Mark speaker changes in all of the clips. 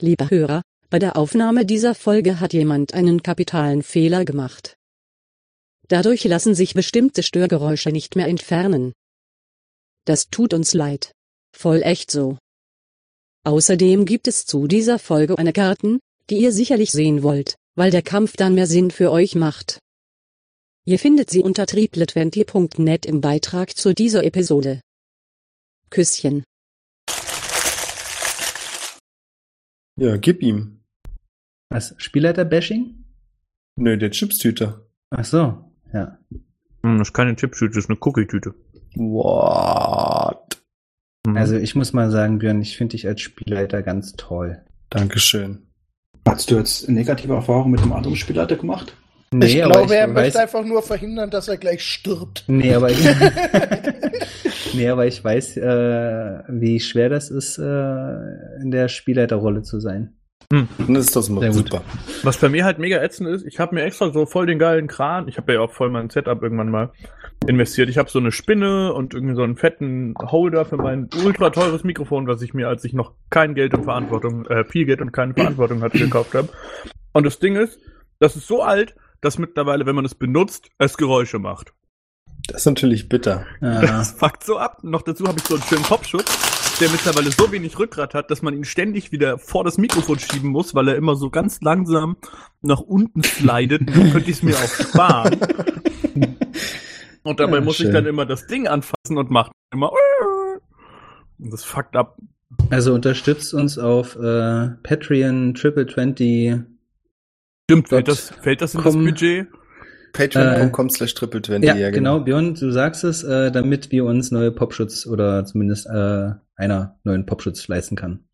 Speaker 1: Lieber Hörer, bei der Aufnahme dieser Folge hat jemand einen kapitalen Fehler gemacht. Dadurch lassen sich bestimmte Störgeräusche nicht mehr entfernen. Das tut uns leid. Voll echt so. Außerdem gibt es zu dieser Folge eine Karten, die ihr sicherlich sehen wollt, weil der Kampf dann mehr Sinn für euch macht. Ihr findet sie unter triplet20.net im Beitrag zu dieser Episode. Küsschen.
Speaker 2: Ja, gib ihm.
Speaker 3: Was? Spielleiter-Bashing?
Speaker 2: Nö, der Chipstüte.
Speaker 3: Ach so, ja.
Speaker 4: Hm, Das ist keine Chipstüte, das ist eine Cookie-Tüte.
Speaker 2: What?
Speaker 4: Hm.
Speaker 3: Also ich muss mal sagen, Björn, ich finde dich als Spielleiter ganz toll.
Speaker 2: Dankeschön.
Speaker 5: Hast du jetzt negative Erfahrungen mit einem anderen Spielleiter gemacht?
Speaker 3: Nee,
Speaker 6: ich glaube, er
Speaker 3: weiß,
Speaker 6: möchte einfach nur verhindern, dass er gleich stirbt.
Speaker 3: Nee, aber ich, nee, aber ich weiß, äh, wie schwer das ist, äh, in der Spielleiterrolle zu sein.
Speaker 2: Dann ist das mal
Speaker 3: Sehr gut.
Speaker 2: super.
Speaker 4: Was bei mir halt mega ätzend ist, ich habe mir extra so voll den geilen Kran, ich habe ja auch voll mein Setup irgendwann mal investiert. Ich habe so eine Spinne und irgendwie so einen fetten Holder für mein ultra teures Mikrofon, was ich mir, als ich noch kein Geld und Verantwortung, äh, viel Geld und keine Verantwortung hatte, gekauft habe. Und das Ding ist, das ist so alt, dass mittlerweile, wenn man es benutzt, es Geräusche macht.
Speaker 2: Das ist natürlich bitter.
Speaker 3: Ah,
Speaker 4: Das fuckt so ab. Noch dazu habe ich so einen schönen Kopfschutz, der mittlerweile so wenig Rückgrat hat, dass man ihn ständig wieder vor das Mikrofon schieben muss, weil er immer so ganz langsam nach unten slidet. Dann könnte ich es mir auch sparen. Und dabei
Speaker 3: Ja,
Speaker 4: muss ich
Speaker 3: schön.
Speaker 4: dann immer das Ding anfassen und macht immer. Und das fuckt ab.
Speaker 3: also unterstützt uns auf äh, Patreon Triple 20.
Speaker 4: Stimmt,
Speaker 3: Gott.
Speaker 4: fällt das, fällt das in das
Speaker 3: Komm.
Speaker 4: Budget?
Speaker 2: Patreon.com slash triple20.
Speaker 3: Äh, Ja, genau, Björn, du sagst es, äh, damit wir uns neue Popschutz oder zumindest äh, einer neuen Popschutz leisten kann.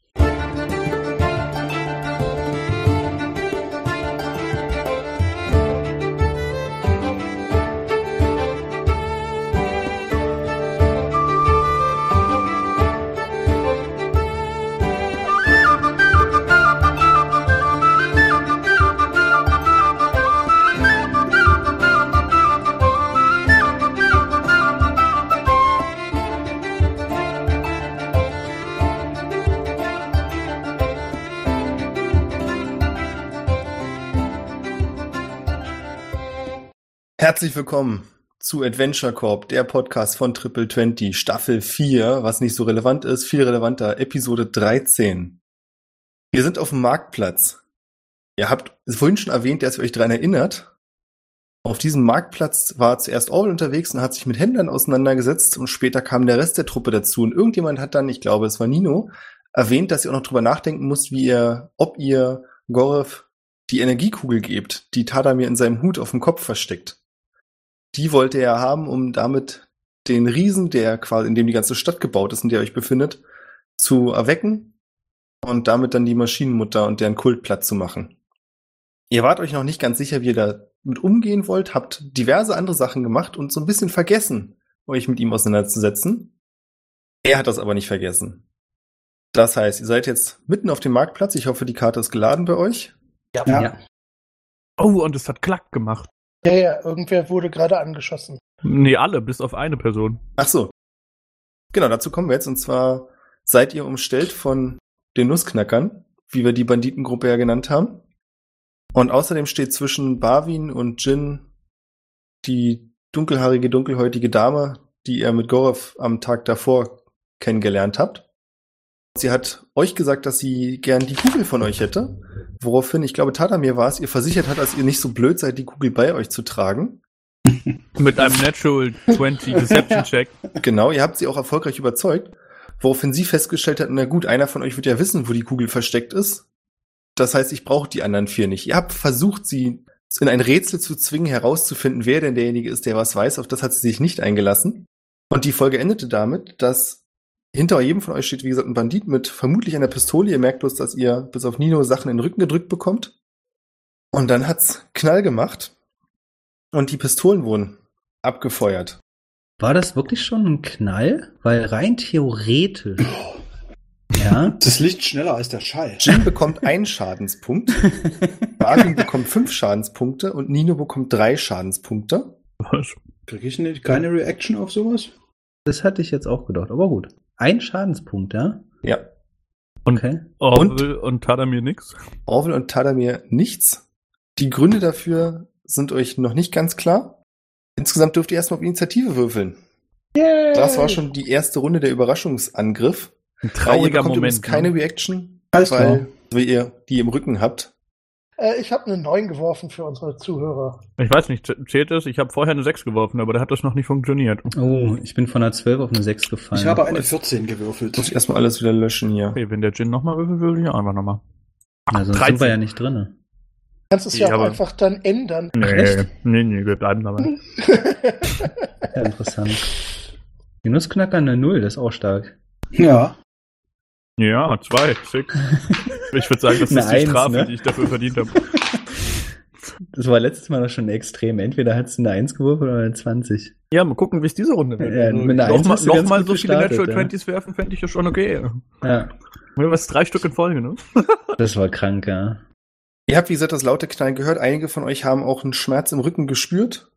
Speaker 2: Herzlich willkommen zu Adventure Corp, der Podcast von Triple 20, Staffel 4, was nicht so relevant ist, viel relevanter, Episode 13. Wir sind auf dem Marktplatz. Ihr habt vorhin schon erwähnt, dass ihr euch daran erinnert. Auf diesem Marktplatz war zuerst Orwell unterwegs und hat sich mit Händlern auseinandergesetzt und später kam der Rest der Truppe dazu und irgendjemand hat dann, ich glaube, es war Nino, erwähnt, dass ihr auch noch drüber nachdenken müsst, wie ihr, ob ihr Gorov die Energiekugel gebt, die Tadamir in seinem Hut auf dem Kopf versteckt die wollte er haben, um damit den Riesen, der quasi, in dem die ganze Stadt gebaut ist, in der ihr euch befindet, zu erwecken und damit dann die Maschinenmutter und deren Kult platt zu machen. Ihr wart euch noch nicht ganz sicher, wie ihr damit umgehen wollt, habt diverse andere Sachen gemacht und so ein bisschen vergessen, euch mit ihm auseinanderzusetzen. Er hat das aber nicht vergessen. Das heißt, ihr seid jetzt mitten auf dem Marktplatz. Ich hoffe, die Karte ist geladen bei euch.
Speaker 3: Ja.
Speaker 4: Oh, und es hat klack gemacht.
Speaker 6: Ja, ja, irgendwer wurde gerade angeschossen.
Speaker 4: Nee, alle, bis auf eine Person.
Speaker 2: Ach so. Genau, dazu kommen wir jetzt. Und zwar seid ihr umstellt von den Nussknackern, wie wir die Banditengruppe ja genannt haben. Und außerdem steht zwischen Barwin und Jin die dunkelhaarige, dunkelhäutige Dame, die ihr mit Gorov am Tag davor kennengelernt habt. Sie hat euch gesagt, dass sie gern die Kugel von euch hätte, woraufhin, ich glaube, Tadamir war es, ihr versichert hat, dass ihr nicht so blöd seid, die Kugel bei euch zu tragen.
Speaker 4: Mit einem Natural 20 Deception Check.
Speaker 2: Genau, ihr habt sie auch erfolgreich überzeugt, woraufhin sie festgestellt hat, na gut, einer von euch wird ja wissen, wo die Kugel versteckt ist. Das heißt, ich brauche die anderen vier nicht. Ihr habt versucht, sie in ein Rätsel zu zwingen, herauszufinden, wer denn derjenige ist, der was weiß. Auf das hat sie sich nicht eingelassen. Und die Folge endete damit, dass hinter jedem von euch steht, wie gesagt, ein Bandit mit vermutlich einer Pistole. Ihr merkt bloß, dass ihr bis auf Nino Sachen in den Rücken gedrückt bekommt. Und dann hat's Knall gemacht. Und die Pistolen wurden abgefeuert.
Speaker 3: War das wirklich schon ein Knall? Weil rein theoretisch. ja.
Speaker 5: Das Licht schneller als der Schall.
Speaker 2: Jin bekommt einen Schadenspunkt, Marvin bekommt fünf Schadenspunkte und Nino bekommt drei Schadenspunkte.
Speaker 4: Was?
Speaker 5: Kriege ich nicht, keine Reaction auf sowas?
Speaker 3: Das hatte ich jetzt auch gedacht, aber gut. Ein Schadenspunkt, ja?
Speaker 2: Ja.
Speaker 4: Und-
Speaker 3: Okay.
Speaker 4: Orwell Oh, und, Tadamir nix.
Speaker 2: Orwell und Tadamir nichts. Die Gründe dafür sind euch noch nicht ganz klar. Insgesamt dürft ihr erstmal auf Initiative würfeln. Das war schon die erste Runde der Überraschungsangriff.
Speaker 4: Ein
Speaker 2: ihr
Speaker 4: trauriger
Speaker 2: bekommt übrigens
Speaker 4: Moment.
Speaker 2: keine
Speaker 4: ne?
Speaker 2: Reaction,
Speaker 5: Alles
Speaker 2: weil, weil ihr die im Rücken habt.
Speaker 6: Äh, ich habe eine 9 geworfen für unsere Zuhörer.
Speaker 4: Ich weiß nicht, zählt es? Ich habe vorher eine 6 geworfen, aber da hat das noch nicht funktioniert.
Speaker 3: Oh, ich bin von einer 12 auf eine 6 gefallen.
Speaker 5: Ich habe eine 14 gewürfelt.
Speaker 2: Muss ich erstmal alles wieder löschen hier.
Speaker 4: Okay, wenn der Gin nochmal würfeln würde, ja, einfach nochmal.
Speaker 3: Na, sonst
Speaker 4: 13.
Speaker 3: sind wir ja nicht drinne.
Speaker 6: Kannst es
Speaker 4: Ja,
Speaker 6: ja, auch
Speaker 4: aber-
Speaker 6: einfach dann ändern.
Speaker 4: Nee, nee, nee, wir bleiben dabei.
Speaker 3: Ja, interessant. Die Nussknacker eine 0, das ist auch stark.
Speaker 5: Ja.
Speaker 4: Ja, zwei, schick. Ich würde sagen, das
Speaker 3: Eine
Speaker 4: ist die
Speaker 3: Eins,
Speaker 4: Strafe,
Speaker 3: ne?
Speaker 4: die ich dafür verdient habe.
Speaker 3: Das war letztes Mal doch schon extrem. Entweder hast du eine 1 gewürfelt oder eine 20.
Speaker 4: Ja, mal gucken, wie es diese Runde wird. Also,
Speaker 3: Ja, mit einer Eins
Speaker 4: nochmal
Speaker 3: hast du ganz
Speaker 4: nochmal
Speaker 3: gut
Speaker 4: so viele
Speaker 3: gestartet,
Speaker 4: Natural
Speaker 3: ja.
Speaker 4: 20s werfen, fände ich ja schon okay.
Speaker 3: Ja,
Speaker 4: Wenn was drei Stück in Folge, ne?
Speaker 3: das war krank, ja.
Speaker 2: Ihr habt, wie gesagt, das laute Knallen gehört. Einige von euch haben auch einen Schmerz im Rücken gespürt.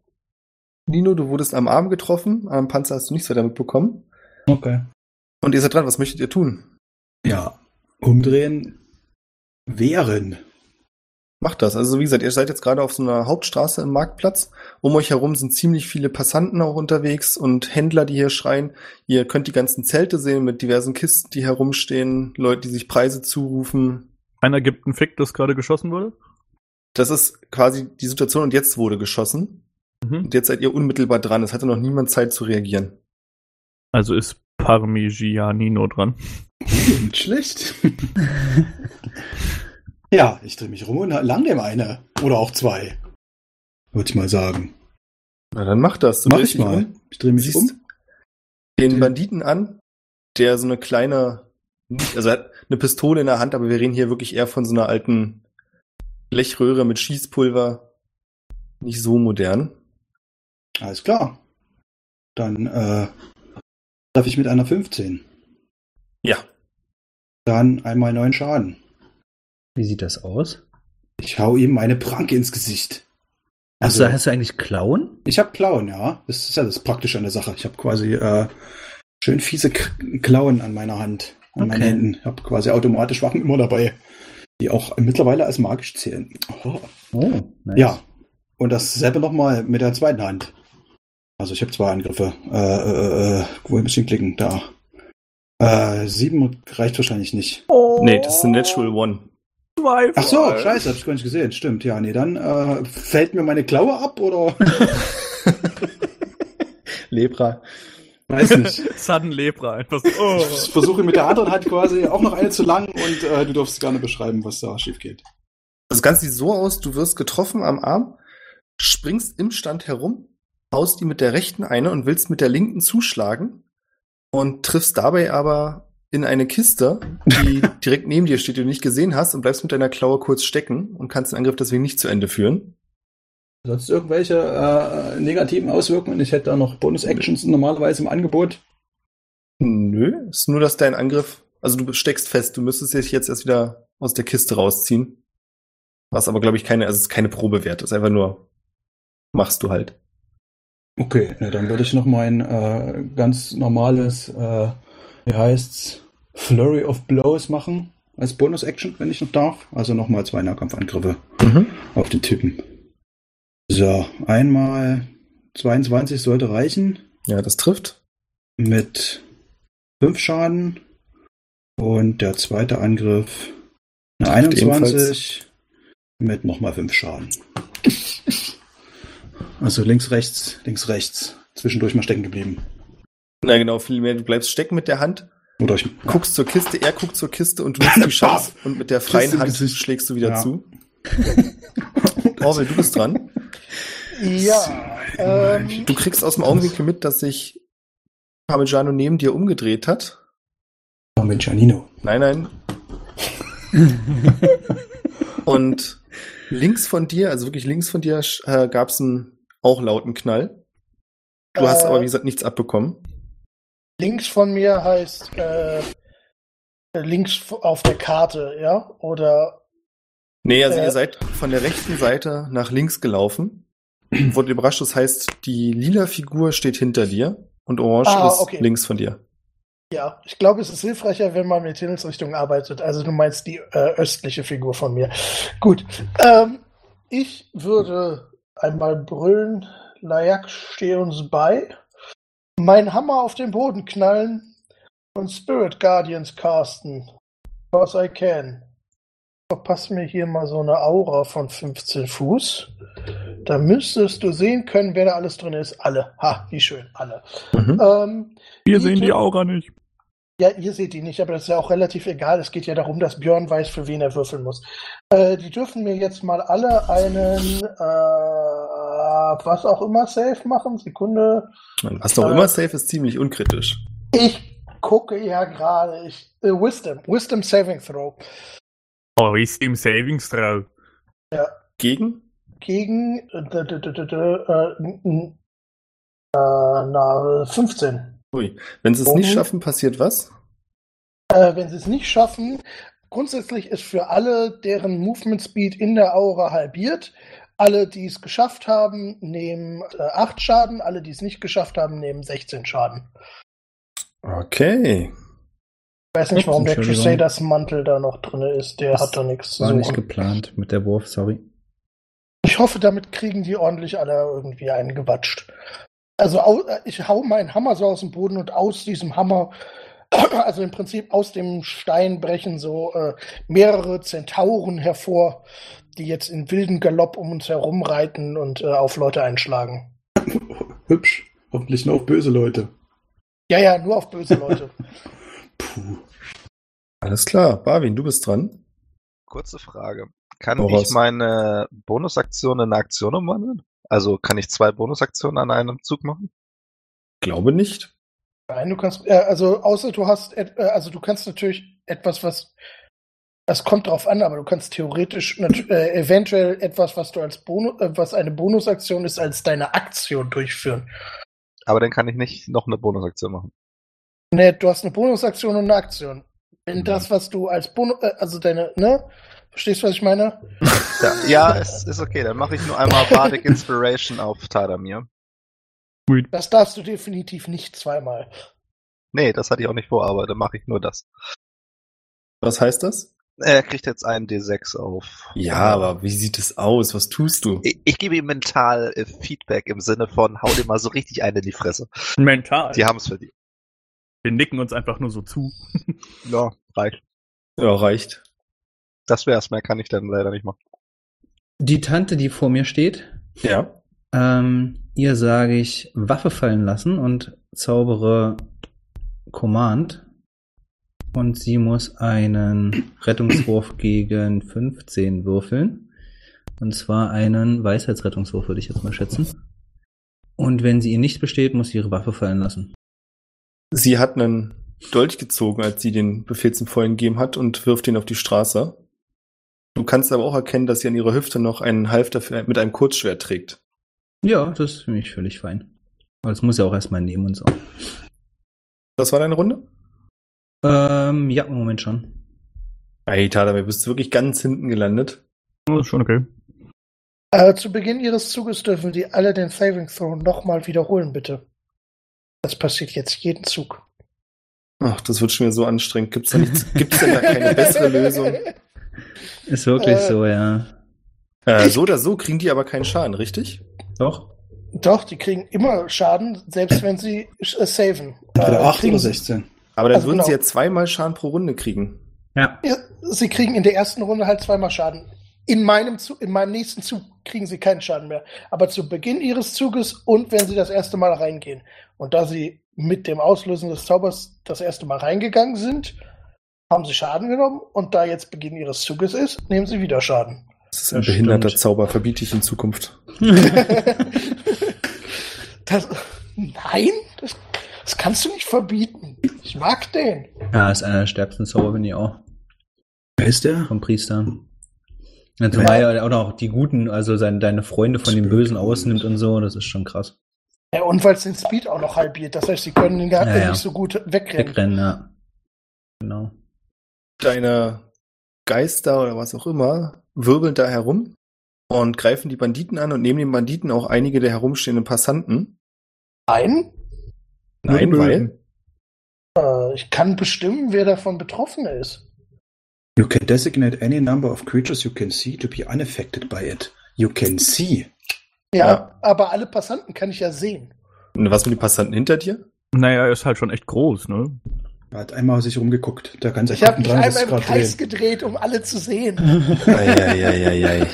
Speaker 2: Nino, du wurdest am Arm getroffen. Am Panzer hast du nichts weiter mitbekommen.
Speaker 5: Okay.
Speaker 2: Und ihr seid dran. Was möchtet ihr tun?
Speaker 5: Ja. Umdrehen. Wehren.
Speaker 2: Macht das. Also, wie gesagt, ihr seid jetzt gerade auf so einer Hauptstraße im Marktplatz. Um euch herum sind ziemlich viele Passanten auch unterwegs und Händler, die hier schreien. Ihr könnt die ganzen Zelte sehen mit diversen Kisten, die herumstehen. Leute, die sich Preise zurufen.
Speaker 4: Einer gibt einen Fick, das gerade geschossen wurde.
Speaker 2: Das ist quasi die Situation und jetzt wurde geschossen.
Speaker 4: Mhm.
Speaker 2: Und jetzt seid ihr unmittelbar dran. Es hatte noch niemand Zeit zu reagieren.
Speaker 4: Also ist Parmigianino dran.
Speaker 5: Nicht schlecht. ja, ich drehe mich rum und lang dem eine. Oder auch zwei. Würde ich mal sagen.
Speaker 2: Na, dann mach das. Du
Speaker 5: Mach
Speaker 2: drehst
Speaker 5: ich
Speaker 2: dich
Speaker 5: mal.
Speaker 2: um,
Speaker 5: Ich drehe mich
Speaker 2: siehst
Speaker 5: um.
Speaker 2: den Banditen an, der so eine kleine, also er hat eine Pistole in der Hand, aber wir reden hier wirklich eher von so einer alten Blechröhre mit Schießpulver. Nicht so modern.
Speaker 5: Alles klar. Dann äh, darf ich mit einer 15.
Speaker 2: Ja.
Speaker 5: Dann einmal neun Schaden.
Speaker 3: Wie sieht das aus?
Speaker 5: Ich hau ihm meine Pranke ins Gesicht.
Speaker 3: Also, hast du eigentlich Klauen?
Speaker 5: Ich habe Klauen, ja. Das ist ja das Praktische an der Sache. Ich habe quasi äh, schön fiese K Klauen an meiner Hand, an
Speaker 3: Okay.
Speaker 5: meinen Händen. Ich habe quasi automatisch Waffen immer dabei, die auch mittlerweile als magisch zählen. Oh.
Speaker 3: Oh, nice.
Speaker 5: Ja. Und dasselbe nochmal mit der zweiten Hand. Also ich habe zwei Angriffe. Äh, äh, äh, wo muss ich denn klicken? Da. Äh, sieben reicht wahrscheinlich nicht.
Speaker 4: Oh,
Speaker 2: Nee, das ist eine Natural One.
Speaker 4: Zwei
Speaker 5: Ach so, scheiße, hab ich gar nicht gesehen. Stimmt, ja, nee, dann äh, fällt mir meine Klaue ab oder
Speaker 3: Lepra.
Speaker 5: weiß nicht.
Speaker 4: Sudden Lepra, einfach so. Oh.
Speaker 5: Ich versuche mit der anderen Hand halt quasi auch noch eine zu lang und äh, du darfst gerne beschreiben, was da schief geht.
Speaker 2: Das Ganze sieht so aus, du wirst getroffen am Arm, springst im Stand herum, haust ihm mit der rechten eine und willst mit der linken zuschlagen und triffst dabei aber in eine Kiste, die direkt neben dir steht, die du nicht gesehen hast und bleibst mit deiner Klaue kurz stecken und kannst den Angriff deswegen nicht zu Ende führen.
Speaker 5: Sonst irgendwelche äh, negativen Auswirkungen? Ich hätte da noch Bonus-Actions normalerweise im Angebot.
Speaker 2: Nö, ist nur, dass dein Angriff, also du steckst fest, du müsstest dich jetzt erst wieder aus der Kiste rausziehen. Was aber, glaube ich, keine, also es ist keine Probe wert, ist einfach nur, machst du halt.
Speaker 5: Okay, na, dann würde ich noch mein äh, ganz normales, äh, wie heißt's, Flurry of Blows machen als Bonus-Action, wenn ich noch darf. Also nochmal zwei Nahkampfangriffe
Speaker 2: Mhm.
Speaker 5: auf den Typen. So, einmal 22 sollte reichen.
Speaker 2: Ja, das trifft.
Speaker 5: mit 5 Schaden und der zweite Angriff eine 21 mit nochmal 5 Schaden. Also links, rechts, links, rechts. Zwischendurch mal stecken geblieben.
Speaker 2: Na genau, vielmehr, du bleibst stecken mit der Hand
Speaker 5: Oder ich
Speaker 2: guckst zur Kiste, er guckt zur Kiste und du nutzt die Chance und mit der
Speaker 5: Triffst
Speaker 2: freien
Speaker 5: im
Speaker 2: Hand
Speaker 5: Gesicht.
Speaker 2: schlägst du wieder
Speaker 5: Ja.
Speaker 2: zu. Orwell, du bist dran.
Speaker 6: Ja. Ähm,
Speaker 2: Du kriegst aus dem Augenwinkel mit, dass sich Parmigiano neben dir umgedreht hat.
Speaker 5: mit Giannino.
Speaker 2: Nein, nein. und links von dir, also wirklich links von dir, sch- äh, gab es einen auch lauten Knall. Du hast
Speaker 6: Äh.
Speaker 2: aber, wie gesagt, nichts abbekommen.
Speaker 6: links von mir heißt äh, links f- auf der Karte, ja? Oder
Speaker 2: Nee, also
Speaker 6: Äh.
Speaker 2: ihr seid von der rechten Seite nach links gelaufen. Wurde überrascht, das heißt, die lila Figur steht hinter dir und orange
Speaker 6: Ah,
Speaker 2: ist
Speaker 6: okay.
Speaker 2: links von dir.
Speaker 6: Ja, ich glaube, es ist hilfreicher, wenn man mit Himmelsrichtung arbeitet. Also du meinst die äh, östliche Figur von mir. Gut. Ähm, ich würde einmal brüllen, Layak, steh uns bei, meinen Hammer auf den Boden knallen und Spirit Guardians casten. Because I can. Verpass mir hier mal so eine Aura von 15 Fuß. Da müsstest du sehen können, wer da alles drin ist. Alle. Ha, wie schön, alle.
Speaker 2: Mhm.
Speaker 6: Ähm,
Speaker 4: Wir
Speaker 6: Die
Speaker 4: sehen die
Speaker 6: tun-
Speaker 4: Aura nicht.
Speaker 6: ja, ihr seht ihn nicht, aber das ist ja auch relativ egal. Es geht ja darum, dass Björn weiß, für wen er würfeln muss. Äh, die dürfen mir jetzt mal alle einen, äh, was auch immer, Safe machen. Sekunde.
Speaker 2: Was noch
Speaker 6: Äh,
Speaker 2: immer safe ist, ziemlich unkritisch.
Speaker 6: Ich gucke ja gerade. Ich, äh, Wisdom. Wisdom Saving Throw.
Speaker 4: Oh, ist im Savings drauf.
Speaker 2: Gegen?
Speaker 6: Gegen, äh, d- d- d- d- d- äh, n- n- äh, na, 15.
Speaker 2: Ui. Wenn sie es nicht
Speaker 6: Mhm.
Speaker 2: schaffen, passiert was?
Speaker 6: Äh, wenn sie es nicht schaffen, grundsätzlich ist für alle deren Movement Speed in der Aura halbiert. Alle, die es geschafft haben, nehmen äh, 8 Schaden. Alle, die es nicht geschafft haben, nehmen 16 Schaden.
Speaker 2: Okay.
Speaker 6: Ich weiß nicht, warum der
Speaker 3: Entschuldigung.
Speaker 6: Crusaders Mantel da noch drin ist. Der
Speaker 3: Das
Speaker 6: hat da nichts zu
Speaker 3: War nicht
Speaker 6: suchen.
Speaker 3: geplant mit der Wurf, sorry.
Speaker 6: Ich hoffe, damit kriegen die ordentlich alle irgendwie einen gewatscht. Also au- äh, ich hau meinen Hammer so aus dem Boden und aus diesem Hammer, also im Prinzip aus dem Stein brechen so äh, mehrere Zentauren hervor, die jetzt in wilden Galopp um uns herum reiten und äh, auf Leute einschlagen.
Speaker 5: Hübsch. Hoffentlich nur auf böse Leute.
Speaker 6: Ja, ja, nur auf böse Leute.
Speaker 5: Puh.
Speaker 2: Alles klar. Barwin, du bist dran.
Speaker 7: Kurze Frage. Kann
Speaker 2: Hau raus.
Speaker 7: ich meine Bonusaktion in eine Aktion umwandeln? Also kann ich zwei Bonusaktionen an einem Zug machen?
Speaker 2: Glaube nicht.
Speaker 6: Nein, du kannst, äh, also außer du hast, et- äh, also du kannst natürlich etwas, was, das kommt drauf an, aber du kannst theoretisch nat- äh, eventuell etwas, was du als Bonus, äh, was eine Bonusaktion ist, als deine Aktion durchführen.
Speaker 7: Aber dann kann ich nicht noch eine Bonusaktion machen.
Speaker 6: Ne, du hast eine Bonusaktion und eine Aktion.
Speaker 2: Mhm.
Speaker 6: Wenn das, was du als Bonus, äh, also deine, ne, verstehst du, was ich meine?
Speaker 7: Ja, ja es ist okay. Dann mache ich nur einmal Bardic Inspiration auf Tadamir.
Speaker 6: Das darfst du definitiv nicht zweimal.
Speaker 7: Nee, das hatte ich auch nicht vor, aber dann mache ich nur das.
Speaker 2: Was heißt das?
Speaker 7: Er kriegt jetzt einen D6 auf. genau.
Speaker 2: Ja, aber wie sieht es aus? Was tust du?
Speaker 7: Ich, ich gebe ihm mental äh, Feedback im Sinne von, hau dir mal so richtig eine in die Fresse.
Speaker 4: Mental.
Speaker 7: Die haben es verdient.
Speaker 4: Wir nicken uns einfach nur so zu.
Speaker 7: Ja, reicht.
Speaker 2: Ja, reicht.
Speaker 7: Das wär's, mehr kann ich dann leider nicht machen.
Speaker 3: Die Tante, die vor mir steht,
Speaker 2: Ja.
Speaker 3: ähm, ihr sage ich Waffe fallen lassen und zaubere Command. Und sie muss einen Rettungswurf gegen 15 würfeln. Und zwar einen Weisheitsrettungswurf, würde ich jetzt mal schätzen. Und wenn sie ihr nicht besteht, muss sie ihre Waffe fallen lassen.
Speaker 2: Sie hat einen Dolch gezogen, als sie den Befehl zum Feuern gegeben hat und wirft ihn auf die Straße. Du kannst aber auch erkennen, dass sie an ihrer Hüfte noch einen Halfter für- mit einem Kurzschwert trägt.
Speaker 3: Ja, das ist für mich völlig fein. Aber das muss ja auch erstmal nehmen und so.
Speaker 2: Das war deine Runde?
Speaker 3: Ähm, ja, im Moment schon.
Speaker 2: Ey, Tadamir, bist du wirklich ganz hinten gelandet?
Speaker 4: Das ist schon okay.
Speaker 6: Äh, zu Beginn ihres Zuges dürfen die alle den Saving Throw nochmal wiederholen, bitte. Das passiert jetzt jeden Zug.
Speaker 2: Ach, das wird schon wieder so anstrengend. Gibt's da nichts, gibt's denn da keine bessere Lösung?
Speaker 3: Ist wirklich
Speaker 6: Äh.
Speaker 3: so, ja.
Speaker 2: Äh, so oder so kriegen die aber keinen Schaden, richtig?
Speaker 3: Doch.
Speaker 6: Doch, die kriegen immer Schaden, selbst wenn sie äh, saven.
Speaker 5: Oder
Speaker 6: Äh,
Speaker 5: 8
Speaker 6: kriegen-
Speaker 5: oder 16.
Speaker 2: Aber dann
Speaker 6: Also
Speaker 2: würden sie
Speaker 6: genau.
Speaker 2: ja zweimal Schaden pro Runde kriegen.
Speaker 3: Ja.
Speaker 6: Ja, sie kriegen in der ersten Runde halt zweimal Schaden. In meinem, Zu in meinem nächsten Zug kriegen sie keinen Schaden mehr. Aber zu Beginn ihres Zuges und wenn sie das erste Mal reingehen. Und da sie mit dem Auslösen des Zaubers das erste Mal reingegangen sind, haben sie Schaden genommen. Und da jetzt Beginn ihres Zuges ist, nehmen sie wieder Schaden.
Speaker 2: Das ist ein
Speaker 3: Das
Speaker 2: behinderter
Speaker 3: stimmt.
Speaker 2: Zauber, verbiete ich in Zukunft.
Speaker 6: das, nein, das, das kannst du nicht verbieten. Ich mag den.
Speaker 3: Ja, ist einer der stärksten Zauber, bin ich auch.
Speaker 5: Wer ist der?
Speaker 3: Vom Priester. Ja, zumal er auch noch die Guten, also seine, deine Freunde von den Bösen ausnimmt und so, das ist schon krass.
Speaker 6: Ja, und weil es den Speed auch noch halbiert. Das heißt, sie können den gar
Speaker 3: Ja, ja.
Speaker 6: nicht so gut wegrennen.
Speaker 3: Wegrennen, ja. Genau.
Speaker 2: Deine Geister oder was auch immer wirbeln da herum und greifen die Banditen an und nehmen den Banditen auch einige der herumstehenden Passanten.
Speaker 6: Nein?
Speaker 2: Nein,
Speaker 5: Nur die
Speaker 2: weil
Speaker 5: Böden.
Speaker 6: Äh, ich kann bestimmen, wer davon betroffen ist.
Speaker 5: You can designate any number of creatures you can see to be unaffected by it. You can see.
Speaker 6: Ja,
Speaker 2: Ja.
Speaker 6: aber alle Passanten kann ich ja sehen.
Speaker 2: Und was mit den Passanten hinter dir?
Speaker 4: Naja, er ist halt schon echt groß, ne?
Speaker 5: Er hat einmal sich rumgeguckt. Da kann sich
Speaker 6: Ich habe mich
Speaker 5: dran, das
Speaker 6: einmal
Speaker 5: ist
Speaker 6: im
Speaker 5: gerade
Speaker 6: Kreis
Speaker 5: drehen.
Speaker 6: gedreht, um alle zu sehen.
Speaker 2: Eieieiei.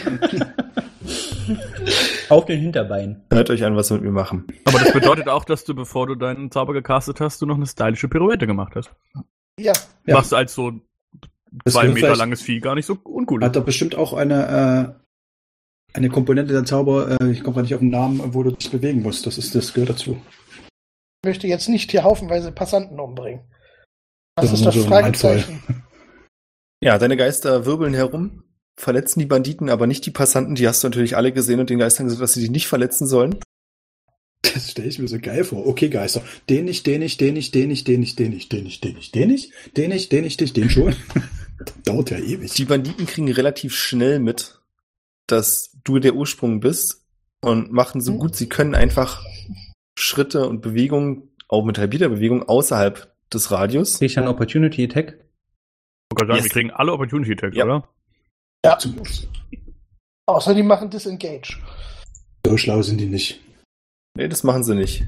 Speaker 3: Auf den Hinterbein.
Speaker 2: Hört euch an, was wir mit mir machen.
Speaker 4: Aber das bedeutet auch, dass du, bevor du deinen Zauber gecastet hast, du noch eine stylische Pirouette gemacht hast.
Speaker 6: Ja,
Speaker 5: Ja.
Speaker 4: Was als so
Speaker 5: Das
Speaker 4: zwei
Speaker 5: wäre
Speaker 4: Meter
Speaker 5: vielleicht-
Speaker 4: langes Vieh gar nicht so uncool
Speaker 5: Hat
Speaker 4: ist.
Speaker 5: da bestimmt auch eine, äh, eine Komponente der Zauber, äh, ich komme gerade nicht auf den Namen, wo du dich bewegen musst. Das, ist, das gehört dazu.
Speaker 6: ich möchte jetzt nicht hier haufenweise Passanten umbringen. Das
Speaker 5: Das
Speaker 6: ist
Speaker 5: ist
Speaker 6: das
Speaker 5: so ein
Speaker 6: Fragezeichen.
Speaker 2: Ja, deine Geister wirbeln herum, verletzen die Banditen, aber nicht die Passanten. Die hast du natürlich alle gesehen und den Geistern gesagt, dass sie dich nicht verletzen sollen.
Speaker 5: Das stelle ich mir so geil vor. Okay, Geister. Den nicht, den nicht, den nicht, den nicht, den nicht, den nicht, den nicht, den nicht, den nicht, den nicht, den nicht, den nicht, den schon. Das dauert ja ewig.
Speaker 2: Die Banditen kriegen relativ schnell mit, dass du der Ursprung bist und machen so gut sie können einfach Schritte und Bewegungen, auch mit halbierter Bewegung, außerhalb des Radius.
Speaker 3: Krieg ich einen Opportunity Attack?
Speaker 4: Ich wollte gerade sagen,
Speaker 2: Yes.
Speaker 4: Wir kriegen alle Opportunity Attacks,
Speaker 2: Ja.
Speaker 4: oder?
Speaker 6: Ja.
Speaker 5: Zum-
Speaker 6: Außer die machen Disengage.
Speaker 5: So schlau sind die nicht.
Speaker 2: Nee, das machen sie nicht.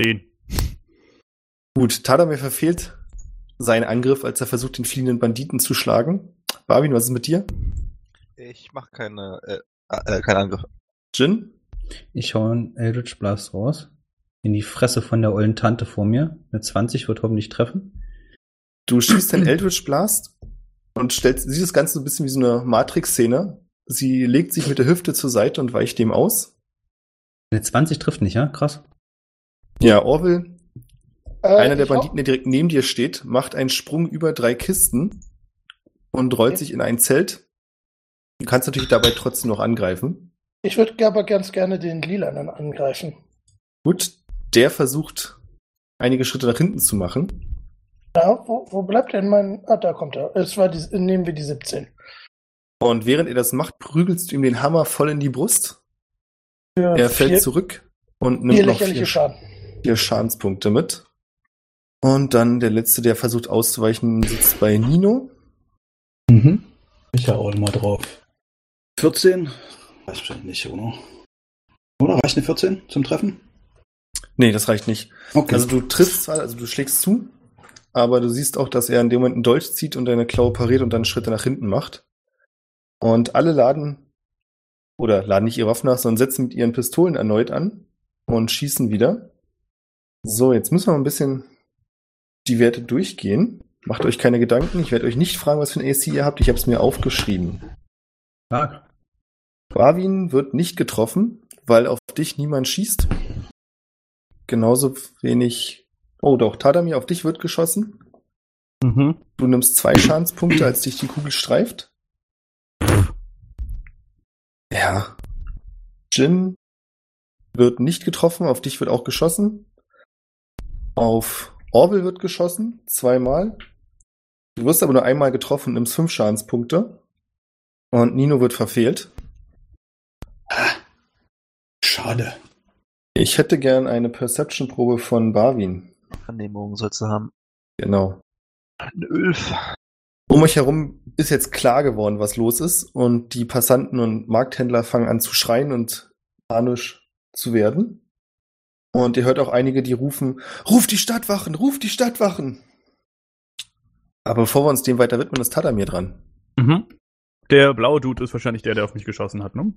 Speaker 4: Den.
Speaker 2: Gut, Tadamir verfehlt seinen Angriff, als er versucht, den fliehenden Banditen zu schlagen. Barwin, was ist mit dir?
Speaker 7: Ich mache keine, äh, äh, keinen Angriff.
Speaker 2: Jin?
Speaker 3: Ich hau einen Eldritch Blast raus. In die Fresse von der ollen Tante vor mir. Eine 20 wird hoffentlich treffen.
Speaker 2: Du schießt den Eldritch Blast und stellst, siehst das Ganze so ein bisschen wie so eine Matrix-Szene. Sie legt sich mit der Hüfte zur Seite und weicht dem aus.
Speaker 3: Eine 20 trifft nicht, ja? Krass.
Speaker 2: Ja, Orwell,
Speaker 6: Äh,
Speaker 2: einer der
Speaker 6: ich hau-
Speaker 2: Banditen, der direkt neben dir steht, macht einen Sprung über drei Kisten und rollt
Speaker 6: Okay.
Speaker 2: sich in ein Zelt. Du kannst natürlich dabei trotzdem noch angreifen.
Speaker 6: Ich würde aber ganz gerne den Lilanen angreifen.
Speaker 2: Gut, der versucht, einige Schritte nach hinten zu machen.
Speaker 6: Ja, wo, wo bleibt denn mein. Ah, da kommt er. Es war die, nehmen wir die 17.
Speaker 2: Und während er das macht, prügelst du ihm den Hammer voll in die Brust.
Speaker 6: Ja,
Speaker 2: Er fällt
Speaker 6: vier,
Speaker 2: zurück und nimmt
Speaker 6: Vier
Speaker 2: noch
Speaker 6: lächerliche
Speaker 2: vier,
Speaker 6: Schaden.
Speaker 2: vier Schadenspunkte mit. Und dann der letzte, der versucht auszuweichen, sitzt bei Nino.
Speaker 5: Mhm. Ich hau auch mal drauf. 14? Weiß bestimmt nicht, oder? Oder reicht eine 14 zum Treffen?
Speaker 2: Nee, das reicht nicht.
Speaker 5: Okay.
Speaker 2: Also du triffst zwar, also du schlägst zu, aber du siehst auch, dass er in dem Moment einen Dolch zieht und deine Klaue pariert und dann Schritte nach hinten macht. Und alle laden, oder laden nicht ihre Waffen nach, sondern setzen mit ihren Pistolen erneut an und schießen wieder. So, jetzt müssen wir mal ein bisschen die Werte durchgehen. Macht euch keine Gedanken. Ich werde euch nicht fragen, was für ein AC ihr habt. Ich habe es mir aufgeschrieben.
Speaker 3: Stark.
Speaker 2: Barwin wird nicht getroffen, weil auf dich niemand schießt. Genauso wenig. Oh doch, Tadamir, auf dich wird geschossen.
Speaker 4: Mhm.
Speaker 2: Du nimmst zwei Schadenspunkte, als dich die Kugel streift. Ja. Jin wird nicht getroffen, auf dich wird auch geschossen. Auf Orwell wird geschossen, zweimal. Du wirst aber nur einmal getroffen, nimmst fünf Schadenspunkte. Und Nino wird verfehlt.
Speaker 5: Schade.
Speaker 2: Ich hätte gern eine Perception-Probe von Barwin.
Speaker 7: Annehmung sollst du haben.
Speaker 2: Genau.
Speaker 7: Ein Ölf.
Speaker 2: Um euch herum ist jetzt klar geworden, was los ist, und die Passanten und Markthändler fangen an zu schreien und panisch zu werden. Und ihr hört auch einige, die rufen: Ruf die Stadtwachen, ruf die Stadtwachen! Aber bevor wir uns dem weiter widmen, ist Tadamir dran.
Speaker 4: Mhm. Der blaue Dude ist wahrscheinlich der, der auf mich geschossen hat, ne?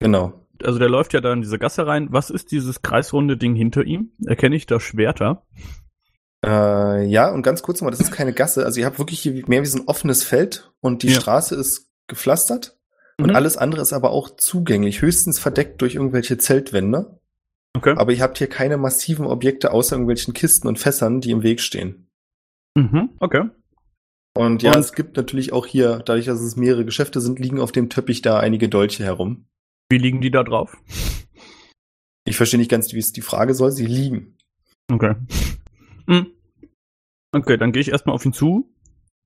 Speaker 2: Genau.
Speaker 4: Also der läuft ja da in diese Gasse rein. Was ist dieses kreisrunde Ding hinter ihm? Erkenne ich da Schwerter?
Speaker 2: Äh, ja, und ganz kurz mal, das ist keine Gasse. Also ihr habt wirklich hier mehr wie so ein offenes Feld und die
Speaker 4: Ja.
Speaker 2: Straße ist gepflastert. Und
Speaker 4: Mhm.
Speaker 2: alles andere ist aber auch zugänglich, höchstens verdeckt durch irgendwelche Zeltwände.
Speaker 4: Okay.
Speaker 2: Aber ihr habt hier keine massiven Objekte außer irgendwelchen Kisten und Fässern, die im Weg stehen.
Speaker 4: Mhm. Okay.
Speaker 2: Und ja,
Speaker 4: Und-
Speaker 2: es gibt natürlich auch hier, dadurch, dass es mehrere Geschäfte sind, liegen auf dem Teppich da einige Dolche herum.
Speaker 4: Wie liegen die da drauf?
Speaker 2: Ich verstehe nicht ganz, wie es die Frage soll. Sie liegen.
Speaker 4: Okay. Hm. Okay, dann gehe ich erstmal auf ihn zu.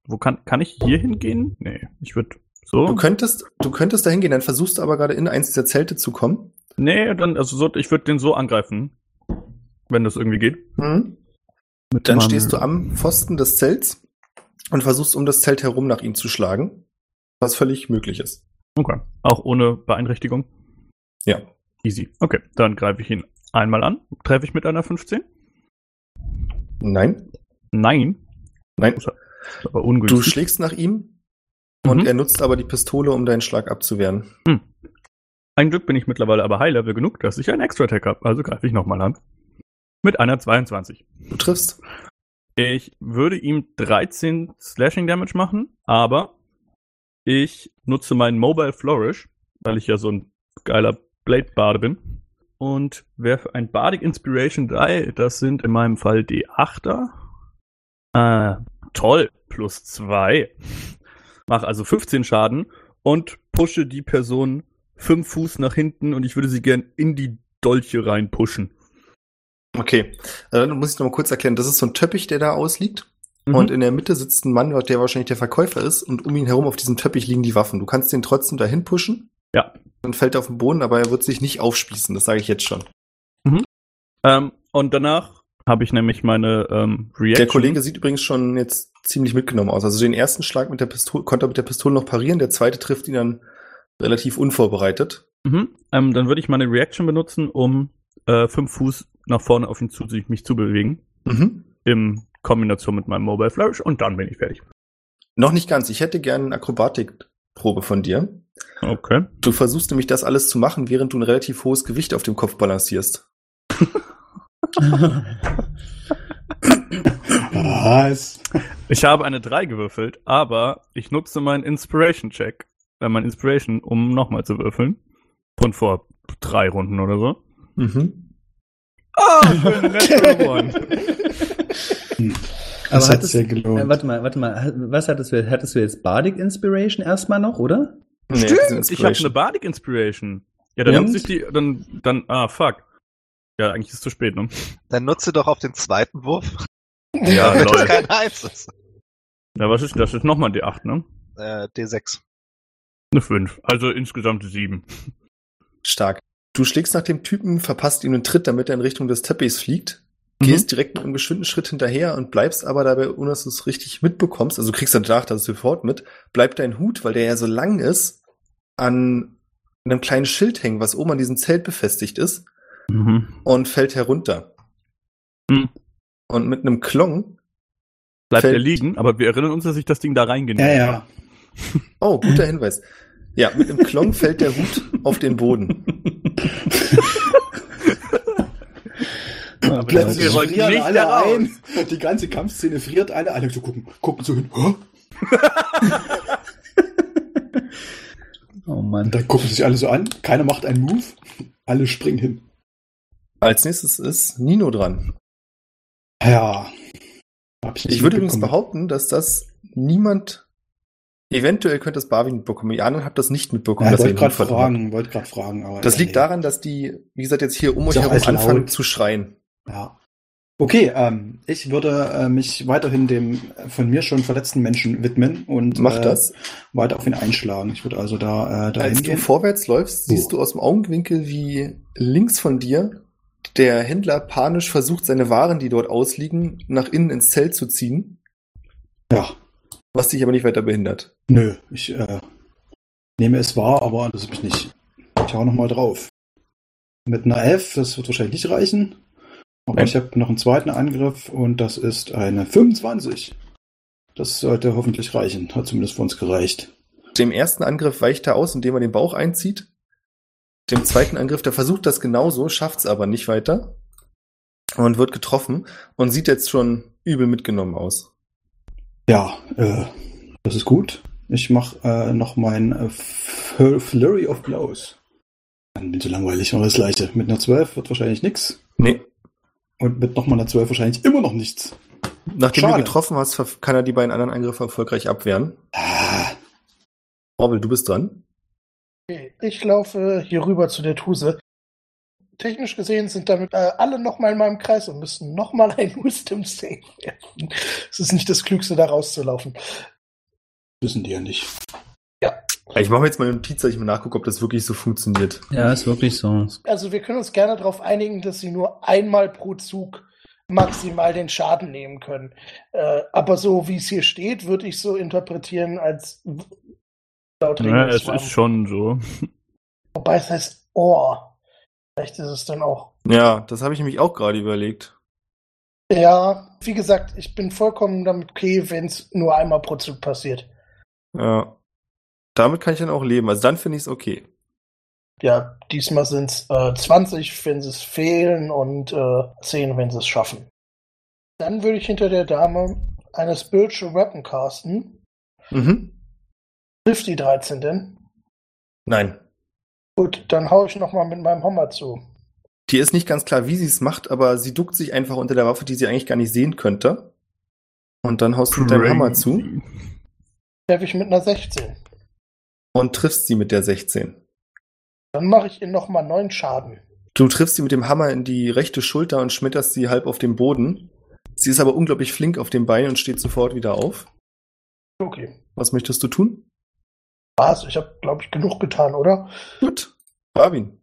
Speaker 4: Wo kann, kann ich hier hingehen? Nee, ich würde so.
Speaker 2: Du könntest, du könntest da hingehen, dann versuchst du aber gerade in eins der Zelte zu kommen.
Speaker 4: Nee, dann, also so, ich würde den so angreifen. Wenn das irgendwie geht.
Speaker 2: Mhm.
Speaker 5: Mit
Speaker 2: Dann
Speaker 5: meinem-
Speaker 2: stehst du am Pfosten des Zelts und versuchst um das Zelt herum nach ihm zu schlagen, was völlig möglich ist.
Speaker 4: Okay. Auch ohne Beeinträchtigung?
Speaker 2: Ja.
Speaker 4: Easy. Okay, dann greife ich ihn einmal an. Treffe ich mit einer 15?
Speaker 2: Nein,
Speaker 4: Nein.
Speaker 2: nein.
Speaker 4: Ist aber
Speaker 2: Du
Speaker 4: ungünstig.
Speaker 2: schlägst nach ihm
Speaker 4: Mhm.
Speaker 2: und er nutzt aber die Pistole, um deinen Schlag abzuwehren.
Speaker 4: Ein Glück bin ich mittlerweile aber High-Level genug, dass ich einen Extra-Attack habe. Also greife ich nochmal an. Mit einer 22.
Speaker 2: Du triffst.
Speaker 4: Ich würde ihm 13 Slashing Damage machen, aber ich nutze meinen Mobile Flourish, weil ich ja so ein geiler Blade-Bade bin. Und werfe ein Bardic Inspiration 3, das sind in meinem Fall D8er. Äh, toll, plus 2. Mach also 15 Schaden und pushe die Person 5 Fuß nach hinten und ich würde sie gern in die Dolche reinpushen.
Speaker 2: Okay, äh, dann muss ich noch mal kurz erklären. Das ist so ein Teppich, der da ausliegt.
Speaker 4: Mhm.
Speaker 2: Und in der Mitte sitzt ein Mann, der wahrscheinlich der Verkäufer ist. Und um ihn herum auf diesem Teppich liegen die Waffen. Du kannst den trotzdem dahin pushen.
Speaker 4: Ja.
Speaker 2: Dann fällt er auf den Boden, aber er wird sich nicht aufspießen. Das sage ich jetzt schon.
Speaker 4: Ähm, und danach habe ich nämlich meine ähm,
Speaker 2: Der
Speaker 4: Reaction.
Speaker 2: Kollege sieht übrigens schon jetzt ziemlich mitgenommen aus. Also den ersten Schlag mit der Pistole konnte er mit der Pistole noch parieren. Der zweite trifft ihn dann relativ unvorbereitet.
Speaker 4: Mhm. Ähm, dann würde ich meine Reaction benutzen, um äh, fünf Fuß nach vorne auf ihn zu mich zu bewegen.
Speaker 2: Mhm.
Speaker 4: In Kombination mit meinem Mobile Flourish und dann bin ich fertig.
Speaker 2: Noch nicht ganz. Ich hätte gerne eine Akrobatikprobe von dir.
Speaker 4: Okay.
Speaker 2: Du versuchst nämlich das alles zu machen, während du ein relativ hohes Gewicht auf dem Kopf balancierst.
Speaker 5: Was?
Speaker 4: Ich habe eine 3 gewürfelt, aber ich nutze meinen Inspiration-Check, äh, mein Inspiration, um nochmal zu würfeln. Von vor drei Runden oder so.
Speaker 2: Mhm.
Speaker 4: Ah, schön, Natural One.
Speaker 5: Das hat
Speaker 3: hattest-
Speaker 5: sehr gelohnt.
Speaker 3: Äh, warte mal, warte mal. hat- Was hattest du? Hattest du jetzt Bardic Inspiration erstmal noch, oder?
Speaker 2: Nee, das ist
Speaker 4: Stimmt, ich habe eine
Speaker 2: Inspiration.
Speaker 4: Bardic Inspiration. Ja, dann
Speaker 2: Und?
Speaker 4: nutze ich die, dann, dann, ah, fuck. Ja, eigentlich ist es zu spät, ne?
Speaker 7: Dann nutze doch auf den zweiten Wurf,
Speaker 4: Ja,
Speaker 7: damit es
Speaker 4: lol.
Speaker 7: kein Eins ist.
Speaker 4: Na, was ist, das ist nochmal die 8, ne?
Speaker 7: Äh, D6.
Speaker 4: Eine 5. Also insgesamt 7.
Speaker 2: Stark. Du schlägst nach dem Typen, verpasst ihm einen Tritt, damit er in Richtung des Teppichs fliegt.
Speaker 4: Mhm.
Speaker 2: Gehst direkt mit einem geschwinden Schritt hinterher und bleibst aber dabei, ohne dass du es richtig mitbekommst, also du kriegst dann danach das sofort mit, bleibt dein Hut, weil der ja so lang ist, an einem kleinen Schild hängen, was oben an diesem Zelt befestigt ist
Speaker 4: Mhm.
Speaker 2: und fällt herunter.
Speaker 4: Mhm.
Speaker 2: Und mit einem Klong,
Speaker 4: Bleibt
Speaker 2: Fällt-
Speaker 4: er liegen, aber wir erinnern uns, dass ich das Ding da reingenäht
Speaker 5: Ja, ja.
Speaker 2: oh, guter Hinweis. Ja, mit einem Klong fällt der Hut auf den Boden.
Speaker 4: Aber Plötzlich wir wollten nicht
Speaker 5: alle
Speaker 4: da raus.
Speaker 5: ein. Die ganze Kampfszene friert alle. Alle so gucken, gucken so hin. Hä?
Speaker 3: Oh Mann.
Speaker 5: Und dann gucken sich alle so an. Keiner macht einen Move. Alle springen hin.
Speaker 2: Als nächstes ist Nino dran.
Speaker 5: Ja. Hab nicht
Speaker 2: Ich würde übrigens
Speaker 5: mitbekommen.
Speaker 2: behaupten, dass das niemand. Eventuell könnte das Barwin mitbekommen. Ihr anderen habt das nicht mitbekommen.
Speaker 5: Ja,
Speaker 2: dass er
Speaker 5: wollte
Speaker 2: den
Speaker 5: gerade
Speaker 2: Hut verloren hat.
Speaker 5: fragen, wollte gerade fragen. Aber
Speaker 2: Das liegt
Speaker 5: nee.
Speaker 2: daran, dass die, wie gesagt, jetzt hier um euch
Speaker 5: Ist auch
Speaker 2: herum
Speaker 5: alles
Speaker 2: anfangen
Speaker 5: laut.
Speaker 2: zu schreien.
Speaker 5: Ja. Okay, ähm, ich würde äh, mich weiterhin dem äh, von mir schon verletzten Menschen widmen und
Speaker 2: Mach
Speaker 5: äh,
Speaker 2: das.
Speaker 5: weiter auf ihn einschlagen. Ich würde also da äh, dahin
Speaker 2: Als du
Speaker 5: gehen.
Speaker 2: vorwärts läufst,
Speaker 5: Oh.
Speaker 2: siehst du aus dem Augenwinkel, wie links von dir der Händler panisch versucht, seine Waren, die dort ausliegen, nach innen ins Zelt zu ziehen,
Speaker 5: Ja,
Speaker 2: was dich aber nicht weiter behindert.
Speaker 5: nö, ich äh, nehme es wahr, aber das mich nicht. Ich hau nochmal drauf. Mit einer F, das wird wahrscheinlich nicht reichen. Aber
Speaker 2: Nein.
Speaker 5: ich habe noch einen zweiten Angriff und das ist eine 25. Das sollte hoffentlich reichen. Hat zumindest für uns gereicht.
Speaker 2: Dem ersten Angriff weicht er aus, indem er den Bauch einzieht. Dem zweiten Angriff, der versucht das genauso, schafft's aber nicht weiter. Und wird getroffen und sieht jetzt schon übel mitgenommen aus.
Speaker 5: Ja, äh, das ist gut. Ich mache äh, noch mein äh, Fl- Flurry of Blows. Dann bin ich so langweilig, aber das leichte. Mit einer 12 wird wahrscheinlich nichts.
Speaker 2: Nee.
Speaker 5: Und mit nochmal einer 12 wahrscheinlich immer noch nichts.
Speaker 2: Nachdem du
Speaker 5: Schade.
Speaker 2: getroffen hast, ver- kann er die beiden anderen Angriffe erfolgreich abwehren.
Speaker 5: Ah,
Speaker 2: Orwell, du bist dran.
Speaker 6: Okay, ich laufe hier rüber zu der Tuse. Technisch gesehen sind damit äh, alle nochmal in meinem Kreis und müssen nochmal ein Wisdom Save werfen. Es ist nicht das Klügste, da rauszulaufen.
Speaker 5: wissen die ja nicht.
Speaker 2: Ich mache mir jetzt mal eine Notiz, dass ich mal nachgucke, ob das wirklich so funktioniert.
Speaker 3: Ja, ist wirklich so.
Speaker 6: Also wir können uns gerne darauf einigen, dass sie nur einmal pro Zug maximal den Schaden nehmen können. Äh, aber so wie es hier steht, würde ich so interpretieren, als w- laut
Speaker 4: Ja, es
Speaker 6: Regelungsrahmen.
Speaker 4: ist schon so.
Speaker 6: Wobei es heißt Or. Vielleicht ist es dann auch.
Speaker 2: Ja, das habe ich nämlich auch gerade überlegt.
Speaker 6: Ja, wie gesagt, ich bin vollkommen damit okay, wenn es nur einmal pro Zug passiert.
Speaker 2: Ja. Damit kann ich dann auch leben. Also dann finde ich es okay.
Speaker 6: Ja, diesmal sind es äh, 20, wenn sie es fehlen und äh, 10, wenn sie es schaffen. Dann würde ich hinter der Dame eine Spiritual Weapon casten.
Speaker 2: Mhm.
Speaker 6: Hilft die 13 denn?
Speaker 2: Nein.
Speaker 6: Gut, dann hau ich nochmal mit meinem Hammer zu.
Speaker 2: Dir ist nicht ganz klar, wie sie es macht, aber sie duckt sich einfach unter der Waffe, die sie eigentlich gar nicht sehen könnte. Und dann haust du mit deinem Hammer zu
Speaker 6: Treffe ich mit einer 16.
Speaker 2: und triffst sie mit der 16.
Speaker 6: Dann mache ich ihr nochmal 9 Schaden.
Speaker 2: Du triffst sie mit dem Hammer in die rechte Schulter und schmetterst sie halb auf den Boden. Sie ist aber unglaublich flink auf dem Bein und steht sofort wieder auf.
Speaker 6: Okay.
Speaker 2: Was möchtest du tun?
Speaker 6: Was? Ich habe, glaube ich, genug getan, oder?
Speaker 2: Gut. Barbin.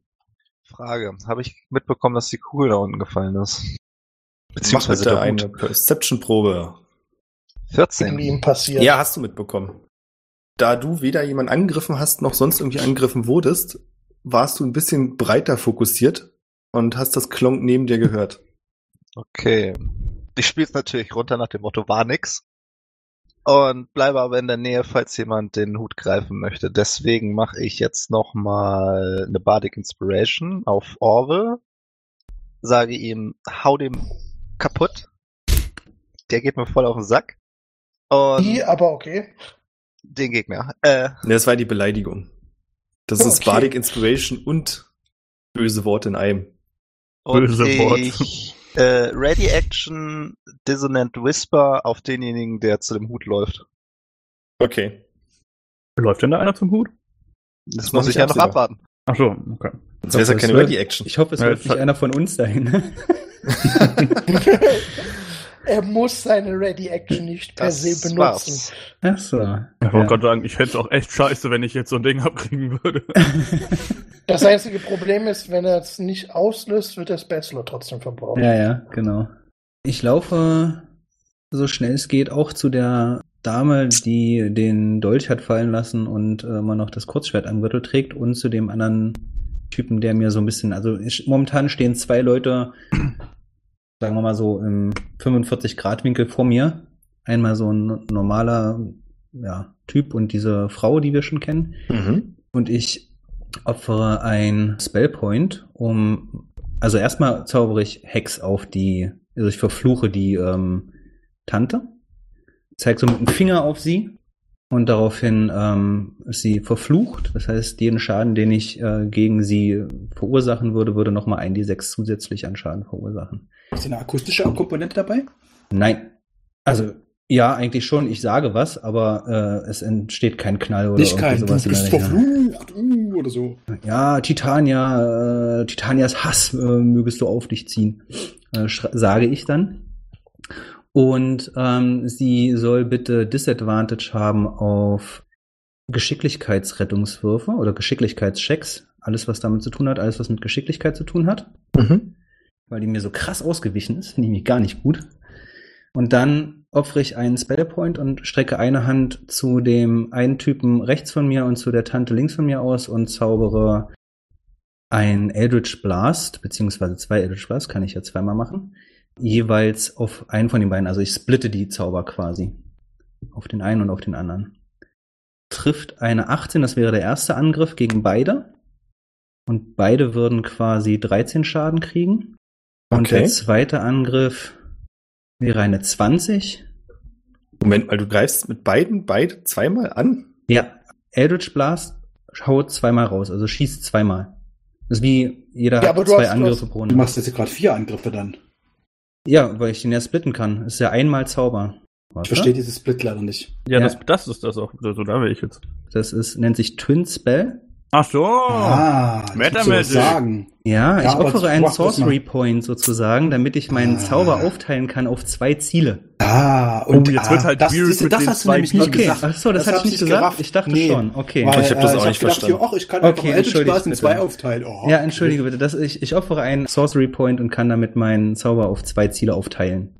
Speaker 7: Frage. Habe ich mitbekommen, dass die Kugel da unten gefallen ist?
Speaker 2: Mach
Speaker 7: Beziehungsweise
Speaker 2: bitte
Speaker 7: der
Speaker 2: eine
Speaker 7: Hut.
Speaker 2: Perception-Probe.
Speaker 7: 14.
Speaker 6: Irgendwie ihm passiert.
Speaker 2: Ja, hast du mitbekommen. Da du weder jemanden angegriffen hast, noch sonst irgendwie angegriffen wurdest, warst du ein bisschen breiter fokussiert und hast das Klonk neben dir gehört.
Speaker 7: Okay. Ich spiele es natürlich runter nach dem Motto, war nix. Und bleibe aber in der Nähe, falls jemand den Hut greifen möchte. Deswegen mache ich jetzt nochmal eine Bardic Inspiration auf Orwell. Sage ihm, hau dem kaputt. Der geht mir voll auf den Sack. Und
Speaker 6: Die, aber okay.
Speaker 7: den Gegner. Äh,
Speaker 2: Ne, Das war die Beleidigung. Das ist
Speaker 6: Okay.
Speaker 2: Bardic Inspiration und böse Worte in einem.
Speaker 7: und
Speaker 4: Böse Wort.
Speaker 7: ich äh, Ready Action Dissonant Whisper auf denjenigen, der zu dem Hut läuft.
Speaker 2: Okay.
Speaker 4: Läuft denn da einer zum Hut?
Speaker 7: Das,
Speaker 2: noch
Speaker 7: muss ich
Speaker 2: nicht
Speaker 7: ja noch
Speaker 2: absehbar.
Speaker 7: abwarten.
Speaker 4: Ach so, okay.
Speaker 2: Das wäre ja
Speaker 3: Das
Speaker 2: keine
Speaker 3: wird-
Speaker 2: Ready-Action.
Speaker 3: Ich hoffe, es
Speaker 4: Ja,
Speaker 3: läuft
Speaker 4: jetzt
Speaker 3: nicht
Speaker 4: hat-
Speaker 3: einer von uns dahin.
Speaker 6: er muss seine Ready Action nicht per
Speaker 7: Das
Speaker 6: se benutzen.
Speaker 7: war's.
Speaker 3: Ach so.
Speaker 4: Ich wollte gerade sagen, ich hätte es auch echt scheiße, wenn ich jetzt so ein Ding abkriegen würde.
Speaker 6: Das einzige Problem ist, wenn er es nicht auslöst, wird der Spellslot trotzdem verbraucht.
Speaker 3: Ja, ja, genau. Ich laufe so schnell es geht auch zu der Dame, die den Dolch hat fallen lassen und äh, immer noch das Kurzschwert am Gürtel trägt und zu dem anderen Typen, der mir so ein bisschen, also ich, momentan stehen zwei Leute, sagen wir mal so im 45 Grad Winkel vor mir. Einmal so ein normaler ja, Typ und diese Frau, die wir schon kennen.
Speaker 2: Mhm.
Speaker 3: Und ich opfere ein Spellpoint, um. Also erstmal zaubere ich Hex auf die. Also ich verfluche die ähm, Tante. Zeig so mit dem Finger auf sie. Und daraufhin ähm, ist sie verflucht. Das heißt, jeden Schaden, den ich äh, gegen sie verursachen würde, würde nochmal ein D6 zusätzlich an Schaden verursachen.
Speaker 5: Ist eine akustische Komponente dabei?
Speaker 3: Nein. Also, ja, eigentlich schon. Ich sage was, aber äh, es entsteht kein Knall oder
Speaker 5: Nicht
Speaker 3: irgendwie
Speaker 5: kein, du
Speaker 3: sowas in der
Speaker 5: bist
Speaker 3: Richtung.
Speaker 5: verflucht, uh, oder so.
Speaker 3: Ja, Titania, äh, Titanias Hass äh, mögest du auf dich ziehen, äh, schre- sage ich dann. Und ähm, sie soll bitte Disadvantage haben auf Geschicklichkeitsrettungswürfe oder Geschicklichkeitschecks. Alles, was damit zu tun hat, alles, was mit Geschicklichkeit zu tun hat
Speaker 2: Mhm.
Speaker 3: weil die mir so krass ausgewichen ist, finde ich mich gar nicht gut. Und dann opfere ich einen Spellpoint und strecke eine Hand zu dem einen Typen rechts von mir und zu der Tante links von mir aus und zaubere ein Eldritch Blast, beziehungsweise zwei Eldritch Blast, kann ich ja zweimal machen, jeweils auf einen von den beiden. Also ich splitte die Zauber quasi. Auf den einen und auf den anderen. Trifft eine 18, das wäre der erste Angriff gegen beide. Und beide würden quasi 13 Schaden kriegen. Und
Speaker 2: Okay.
Speaker 3: der zweite Angriff wäre eine 20.
Speaker 2: Moment mal, du greifst mit beiden beide zweimal an?
Speaker 3: Ja, Eldritch Blast haut zweimal raus, also schießt zweimal. Das ist wie jeder
Speaker 6: Ja, aber
Speaker 3: hat
Speaker 6: du
Speaker 3: zwei
Speaker 6: hast- du
Speaker 3: Angriffe
Speaker 6: hast-
Speaker 3: pro
Speaker 5: Du
Speaker 3: Runde.
Speaker 5: machst jetzt gerade vier Angriffe dann.
Speaker 3: Ja, weil ich den ja splitten kann. Ist ja einmal Zauber. Warte.
Speaker 5: Ich verstehe dieses Split leider nicht.
Speaker 4: Ja,
Speaker 3: Ja.
Speaker 4: Das, das ist das auch. So, so da wäre ich jetzt.
Speaker 3: Das ist, nennt sich Twin Spell.
Speaker 4: Ach so.
Speaker 5: ah, das
Speaker 4: Meta
Speaker 5: willst du doch
Speaker 4: Magic.
Speaker 5: sagen.
Speaker 3: Ja,
Speaker 5: Ja,
Speaker 3: ich
Speaker 5: aber
Speaker 3: opfere
Speaker 5: das
Speaker 3: einen
Speaker 5: macht das
Speaker 3: Sorcery
Speaker 5: mal.
Speaker 3: Point sozusagen, damit ich meinen
Speaker 5: Ah.
Speaker 3: Zauber aufteilen kann auf zwei Ziele.
Speaker 5: Ah, und
Speaker 4: Oh, jetzt
Speaker 5: ah,
Speaker 4: wird halt
Speaker 5: das,
Speaker 4: weird
Speaker 5: das,
Speaker 4: mit
Speaker 5: das
Speaker 4: den
Speaker 5: hast du
Speaker 4: zwei
Speaker 5: nämlich
Speaker 4: Knien.
Speaker 5: nicht
Speaker 3: Okay,
Speaker 5: gesagt.
Speaker 3: ach so, das, hatte ich nicht gesagt. Ich dachte schon, okay.
Speaker 5: Weil,
Speaker 2: Ich hab das auch
Speaker 5: hab
Speaker 2: nicht
Speaker 5: gedacht,
Speaker 2: verstanden.
Speaker 5: hier, Och, ich kann
Speaker 3: Okay,
Speaker 5: einfach einfach
Speaker 3: entschuldigt
Speaker 5: Spaß in
Speaker 3: bitte.
Speaker 5: zwei aufteilen. Oh,
Speaker 3: Ja, entschuldige bitte, das, ich, ich opfere einen Sorcery Point und kann damit meinen Zauber auf zwei Ziele aufteilen.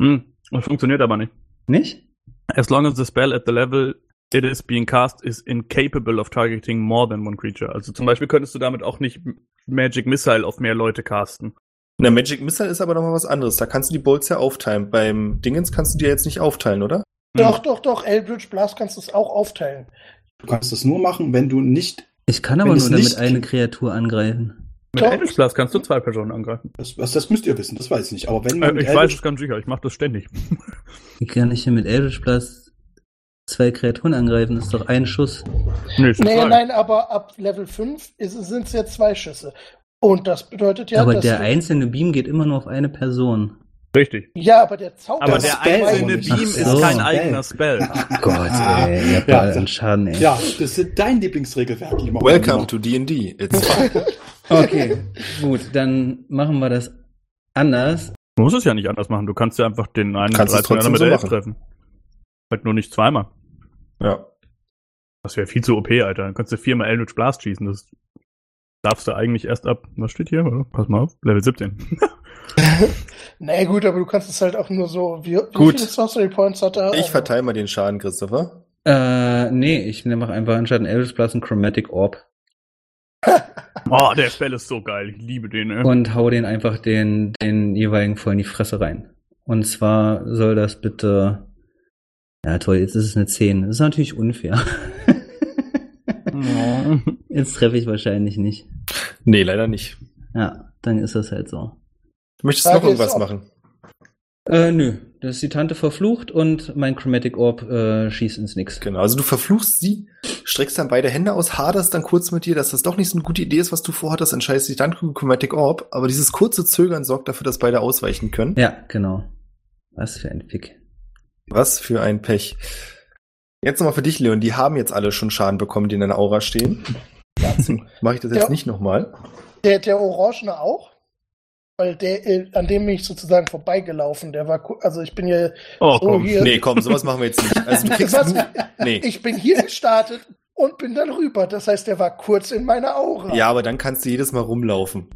Speaker 4: Hm, das funktioniert aber nicht.
Speaker 3: Nicht?
Speaker 4: As long as the spell at the level it is being cast is incapable of targeting more than one creature. Also zum Beispiel könntest du damit auch nicht Magic Missile auf mehr Leute casten.
Speaker 2: Na, Magic Missile ist aber nochmal was anderes. Da kannst du die Bolts ja aufteilen. Beim Dingens kannst du die ja jetzt nicht aufteilen, oder?
Speaker 4: Mhm.
Speaker 6: Doch, doch, doch, Eldritch Blast kannst du es auch aufteilen.
Speaker 5: Du kannst das nur machen, wenn du nicht.
Speaker 3: Ich kann aber
Speaker 5: Wenn
Speaker 3: nur
Speaker 5: es
Speaker 3: damit
Speaker 5: nicht-
Speaker 3: eine Kreatur angreifen.
Speaker 4: Mit
Speaker 6: Doch.
Speaker 4: Eldritch Blast kannst du zwei Personen angreifen.
Speaker 5: Das, das, das müsst ihr wissen, das weiß ich nicht. Aber wenn man.
Speaker 4: Äh,
Speaker 5: mit
Speaker 4: ich weiß
Speaker 5: Eldritch-
Speaker 4: es ganz sicher, ich mache das ständig.
Speaker 3: Wie kann ich hier mit Eldritch Blast zwei Kreaturen angreifen? Das ist doch ein Schuss.
Speaker 4: Nee, ist
Speaker 6: Nee,
Speaker 4: zwei.
Speaker 6: nein, aber ab Level 5 sind es ja zwei Schüsse. Und das bedeutet ja,
Speaker 3: aber
Speaker 6: dass
Speaker 3: der
Speaker 6: du-
Speaker 3: einzelne Beam geht immer nur auf eine Person.
Speaker 4: Richtig.
Speaker 6: Ja, aber der Zauber
Speaker 4: Aber
Speaker 5: Das
Speaker 4: der
Speaker 5: Spell
Speaker 4: einzelne
Speaker 5: nicht.
Speaker 4: Beam
Speaker 3: Ach
Speaker 4: ist
Speaker 3: so.
Speaker 4: kein eigener Spell.
Speaker 3: Gott, ey, ihr habt
Speaker 5: Ja,
Speaker 3: alle
Speaker 5: das-
Speaker 3: einen Schaden, ey.
Speaker 5: Ja, das sind dein Lieblingsregelwerk, lieber
Speaker 2: Welcome
Speaker 5: Oliver.
Speaker 2: to D&D. It's-
Speaker 3: Okay, gut, dann machen wir das anders.
Speaker 4: Du musst es ja nicht anders machen. Du kannst ja einfach den einen
Speaker 2: Kannst es
Speaker 4: 13 anderen
Speaker 2: trotzdem
Speaker 4: mit
Speaker 2: so
Speaker 4: der 11
Speaker 2: machen.
Speaker 4: treffen. Halt nur nicht zweimal.
Speaker 2: ja.
Speaker 4: Das wäre viel zu OP, Alter. Dann kannst du viermal Eldritch Blast schießen. Das darfst du eigentlich erst ab. Was steht hier? Warte, Pass mal auf. Level 17.
Speaker 6: Nee, gut, aber du kannst es halt auch nur so. Wie, wie
Speaker 2: Gut.
Speaker 6: viele Sorcery Points hat er?
Speaker 2: Ich verteile mal den Schaden, Christopher.
Speaker 3: Äh, nee, ich mache einfach anstatt einen Eldritch Blast einen Chromatic Orb
Speaker 4: oh, der Spell ist so geil. Ich liebe den, ey.
Speaker 3: und hau den einfach den, den jeweiligen voll in die Fresse rein. Und zwar soll das bitte. Ja, toll, jetzt ist es eine 10. Das ist natürlich unfair. jetzt treffe ich wahrscheinlich nicht.
Speaker 2: Nee, leider nicht.
Speaker 3: Ja, dann ist das halt so.
Speaker 2: Du möchtest
Speaker 6: Frage
Speaker 2: noch irgendwas
Speaker 6: ist, ob-
Speaker 2: machen?
Speaker 3: Äh, nö. Das ist die Tante verflucht und mein Chromatic Orb äh, schießt ins Nix.
Speaker 2: Genau, also du verfluchst sie, streckst dann beide Hände aus, haderst dann kurz mit dir, dass das doch nicht so eine gute Idee ist, was du vorhattest, entscheidest dich dann für Chromatic Orb, aber dieses kurze Zögern sorgt dafür, dass beide ausweichen können.
Speaker 3: Ja, genau. Was für ein Fick.
Speaker 2: Was für ein Pech. Jetzt nochmal für dich, Leon, die haben jetzt alle schon Schaden bekommen, die in deiner Aura stehen. Dazu mache ich das jetzt
Speaker 6: Ja.
Speaker 2: nicht nochmal.
Speaker 6: Der, der Orangene auch? Weil der, äh, an dem bin ich sozusagen vorbeigelaufen. Der war, ku- also ich bin ja,
Speaker 4: Oh,
Speaker 6: so
Speaker 4: komm.
Speaker 6: hier.
Speaker 2: Nee, komm, sowas machen wir jetzt nicht. Also du kriegst
Speaker 6: Was?
Speaker 2: nur, nee.
Speaker 6: Ich bin hier gestartet und bin dann rüber. Das heißt, der war kurz in meiner Aura.
Speaker 2: Ja, aber dann kannst du jedes Mal rumlaufen.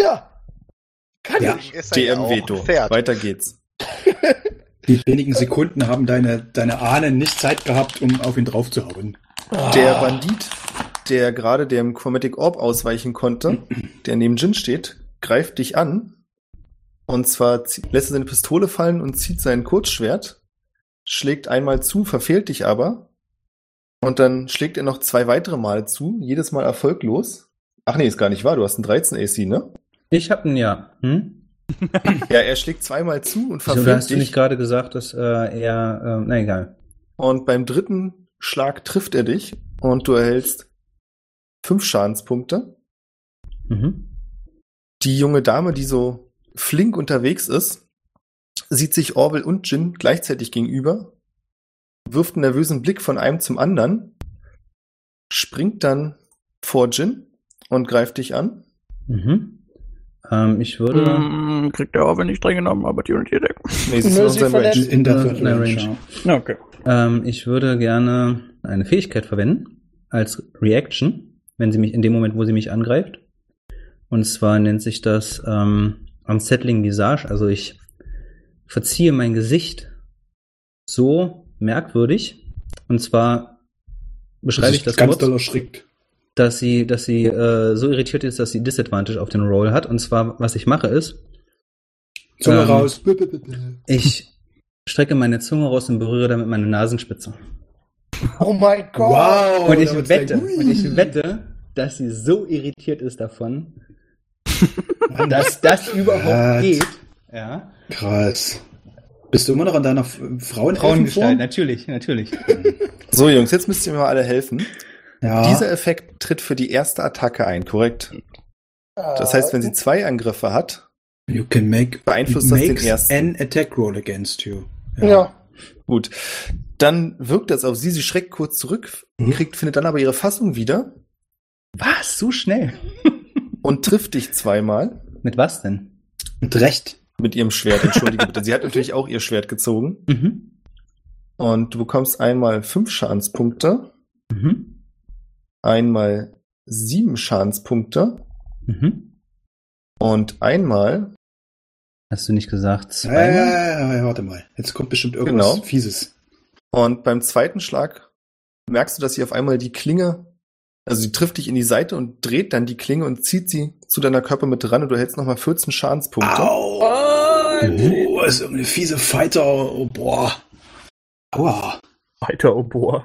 Speaker 6: Ja. Kann
Speaker 5: Ja.
Speaker 6: ich.
Speaker 7: Ist er ja auch ein
Speaker 2: DM-Veto.
Speaker 7: Pferd.
Speaker 2: Weiter geht's.
Speaker 5: Die wenigen Sekunden haben deine, deine Ahnen nicht Zeit gehabt, um auf ihn draufzuhauen.
Speaker 3: Ah.
Speaker 6: Ah.
Speaker 2: Der Bandit, der gerade dem Chromatic Orb ausweichen konnte, der neben Jin steht, greift dich an. Und zwar zie- lässt er seine Pistole fallen und zieht sein Kurzschwert, schlägt einmal zu, verfehlt dich aber. Und dann schlägt er noch zwei weitere Male zu, jedes Mal erfolglos. Ach nee, ist gar nicht wahr, du hast einen 13 AC, ne?
Speaker 3: Ich hab ein Ja. Hm?
Speaker 2: Ja, er schlägt zweimal zu und
Speaker 3: Wieso, da hast
Speaker 2: verfehlt
Speaker 3: du nicht
Speaker 2: dich.
Speaker 3: gerade gesagt, dass äh, er, ähm, na egal.
Speaker 2: Und beim dritten Schlag trifft er dich und du erhältst fünf Schadenspunkte.
Speaker 3: Mhm.
Speaker 2: Die junge Dame, die so flink unterwegs ist, sieht sich Orwell und Jin gleichzeitig gegenüber, wirft einen nervösen Blick von einem zum anderen, springt dann vor Jin und greift dich an.
Speaker 3: Mhm. Ähm, ich würde.
Speaker 4: Mm, Kriegt der Orwell nicht streng genommen, Opportunity Attack.
Speaker 2: Nee,
Speaker 6: Nö,
Speaker 2: nur in
Speaker 6: sie
Speaker 2: seinem
Speaker 6: verletzt-
Speaker 2: Range.
Speaker 5: In der
Speaker 3: Äh,
Speaker 5: Third
Speaker 3: in der
Speaker 5: Range.
Speaker 3: Range.
Speaker 4: Ja, okay.
Speaker 3: Ähm, ich würde gerne eine Fähigkeit verwenden als Reaction, wenn sie mich in dem Moment, wo sie mich angreift. Und zwar nennt sich das ähm, Unsettling Visage. Also ich verziehe mein Gesicht so merkwürdig. Und zwar beschreibe ich das
Speaker 5: ganz
Speaker 3: kurz,
Speaker 5: doll erschrickt.
Speaker 3: dass sie, dass sie äh, so irritiert ist, dass sie Disadvantage auf den Roll hat. Und zwar, was ich mache, ist,
Speaker 5: Zunge
Speaker 3: Ähm,
Speaker 5: raus. Bip, bip, bip, bip.
Speaker 3: ich strecke meine Zunge raus und berühre damit meine Nasenspitze.
Speaker 6: Oh mein Gott.
Speaker 5: Wow.
Speaker 3: Und ich
Speaker 5: Oh, da wird's
Speaker 3: wette,
Speaker 5: gleich-
Speaker 3: und ich wette, dass sie so irritiert ist davon,
Speaker 5: Mann,
Speaker 3: dass das überhaupt
Speaker 5: Was?
Speaker 3: geht. Ja.
Speaker 5: Krass. Bist du immer noch an deiner F-
Speaker 3: Frauengestalt,
Speaker 2: ne?
Speaker 5: Frauenelfenform?
Speaker 3: natürlich, natürlich.
Speaker 2: So, Jungs, jetzt müsst ihr mir mal alle helfen.
Speaker 5: Ja.
Speaker 2: Dieser Effekt tritt für die erste Attacke ein, korrekt? Das heißt, wenn sie
Speaker 6: Ah.
Speaker 2: zwei Angriffe hat,
Speaker 5: you can make
Speaker 2: beeinflusst das den
Speaker 5: makes
Speaker 2: ersten.
Speaker 5: an attack roll against you.
Speaker 6: Ja. ja.
Speaker 2: Gut. Dann wirkt das auf sie, sie schreckt kurz zurück,
Speaker 5: Mhm.
Speaker 2: kriegt, findet dann aber ihre Fassung wieder
Speaker 3: Was? So schnell?
Speaker 2: und trifft dich zweimal
Speaker 3: Mit was denn?
Speaker 5: Mit Recht.
Speaker 2: mit ihrem Schwert. Entschuldige bitte. Sie hat natürlich auch ihr Schwert gezogen.
Speaker 3: Mhm.
Speaker 2: Und du bekommst einmal fünf Schadenspunkte,
Speaker 3: Mhm.
Speaker 2: einmal sieben Schadenspunkte
Speaker 3: Mhm.
Speaker 2: und einmal,
Speaker 3: Hast du nicht gesagt
Speaker 5: Ja, ja,
Speaker 3: zweimal?
Speaker 5: ja, ja, warte mal. Jetzt kommt bestimmt irgendwas
Speaker 2: Genau.
Speaker 5: Fieses.
Speaker 2: und beim zweiten Schlag merkst du, dass sie auf einmal die Klinge, also sie trifft dich in die Seite und dreht dann die Klinge und zieht sie zu deiner Körpermitte ran und du hältst nochmal 14 Schadenspunkte.
Speaker 5: Au! Oh, ist so eine fiese Fighter. Oh, boah. Aua.
Speaker 4: Weiter, oh boah.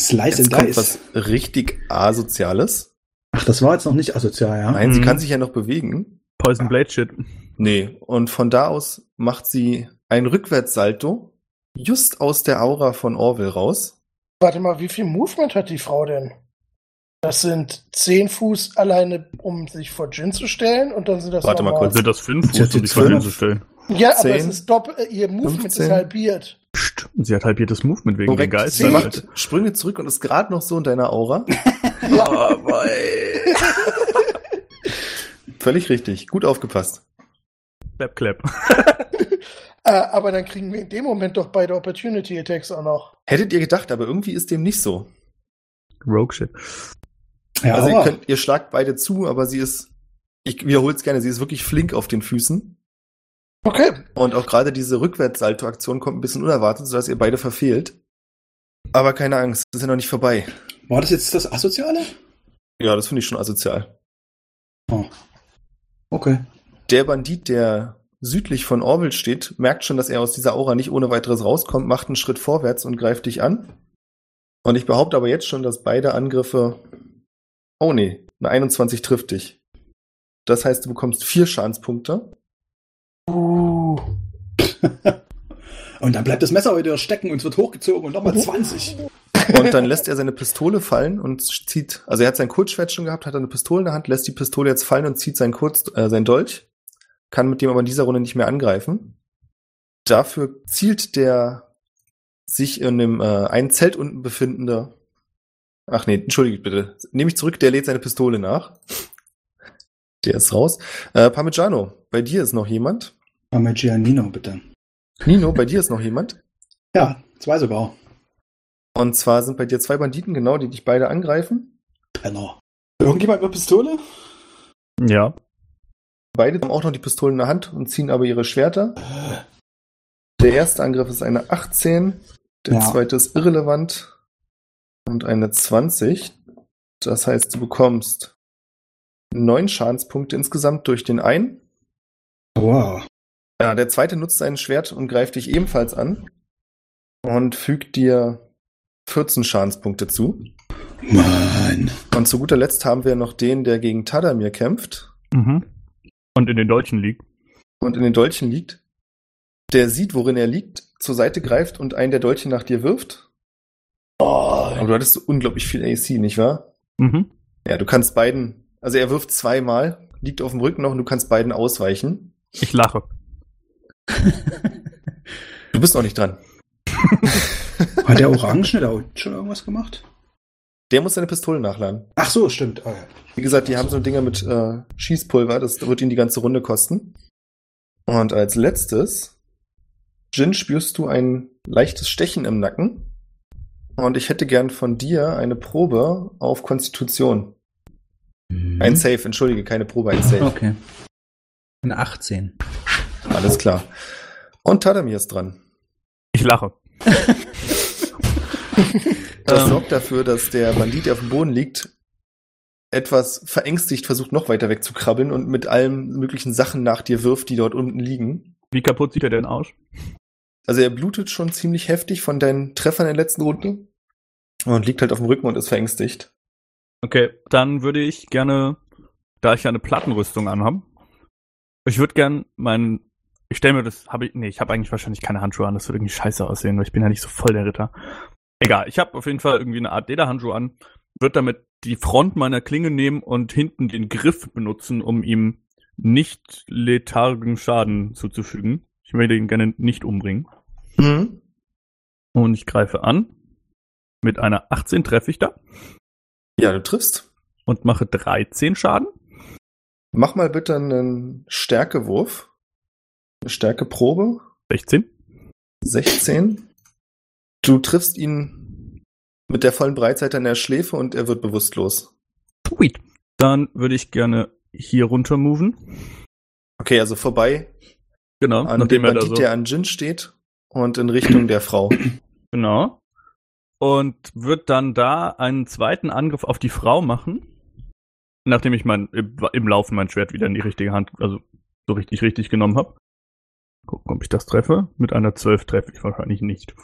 Speaker 5: Slice
Speaker 2: Jetzt
Speaker 5: and
Speaker 2: kommt
Speaker 5: Dice.
Speaker 2: was richtig Asoziales.
Speaker 5: Ach, das war jetzt noch nicht asozial, ja?
Speaker 2: Nein, sie
Speaker 4: Mhm.
Speaker 2: kann sich ja noch bewegen.
Speaker 4: Poison Blade Shit.
Speaker 2: Nee, und von da aus macht sie ein Rückwärtssalto just aus der Aura von Orwell raus.
Speaker 6: Warte mal, wie viel Movement hat die Frau denn? Das sind 10 Fuß alleine, um sich vor Jin zu stellen und dann sind das
Speaker 2: Warte mal
Speaker 6: nochmal-
Speaker 2: kurz.
Speaker 4: Sind das fünf
Speaker 5: Sie hat
Speaker 4: Fuß, um
Speaker 5: die
Speaker 4: dich vorhin
Speaker 5: zwölf.
Speaker 4: zu stellen?
Speaker 6: Ja, aber es
Speaker 2: 10,
Speaker 6: ist doppelt, äh, ihr Movement
Speaker 2: 15.
Speaker 6: ist halbiert.
Speaker 4: Psst, sie hat halb jedes Movement wegen
Speaker 2: Korrekt.
Speaker 4: den halt.
Speaker 2: Sie
Speaker 4: Geistern.
Speaker 2: macht Sprünge zurück und ist gerade noch so in deiner Aura. Völlig richtig. Gut aufgepasst.
Speaker 4: Clap, clap.
Speaker 6: Äh, aber dann kriegen wir in dem Moment doch beide Opportunity Attacks auch noch.
Speaker 2: Hättet ihr gedacht, aber irgendwie ist dem nicht so.
Speaker 4: Rogue Shit.
Speaker 5: Ja,
Speaker 2: also ihr,
Speaker 5: aua.
Speaker 2: könnt, ihr schlagt beide zu, aber sie ist, ich wiederhole es gerne, sie ist wirklich flink auf den Füßen.
Speaker 6: Okay,
Speaker 2: Und auch gerade diese Rückwärtssalto-Aktion kommt ein bisschen unerwartet, sodass ihr beide verfehlt. Aber keine Angst, es ist ja noch nicht vorbei.
Speaker 5: War das jetzt das Asoziale?
Speaker 2: Ja, das finde ich schon asozial.
Speaker 5: Oh. Okay.
Speaker 2: Der Bandit, der südlich von Orwell steht, merkt schon, dass er aus dieser Aura nicht ohne weiteres rauskommt, macht einen Schritt vorwärts und greift dich an. Und ich behaupte aber jetzt schon, dass beide Angriffe. Oh nee, eine 21 trifft dich. Das heißt, du bekommst vier Schadenspunkte.
Speaker 5: Und dann bleibt das Messer heute stecken und es wird hochgezogen und nochmal 20.
Speaker 2: Und dann lässt er seine Pistole fallen und zieht. Also er hat sein Kurzschwert schon gehabt, hat eine Pistole in der Hand, lässt die Pistole jetzt fallen und zieht sein Kurz, äh, sein Dolch. Kann mit dem aber in dieser Runde nicht mehr angreifen. Dafür zielt der sich in dem äh, einen Zelt unten befindende. Ach nee, entschuldigt bitte. Nehme ich zurück, der lädt seine Pistole nach. Der ist raus. Äh, Parmigiano, bei dir ist noch jemand.
Speaker 5: Parmigianino, bitte.
Speaker 2: Nino, bei dir ist noch jemand.
Speaker 5: Ja, zwei sogar.
Speaker 2: Und zwar sind bei dir zwei Banditen, genau, die dich beide angreifen.
Speaker 5: Penner. Irgendjemand mit Pistole?
Speaker 4: Ja.
Speaker 2: Beide haben auch noch die Pistolen in der Hand und ziehen aber ihre Schwerter. Der erste Angriff ist eine 18, der
Speaker 5: Ja.
Speaker 2: zweite ist irrelevant und eine 20. Das heißt, du bekommst neun Schadenspunkte insgesamt durch den einen.
Speaker 5: Wow.
Speaker 2: Ja, der zweite nutzt sein Schwert und greift dich ebenfalls an und fügt dir 14 Schadenspunkte zu.
Speaker 5: Mann.
Speaker 2: Und zu guter Letzt haben wir noch den, der gegen Tadamir kämpft.
Speaker 4: Mhm. Und in den deutschen League.
Speaker 2: und in den Dolchen liegt, der sieht, worin er liegt, zur Seite greift und einen der Dolche nach dir wirft. Aber du hattest so unglaublich viel AC, nicht wahr?
Speaker 4: Mhm.
Speaker 2: Ja, du kannst beiden, also er wirft zweimal, liegt auf dem Rücken noch und du kannst beiden ausweichen.
Speaker 4: Ich lache.
Speaker 2: Du bist noch nicht dran.
Speaker 5: Hat der Orangen da unten schon irgendwas gemacht?
Speaker 2: Der muss seine Pistole nachladen.
Speaker 5: Ach so, stimmt. Ah, ja.
Speaker 2: Wie gesagt, die haben so Dinger mit äh, Schießpulver, das wird ihn die ganze Runde kosten. Und als letztes, Jin, spürst du ein leichtes Stechen im Nacken. Und ich hätte gern von dir eine Probe auf Konstitution.
Speaker 5: Äh.
Speaker 2: Ein Safe, entschuldige, keine Probe, ein Safe.
Speaker 3: Mhm. Okay. Eine 18.
Speaker 2: Alles klar. Und Tadamir ist dran.
Speaker 4: Ich lache.
Speaker 2: Das
Speaker 3: Ähm.
Speaker 2: sorgt dafür, dass der Bandit, der auf dem Boden liegt, etwas verängstigt versucht, noch weiter wegzukrabbeln und mit allen möglichen Sachen nach dir wirft, die dort unten liegen.
Speaker 4: Wie kaputt sieht er denn aus?
Speaker 2: Also er blutet schon ziemlich heftig von deinen Treffern in der letzten Runde und liegt halt auf dem Rücken und ist verängstigt.
Speaker 4: Okay, dann würde ich gerne, da ich ja eine Plattenrüstung anhabe, ich würde gern meinen, ich stelle mir das, habe ich, nee, ich habe eigentlich wahrscheinlich keine Handschuhe an, das würde irgendwie scheiße aussehen, weil ich bin ja nicht so voll der Ritter. Egal, ich habe auf jeden Fall irgendwie eine Art Lederhandschuhe an, würde damit die Front meiner Klinge nehmen und hinten den Griff benutzen, um ihm nicht letargen Schaden zuzufügen. Ich möchte ihn gerne nicht umbringen.
Speaker 2: Mhm.
Speaker 4: Und ich greife an. Mit einer 18 treffe ich da
Speaker 2: Ja, du triffst.
Speaker 4: und mache 13 Schaden.
Speaker 2: Mach mal bitte einen Stärkewurf. Eine Stärkeprobe.
Speaker 4: 16.
Speaker 2: 16. Du triffst ihn mit der vollen Breitseite an der Schläfe und er wird bewusstlos.
Speaker 4: Sweet. Dann würde ich gerne hier runter moven.
Speaker 2: Okay, also vorbei
Speaker 4: Genau,
Speaker 2: an dem
Speaker 4: nachdem er da
Speaker 2: Bandit,
Speaker 4: so.
Speaker 2: der an Jin steht und in Richtung der Frau.
Speaker 4: Genau. Und wird dann da einen zweiten Angriff auf die Frau machen. Nachdem ich mein, im, im Laufen mein Schwert wieder in die richtige Hand, also so richtig, richtig genommen habe. Gucken, ob ich das treffe. Mit einer 12 treffe ich wahrscheinlich nicht.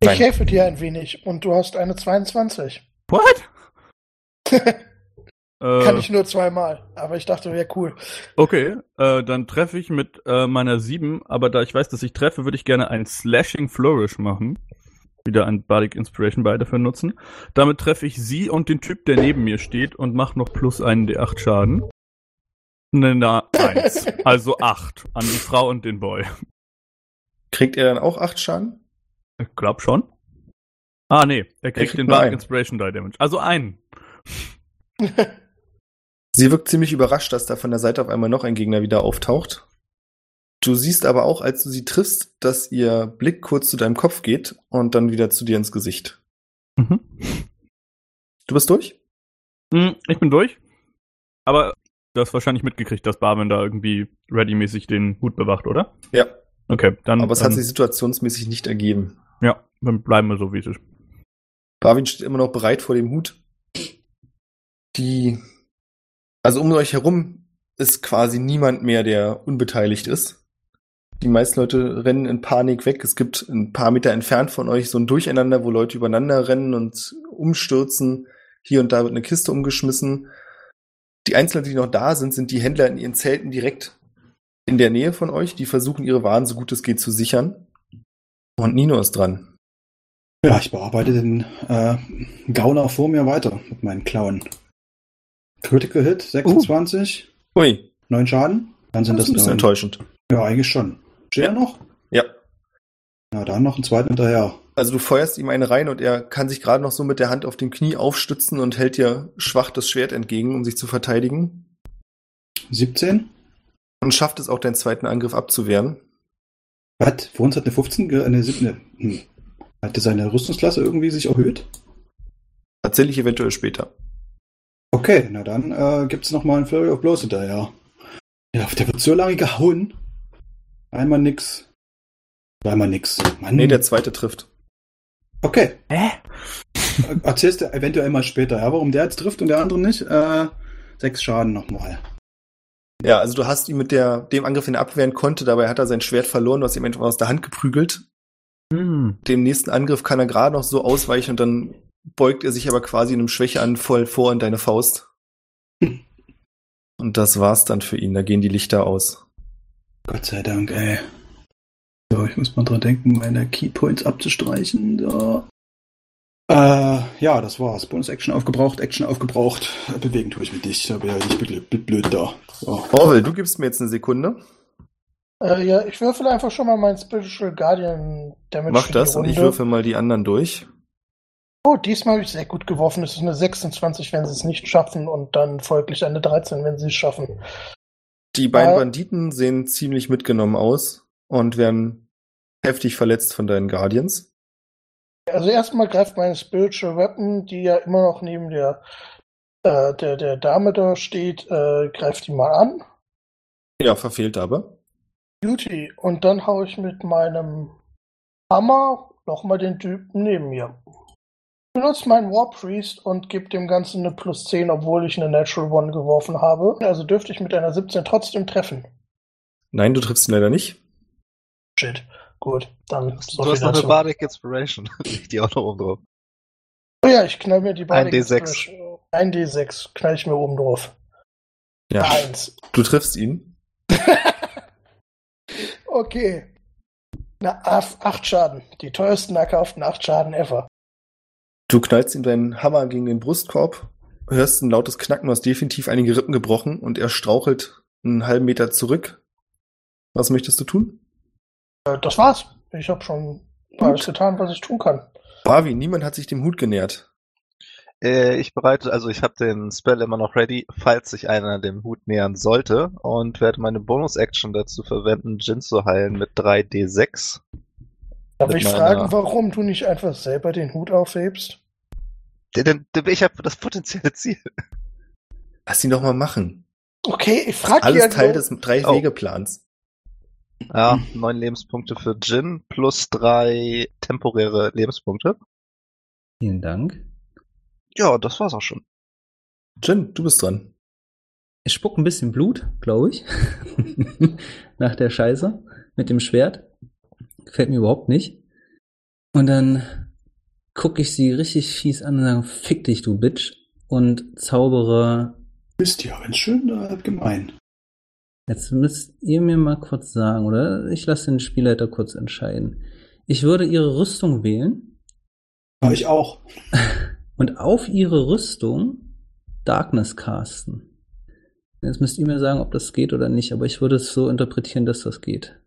Speaker 6: Ich
Speaker 2: Nein.
Speaker 6: helfe dir ein wenig und du hast eine 22.
Speaker 4: What? äh,
Speaker 6: Kann ich nur zweimal, aber ich dachte, wäre cool.
Speaker 4: Okay, äh, dann treffe ich mit äh, meiner 7, aber da ich weiß, dass ich treffe, würde ich gerne ein Slashing Flourish machen. Wieder ein Bardic Inspiration beide dafür nutzen. Damit treffe ich sie und den Typ, der neben mir steht und mache noch plus einen D8 Schaden. Ne, na, eins. Also acht. An die Frau und den Boy.
Speaker 2: Kriegt er dann auch acht Schaden?
Speaker 4: Ich glaub schon. Ah, nee. Er kriegt
Speaker 2: kriegt
Speaker 4: den
Speaker 2: nur
Speaker 4: Bardic
Speaker 2: einen.
Speaker 4: Inspiration Die Damage. Also einen.
Speaker 2: Sie wirkt ziemlich überrascht, dass da von der Seite auf einmal noch ein Gegner wieder auftaucht. Du siehst aber auch, als du sie triffst, dass ihr Blick kurz zu deinem Kopf geht und dann wieder zu dir ins Gesicht.
Speaker 4: Mhm.
Speaker 2: Du bist durch?
Speaker 4: Hm, Ich bin durch. Aber du hast wahrscheinlich mitgekriegt, dass Barwin da irgendwie readymäßig den Hut bewacht, oder?
Speaker 2: Ja.
Speaker 4: Okay, dann.
Speaker 2: Aber es hat
Speaker 4: dann-
Speaker 2: sich situationsmäßig nicht ergeben.
Speaker 4: Ja, dann bleiben wir so, wie es ist.
Speaker 2: Barwin steht immer noch bereit vor dem Hut. Die. Also um euch herum ist quasi niemand mehr, der unbeteiligt ist. Die meisten Leute rennen in Panik weg. Es gibt ein paar Meter entfernt von euch so ein Durcheinander, wo Leute übereinander rennen und umstürzen. Hier und da wird eine Kiste umgeschmissen. Die Einzelnen, die noch da sind, sind die Händler in ihren Zelten direkt in der Nähe von euch. Die versuchen, ihre Waren so gut es geht zu sichern. Und Nino ist dran.
Speaker 5: Ja, ich bearbeite den äh, Gauner vor mir weiter mit meinen Klauen. Critical Hit, 26,
Speaker 2: Ui,
Speaker 5: 9 Schaden. Dann sind
Speaker 2: das ist
Speaker 5: Uh. das,
Speaker 2: ein bisschen
Speaker 5: neun.
Speaker 2: enttäuschend.
Speaker 5: Ja, eigentlich schon. Steht er noch?
Speaker 2: Ja.
Speaker 5: Na, dann noch einen zweiten hinterher.
Speaker 2: Also du feuerst ihm eine rein und er kann sich gerade noch so mit der Hand auf dem Knie aufstützen und hält dir schwach das Schwert entgegen, um sich zu verteidigen.
Speaker 5: 17?
Speaker 2: Und schafft es auch, deinen zweiten Angriff abzuwehren.
Speaker 5: Was? Vor uns hat eine 15, ge- eine 7. Hm. Hatte seine Rüstungsklasse irgendwie sich erhöht?
Speaker 2: Erzähle ich eventuell später.
Speaker 5: Okay, na dann äh, gibt's noch mal einen Flurry of Blows hinterher. Ja, der wird so lange gehauen. Einmal nix. Zweimal nix. Mann.
Speaker 2: Nee, der zweite trifft.
Speaker 5: okay.
Speaker 4: Hä?
Speaker 5: Äh, Erzählst du eventuell mal später, ja, warum der jetzt trifft und der andere nicht? Äh, sechs Schaden nochmal.
Speaker 2: Ja, also du hast ihn mit der, dem Angriff, den er abwehren konnte, dabei hat er sein Schwert verloren, du hast ihm einfach aus der Hand geprügelt.
Speaker 4: Hm.
Speaker 2: Dem nächsten Angriff kann er gerade noch so ausweichen und dann beugt er sich aber quasi in einem Schwächeanfall vor in deine Faust. Und das war's dann für ihn, da gehen die Lichter aus.
Speaker 5: Gott sei Dank, ey. So, ich muss mal dran denken, meine Keypoints abzustreichen. So. Äh, ja, das war's. Bonus-Action aufgebraucht, Action aufgebraucht. Äh, Bewegen tue ich mich nicht. Da bin ich nicht blöd, blöd, blöd da. So.
Speaker 2: Orwell, du gibst mir jetzt eine Sekunde.
Speaker 6: Äh, ja, ich würfel einfach schon mal mein Special Guardian Damage.
Speaker 2: Mach
Speaker 6: für Halt die
Speaker 2: das und
Speaker 6: Runde.
Speaker 2: ich würfel mal die anderen durch.
Speaker 6: Oh, diesmal habe ich sehr gut geworfen. Es ist eine 26, wenn sie es nicht schaffen und dann folglich eine 13, wenn sie es schaffen.
Speaker 2: Die beiden
Speaker 6: Äh.
Speaker 2: Banditen sehen ziemlich mitgenommen aus und werden heftig verletzt von deinen Guardians.
Speaker 6: Also erstmal greift meine Spiritual Weapon, die ja immer noch neben der, äh, der, der Dame da steht, äh, greift die mal an.
Speaker 2: Ja, verfehlt aber.
Speaker 6: Beauty. Und dann hau ich mit meinem Hammer nochmal den Typen neben mir. Ich benutze meinen War Priest und gebe dem Ganzen eine plus 10, obwohl ich eine Natural One geworfen habe. Also dürfte ich mit einer 17 trotzdem treffen.
Speaker 2: Nein, du triffst ihn leider nicht.
Speaker 6: Shit. Gut, dann so
Speaker 7: du
Speaker 6: viel
Speaker 7: hast noch eine
Speaker 6: dazu.
Speaker 7: Bardic Inspiration. Leg die auch noch oben drauf.
Speaker 6: Oh ja, ich knall mir die beiden.
Speaker 7: Ein D6.
Speaker 6: Ein D6 knall ich mir oben drauf.
Speaker 2: Ja,
Speaker 6: Eins.
Speaker 2: du triffst ihn.
Speaker 6: Okay. Na, af- acht Schaden. Die teuersten erkauften acht Schaden ever.
Speaker 2: Du knallst ihm deinen Hammer gegen den Brustkorb, hörst ein lautes Knacken, du hast definitiv einige Rippen gebrochen und er strauchelt einen halben Meter zurück. Was möchtest du tun?
Speaker 6: Äh, Das war's. Ich habe schon alles getan, was ich tun kann.
Speaker 2: Bavi, niemand hat sich dem Hut genähert.
Speaker 7: Äh, ich bereite, also ich habe den Spell immer noch ready, falls sich einer dem Hut nähern sollte und werde meine Bonus-Action dazu verwenden, Jin zu heilen mit 3d6.
Speaker 6: Darf
Speaker 7: Mit
Speaker 6: ich
Speaker 7: meiner-
Speaker 6: fragen, warum du nicht einfach selber den Hut aufhebst?
Speaker 7: Denn denn ich habe das potenzielle Ziel.
Speaker 2: Lass ihn doch mal machen.
Speaker 6: Okay, ich also, frage
Speaker 2: Alles
Speaker 6: ja
Speaker 2: Teil
Speaker 6: nur-
Speaker 2: des drei
Speaker 7: Oh.
Speaker 2: Wegeplans.
Speaker 7: Ja, neun Lebenspunkte für Jin plus drei temporäre Lebenspunkte.
Speaker 3: Vielen Dank.
Speaker 7: Ja, das war's auch schon.
Speaker 2: Jin, du bist dran.
Speaker 3: Ich spuck ein bisschen Blut, glaube ich. Nach der Scheiße mit dem Schwert. Gefällt mir überhaupt nicht. Und dann gucke ich sie richtig fies an und sage, fick dich, du Bitch. Und zaubere.
Speaker 5: Bist ja ganz schön äh, gemein.
Speaker 3: Jetzt müsst ihr mir mal kurz sagen, oder? Ich lasse den Spielleiter kurz entscheiden. Ich würde ihre Rüstung wählen
Speaker 5: Aber ich auch.
Speaker 3: und auf ihre Rüstung Darkness casten. Jetzt müsst ihr mir sagen, ob das geht oder nicht, aber ich würde es so interpretieren, dass das geht.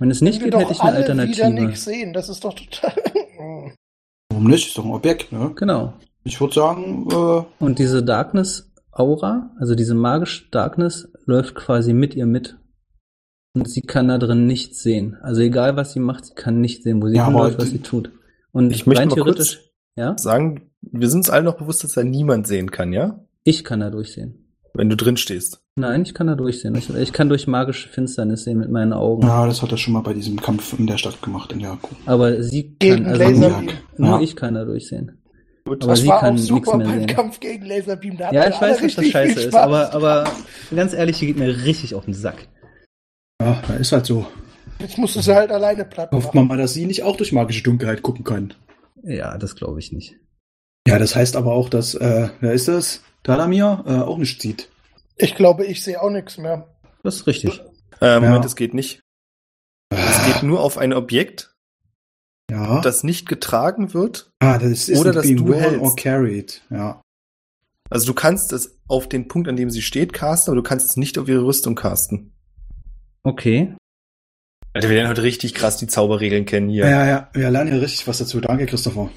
Speaker 3: Wenn es nicht
Speaker 6: Wenn wir
Speaker 3: geht, hätte ich eine
Speaker 6: alle wieder
Speaker 3: Alternative.
Speaker 6: nichts sehen. Das ist doch total.
Speaker 5: Warum nicht? Ist doch ein Objekt, ne?
Speaker 3: Genau.
Speaker 5: Ich würde sagen, äh,
Speaker 3: Und diese Darkness-Aura, also diese magische Darkness, läuft quasi mit ihr mit. Und sie kann da drin nichts sehen. Also egal, was sie macht, sie kann nicht sehen, wo sie
Speaker 5: Ja, aber
Speaker 3: hinläuft, was
Speaker 5: die-
Speaker 3: sie tut. Und
Speaker 2: Ich möchte
Speaker 3: rein
Speaker 2: mal kurz-
Speaker 3: theoretisch, ja,
Speaker 2: Sagen, wir sind uns alle noch bewusst, dass da niemand sehen kann, ja?
Speaker 3: ich kann da durchsehen.
Speaker 2: Wenn du drin stehst.
Speaker 3: Nein, ich kann da durchsehen. Ich, ich kann durch magische Finsternis sehen mit meinen Augen.
Speaker 5: ja, das hat er schon mal bei diesem Kampf in der Stadt gemacht, in der
Speaker 3: Aber sie kann,
Speaker 6: Gegen
Speaker 3: also
Speaker 6: Laser-
Speaker 3: nur,
Speaker 5: Kuhjagd.
Speaker 3: nur
Speaker 5: Ja.
Speaker 3: ich kann da durchsehen.
Speaker 2: Gut.
Speaker 3: Aber sie
Speaker 6: war
Speaker 3: kann
Speaker 6: auch
Speaker 3: nichts
Speaker 6: super
Speaker 3: mehr
Speaker 6: beim
Speaker 3: sehen.
Speaker 6: Kampf gegen Laserbeam. Da hat
Speaker 3: Ja,
Speaker 6: man
Speaker 3: ich weiß,
Speaker 6: alle
Speaker 3: dass das
Speaker 6: richtig viel
Speaker 3: scheiße ist,
Speaker 6: Spaß.
Speaker 3: aber, aber ganz ehrlich, die geht mir richtig auf den Sack.
Speaker 5: Ja, da ist halt so.
Speaker 6: Jetzt musst du sie halt alleine platt machen.
Speaker 5: Hofft man mal, dass sie nicht auch durch magische Dunkelheit gucken kann.
Speaker 3: Ja, das glaube ich nicht.
Speaker 5: Ja, das heißt aber auch, dass, äh, wer ist das? Dalamir äh, auch nicht sieht.
Speaker 6: Ich glaube, ich sehe auch nichts mehr.
Speaker 3: Das ist richtig.
Speaker 2: Äh, Moment,
Speaker 5: Ja.
Speaker 2: es geht nicht. Es geht nur auf ein Objekt,
Speaker 5: Ja.
Speaker 2: das nicht getragen wird.
Speaker 5: ah, das ist
Speaker 2: oder
Speaker 5: nicht
Speaker 2: dass
Speaker 5: being
Speaker 2: du
Speaker 5: worn
Speaker 2: hältst.
Speaker 5: or carried. Ja.
Speaker 2: Also du kannst es auf den Punkt, an dem sie steht, casten, aber du kannst es nicht auf ihre Rüstung casten.
Speaker 3: Okay.
Speaker 2: Alter, wir lernen heute richtig krass die Zauberregeln kennen hier.
Speaker 5: Ja. ja, ja, wir lernen hier richtig was dazu. Danke, Christopher.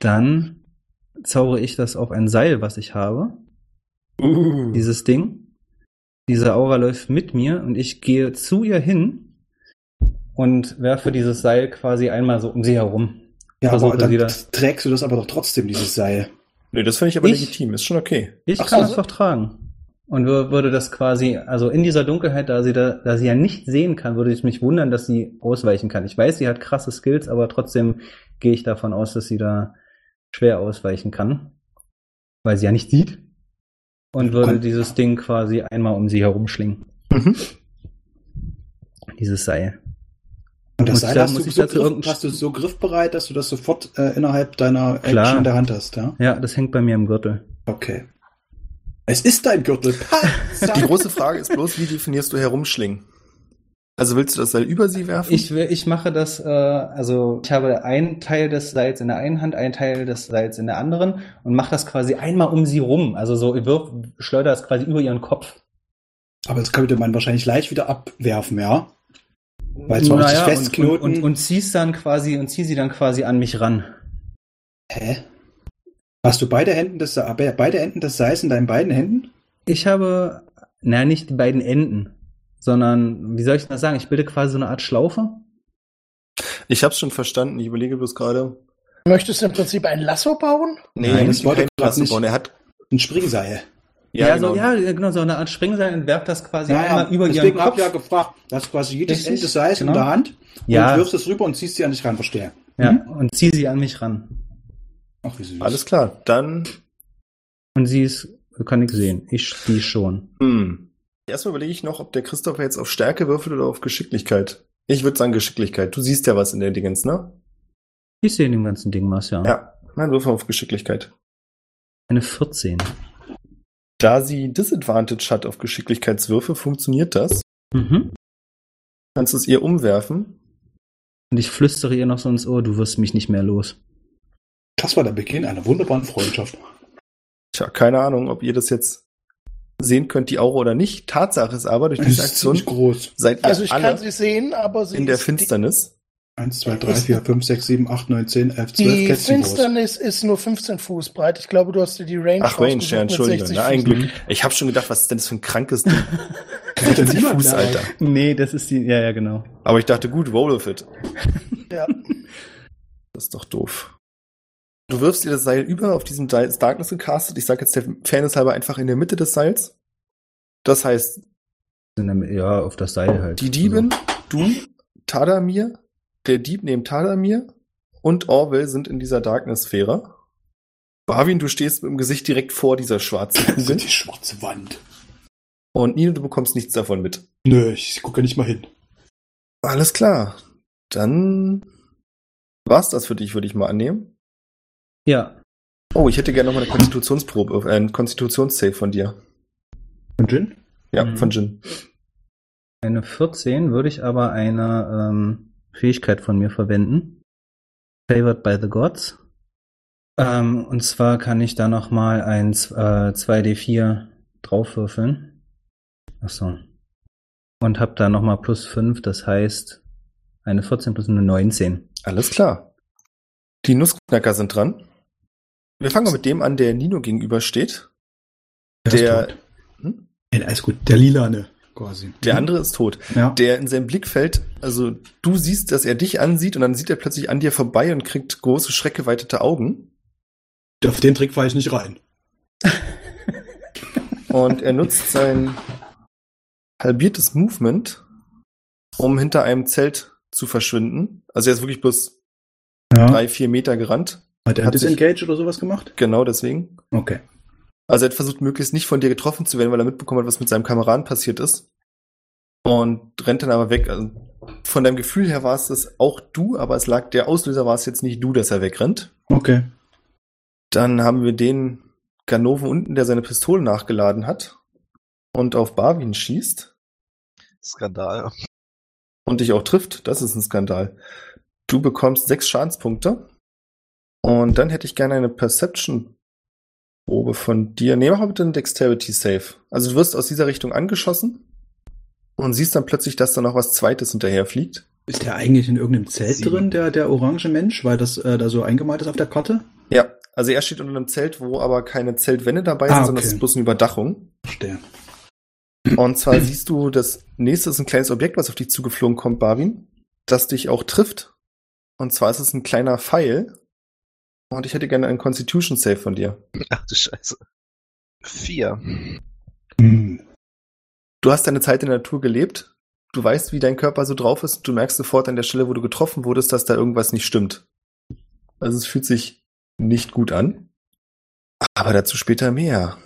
Speaker 3: Dann zaubere ich das auf ein Seil, was ich habe.
Speaker 6: Uh.
Speaker 3: Dieses Ding. Diese Aura läuft mit mir und ich gehe zu ihr hin und werfe dieses Seil quasi einmal so um sie herum.
Speaker 5: Ja, aber
Speaker 3: Versuche
Speaker 5: dann
Speaker 3: sie da-
Speaker 5: trägst du das aber doch trotzdem, dieses Seil.
Speaker 2: Nö, das finde ich aber
Speaker 3: Ich?
Speaker 2: legitim, ist schon okay.
Speaker 3: Ich
Speaker 5: Ach
Speaker 3: kann
Speaker 5: so.
Speaker 3: es doch tragen. Und wür- würde das quasi, also in dieser Dunkelheit, da sie da, da sie ja nicht sehen kann, würde ich mich wundern, dass sie ausweichen kann. Ich weiß, sie hat krasse Skills, aber trotzdem gehe ich davon aus, dass sie da schwer ausweichen kann. Weil sie ja nicht sieht. Und würde
Speaker 5: Komm.
Speaker 3: dieses Ding quasi einmal um sie herumschlingen.
Speaker 2: Mhm.
Speaker 3: Dieses Seil.
Speaker 5: Und das
Speaker 3: Muss ich
Speaker 5: Seil
Speaker 3: sagen,
Speaker 5: hast,
Speaker 3: muss
Speaker 5: du
Speaker 3: ich
Speaker 5: so
Speaker 3: dazu
Speaker 5: griff,
Speaker 3: irgendein-
Speaker 5: hast du so griffbereit, dass du das sofort äh, innerhalb deiner Action
Speaker 3: Klar.
Speaker 5: in der Hand hast, ja?
Speaker 3: Ja, das hängt bei mir im Gürtel.
Speaker 5: Okay. Es ist dein Gürtel.
Speaker 2: Die große Frage ist bloß, wie definierst du herumschlingen? Also willst du das Seil über sie werfen?
Speaker 3: Ich, will- ich mache das, äh, also ich habe einen Teil des Seils in der einen Hand, einen Teil des Seils in der anderen und mache das quasi einmal um sie rum. Also so, ich wirf, schleudere das quasi über ihren Kopf.
Speaker 5: Aber das könnte man wahrscheinlich leicht wieder abwerfen, ja? Weil es war richtig
Speaker 3: und,
Speaker 5: festknoten.
Speaker 3: und, und zieh's dann quasi und zieh sie dann quasi an mich ran.
Speaker 5: Hä? Hast du beide Händen des Sa- be- beide Enden des Seils in deinen beiden Händen?
Speaker 3: Ich habe, na nicht die beiden Enden, sondern wie soll ich das sagen? Ich bilde quasi so eine Art Schlaufe.
Speaker 2: Ich hab's schon verstanden, ich überlege bloß gerade.
Speaker 6: Möchtest du im Prinzip ein Lasso bauen?
Speaker 2: Nee,
Speaker 5: Nein,
Speaker 2: ich
Speaker 5: das
Speaker 2: möchte
Speaker 5: wollte
Speaker 2: keinen
Speaker 5: grad
Speaker 2: Lasso
Speaker 5: nicht.
Speaker 2: bauen. Er hat.
Speaker 5: Ein Springseil.
Speaker 2: Ja,
Speaker 3: so,
Speaker 2: genau.
Speaker 3: ja, genau so eine Art Springseil und werft das quasi Also einmal über ihren
Speaker 5: Deswegen hab
Speaker 3: Kopf.
Speaker 5: ich ja gefragt. Du hast quasi jedes
Speaker 3: Richtig,
Speaker 5: Ende des Seils
Speaker 3: genau.
Speaker 5: in der Hand
Speaker 3: Ja.
Speaker 5: und wirfst es rüber und ziehst sie an dich ran, verstehe.
Speaker 3: ja,
Speaker 5: Mhm.
Speaker 3: und zieh sie an mich ran.
Speaker 5: Ach, wie süß.
Speaker 2: Alles klar, dann.
Speaker 3: Und sie ist, kann ich sehen. Ich die schon.
Speaker 2: Hm. Erstmal überlege ich noch, ob der Christopher jetzt auf Stärke würfelt oder auf Geschicklichkeit. Ich würde sagen Geschicklichkeit. Du siehst ja was in der Dingens, ne?
Speaker 3: Ich sehe in dem ganzen Ding was, ja.
Speaker 2: Ja. Nein, würfel auf Geschicklichkeit.
Speaker 3: Eine 14.
Speaker 2: Da sie Disadvantage hat auf Geschicklichkeitswürfe, funktioniert das.
Speaker 3: Mhm.
Speaker 2: Kannst du es ihr umwerfen?
Speaker 3: Und ich flüstere ihr noch so ins Ohr, du wirst mich nicht mehr los.
Speaker 5: Das war der Beginn einer wunderbaren Freundschaft.
Speaker 2: Tja, keine Ahnung, ob ihr das jetzt sehen könnt, die Aura oder nicht. Tatsache ist aber, durch
Speaker 5: Das
Speaker 2: diese
Speaker 5: ist ziemlich
Speaker 2: Aktion
Speaker 5: groß.
Speaker 2: seid ihr
Speaker 6: Also ich kann
Speaker 2: alle
Speaker 6: sie sehen, aber sie
Speaker 2: in der
Speaker 6: ist
Speaker 2: Finsternis.
Speaker 5: 1, 2, 3, 4, 5, 6, 7, 8, 9, 10, 11, 12 Kästchen
Speaker 6: Die
Speaker 5: groß.
Speaker 6: Finsternis ist nur 15 Fuß breit. Ich glaube, du hast dir die Range
Speaker 2: Ach, Range,
Speaker 6: rausgesucht
Speaker 2: ja,
Speaker 6: mit
Speaker 2: Entschuldigung.
Speaker 6: 60
Speaker 2: Na, ein
Speaker 6: Fuß.
Speaker 2: Glück. Ich habe schon gedacht, was ist denn das für ein krankes Ding?
Speaker 5: Hat denn
Speaker 2: 50
Speaker 5: niemand
Speaker 2: Fuß,
Speaker 5: da?
Speaker 2: Alter.
Speaker 3: Nee, das ist die. Ja, ja, genau.
Speaker 2: Aber ich dachte, gut, roll of it.
Speaker 6: Ja.
Speaker 2: Das ist doch doof. Du wirfst ihr das Seil über, auf diesem Seil ist Darkness gecastet. Ich sage jetzt der Fairness halber einfach in der Mitte des Seils. Das heißt,
Speaker 3: Sind am- Ja, auf das Seil halt.
Speaker 2: die Diebin, du, Tadamir, der Dieb neben Tadamir und Orwell sind in dieser Darkness-Sphäre. Barwin, du stehst mit dem Gesicht direkt vor dieser schwarzen
Speaker 5: Das
Speaker 2: Kugel.
Speaker 5: ist die schwarze Wand.
Speaker 2: Und Nino, du bekommst nichts davon mit.
Speaker 5: Nö, ich gucke nicht mal hin.
Speaker 2: Alles klar. Dann war's das für dich, würde ich mal annehmen.
Speaker 3: Ja.
Speaker 2: Oh, ich hätte gerne noch mal eine Konstitutionsprobe, äh, ein Konstitutionssave von dir.
Speaker 5: Und Jin?
Speaker 2: Ja,
Speaker 3: Mhm.
Speaker 2: von Jin.
Speaker 3: Eine 14 würde ich aber eine ähm, Fähigkeit von mir verwenden. Favored by the Gods. Ähm, und zwar kann ich da nochmal ein Z- äh, 2D4 draufwürfeln. Achso. Und habe da nochmal plus 5, das heißt eine 14 plus eine 19.
Speaker 2: Alles klar. Die Nussknacker sind dran. Wir fangen mal mit dem an, der Nino gegenübersteht.
Speaker 5: ist
Speaker 2: Der-
Speaker 5: tot.
Speaker 2: Hm?
Speaker 5: Nein, alles gut. Der Lilane. Quasi.
Speaker 2: Der andere ist tot.
Speaker 5: Ja.
Speaker 2: Der in seinem Blickfeld, also du siehst, dass er dich ansieht und dann sieht er plötzlich an dir vorbei und kriegt große, schreckgeweitete Augen.
Speaker 5: Auf den Trick war ich nicht rein.
Speaker 2: Und er nutzt sein halbiertes Movement, um hinter einem Zelt zu verschwinden. Also er ist wirklich bloß
Speaker 5: Ja.
Speaker 2: drei, vier Meter gerannt.
Speaker 5: Hat er
Speaker 2: Hat sich-
Speaker 5: Disengage oder sowas gemacht?
Speaker 2: Genau deswegen.
Speaker 5: Okay.
Speaker 2: Also er hat versucht, möglichst nicht von dir getroffen zu werden, weil er mitbekommen hat, was mit seinem Kameraden passiert ist. Und rennt dann aber weg. Also von deinem Gefühl her war es das auch du, aber es lag, der Auslöser war es jetzt nicht du, dass er wegrennt.
Speaker 5: Okay.
Speaker 2: Dann haben wir den Ganoven unten, der seine Pistole nachgeladen hat und auf Barwin schießt
Speaker 7: Skandal.
Speaker 2: und dich auch trifft. Das ist ein Skandal. Du bekommst sechs Schadenspunkte. Und dann hätte ich gerne eine Perception-Probe von dir. Nee, mach mal bitte einen Dexterity-Save. Also du wirst aus dieser Richtung angeschossen und siehst dann plötzlich, dass da noch was Zweites hinterherfliegt.
Speaker 5: Ist der eigentlich in irgendeinem Zelt
Speaker 7: Sieben.
Speaker 5: drin, der, der orange Mensch, weil das äh, da so eingemalt ist auf der Karte?
Speaker 2: Ja, also er steht unter einem Zelt, wo aber keine Zeltwände dabei sind,
Speaker 5: Ah,
Speaker 2: sondern
Speaker 5: okay.
Speaker 2: es ist bloß eine Überdachung.
Speaker 5: Verstehe.
Speaker 2: Und zwar siehst du, das nächste ist ein kleines Objekt, was auf dich zugeflogen kommt, Barwin, das dich auch trifft. Und zwar ist es ein kleiner Pfeil. Und ich hätte gerne einen Constitution Save von dir.
Speaker 7: Ach du Scheiße. Vier.
Speaker 5: Hm.
Speaker 2: Du hast deine Zeit in der Natur gelebt. Du weißt, wie dein Körper so drauf ist. Du merkst sofort an der Stelle, wo du getroffen wurdest, dass da irgendwas nicht stimmt. Also es fühlt sich nicht gut an. Aber dazu später mehr.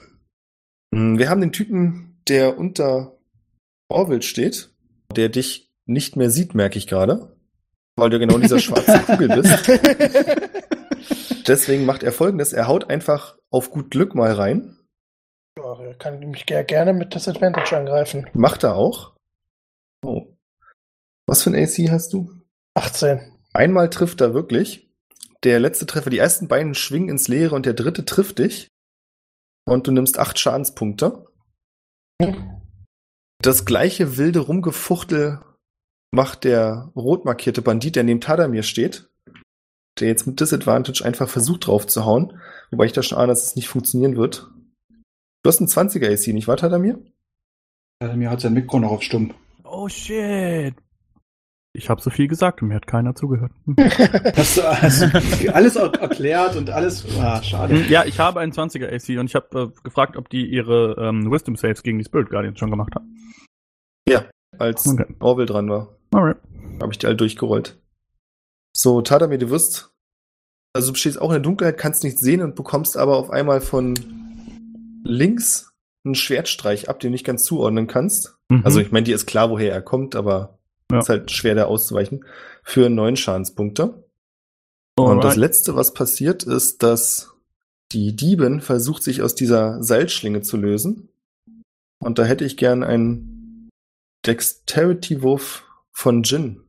Speaker 2: Hm, Wir haben den Typen, der unter Orwell steht, der dich nicht mehr sieht, merke ich gerade. Weil du genau in dieser schwarzen Kugel bist. Deswegen macht er folgendes. Er haut einfach auf gut Glück mal rein.
Speaker 6: Ja, er kann mich ger- gerne mit Disadvantage angreifen.
Speaker 2: Macht er auch. Oh. Was für ein AC hast du?
Speaker 6: 18.
Speaker 2: Einmal trifft er wirklich. Der letzte Treffer, die ersten beiden schwingen ins Leere und der dritte trifft dich. Und du nimmst acht Schadenspunkte. Das gleiche wilde Rumgefuchtel macht der rot markierte Bandit, der neben Tadamir steht, der jetzt mit Disadvantage einfach versucht drauf zu hauen, wobei ich da schon ahne, dass es nicht funktionieren wird. Du hast einen 20er AC, nicht wahr, Tadamir?
Speaker 5: Also mir hat sein Mikro noch auf Stumm.
Speaker 4: Oh shit. Ich habe so viel gesagt und mir hat keiner zugehört. Hm.
Speaker 5: Hast du alles, also, alles auch erklärt und alles. Ah, schade.
Speaker 4: Hm, ja, ich habe einen 20er AC und ich habe äh, gefragt, ob die ihre ähm, Wisdom Saves gegen die Spirit Guardians schon gemacht haben.
Speaker 2: Als
Speaker 4: Okay.
Speaker 2: Orwell dran war.
Speaker 4: Alright.
Speaker 2: Habe ich die alle durchgerollt. So, Tadamir, du wirst. Also du stehst auch in der Dunkelheit, kannst nichts sehen und bekommst aber auf einmal von links einen Schwertstreich ab, den du nicht ganz zuordnen kannst.
Speaker 4: Mhm.
Speaker 2: Also ich meine, dir ist klar, woher er kommt, aber
Speaker 4: Ja.
Speaker 2: ist halt schwer da auszuweichen. Für neun Schadenspunkte. Und das
Speaker 4: Alright.
Speaker 2: letzte, was passiert, ist, dass die Diebin versucht, sich aus dieser Seilschlinge zu lösen. Und da hätte ich gern einen Dexterity-Wurf von Jin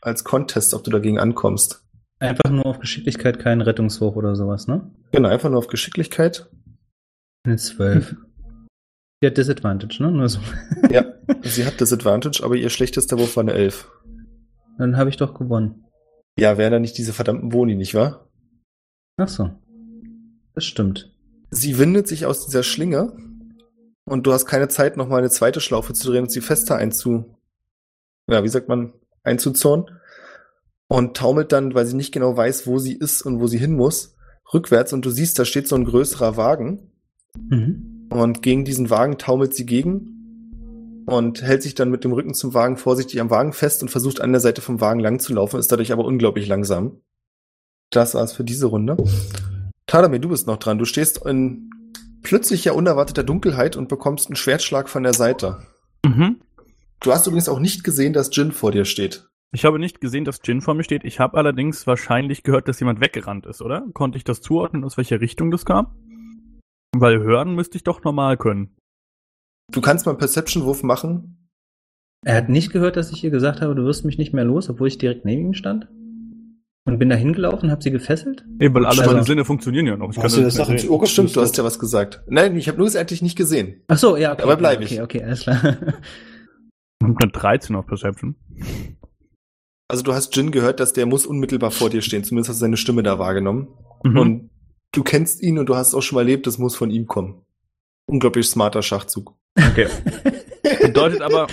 Speaker 2: als Contest, ob du dagegen ankommst.
Speaker 3: Einfach nur auf Geschicklichkeit, kein Rettungswurf oder sowas, ne?
Speaker 2: Genau, einfach nur auf Geschicklichkeit.
Speaker 3: Eine 12. Die hat Disadvantage, ne? Nur so.
Speaker 2: Ja, sie hat Disadvantage, aber ihr schlechtester Wurf war eine 11.
Speaker 3: Dann habe ich doch gewonnen.
Speaker 2: Ja, wären da nicht diese verdammten Boni, nicht wahr?
Speaker 3: Ach so. Das stimmt.
Speaker 2: Sie windet sich aus dieser Schlinge und du hast keine Zeit, nochmal eine zweite Schlaufe zu drehen und sie fester einzu. Ja, wie sagt man? Einzuzorn. Und taumelt dann, weil sie nicht genau weiß, wo sie ist und wo sie hin muss, rückwärts und du siehst, da steht so ein größerer Wagen
Speaker 3: Mhm.
Speaker 2: und gegen diesen Wagen taumelt sie gegen und hält sich dann mit dem Rücken zum Wagen vorsichtig am Wagen fest und versucht an der Seite vom Wagen lang zu laufen, ist dadurch aber unglaublich langsam. Das war's für diese Runde. Tadamir, du bist noch dran. Du stehst in plötzlicher, unerwarteter Dunkelheit und bekommst einen Schwertschlag von der Seite.
Speaker 4: Mhm.
Speaker 2: Du hast übrigens auch nicht gesehen, dass Jin vor dir steht.
Speaker 4: Ich habe nicht gesehen, dass Jin vor mir steht. Ich habe allerdings wahrscheinlich gehört, dass jemand weggerannt ist, oder? Konnte ich das zuordnen, aus welcher Richtung das kam? Weil hören müsste ich doch normal können.
Speaker 2: Du kannst mal einen Perception-Wurf machen.
Speaker 3: Er hat nicht gehört, dass ich ihr gesagt habe, du wirst mich nicht mehr los, obwohl ich direkt neben ihm stand. Und bin da hingelaufen, hab sie gefesselt.
Speaker 4: Eben, weil alle
Speaker 3: Also-
Speaker 4: meine Sinne funktionieren ja noch. Ich kann
Speaker 5: Hast du
Speaker 4: das
Speaker 5: das
Speaker 4: nicht
Speaker 5: doch
Speaker 4: mehr
Speaker 5: ins
Speaker 4: sehen.
Speaker 5: Ohr
Speaker 2: Stimmt, du hast
Speaker 5: geflüstert?
Speaker 2: ja was gesagt. Nein, ich habe nur es endlich nicht gesehen.
Speaker 3: Ach so, ja, okay.
Speaker 2: Dabei bleib
Speaker 3: okay,
Speaker 2: ich.
Speaker 3: Okay, alles klar.
Speaker 4: Ich hab eine 13 auf Perception.
Speaker 2: Also du hast Jin gehört, dass der muss unmittelbar vor dir stehen. Zumindest hast du seine Stimme da wahrgenommen.
Speaker 4: Mhm.
Speaker 2: Und du kennst ihn und du hast es auch schon mal erlebt, das muss von ihm kommen. Unglaublich smarter Schachzug.
Speaker 4: Okay. Bedeutet aber,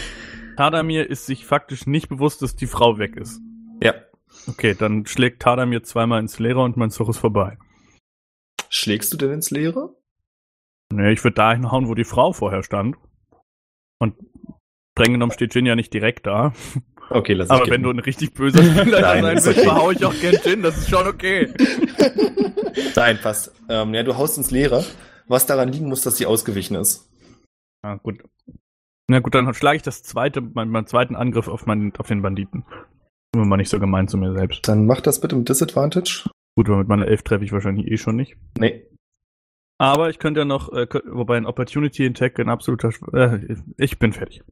Speaker 4: Tadamir ist sich faktisch nicht bewusst, dass die Frau weg ist.
Speaker 2: Ja.
Speaker 4: Okay, dann schlägt Tadamir zweimal ins Leere und mein Zug ist vorbei.
Speaker 2: Schlägst du denn ins Leere?
Speaker 4: Nee, ich würde dahin hauen, wo die Frau vorher stand. Und streng genommen steht Jin ja nicht direkt da.
Speaker 2: Okay, lass
Speaker 4: Aber wenn du ein richtig böser Spieler da
Speaker 2: Nein,
Speaker 4: sein
Speaker 2: ist
Speaker 4: willst,
Speaker 2: okay.
Speaker 4: verhau ich auch gern Jin, das ist schon okay.
Speaker 2: Nein, passt. Ähm, ja, du haust ins Leere, was daran liegen muss, dass sie ausgewichen ist. Ah,
Speaker 4: Na gut. Na gut, dann schlage ich das zweite, meinen, meinen zweiten Angriff auf, meinen, auf den Banditen. Bin mir mal nicht so gemein zu mir selbst.
Speaker 2: Dann mach das bitte mit Disadvantage.
Speaker 4: Gut, weil mit meiner Elf treffe ich wahrscheinlich eh schon nicht.
Speaker 2: Nee.
Speaker 4: Aber ich könnte ja noch, äh, kö- wobei ein Opportunity Attack ein absoluter. Sch- Äh, ich bin fertig.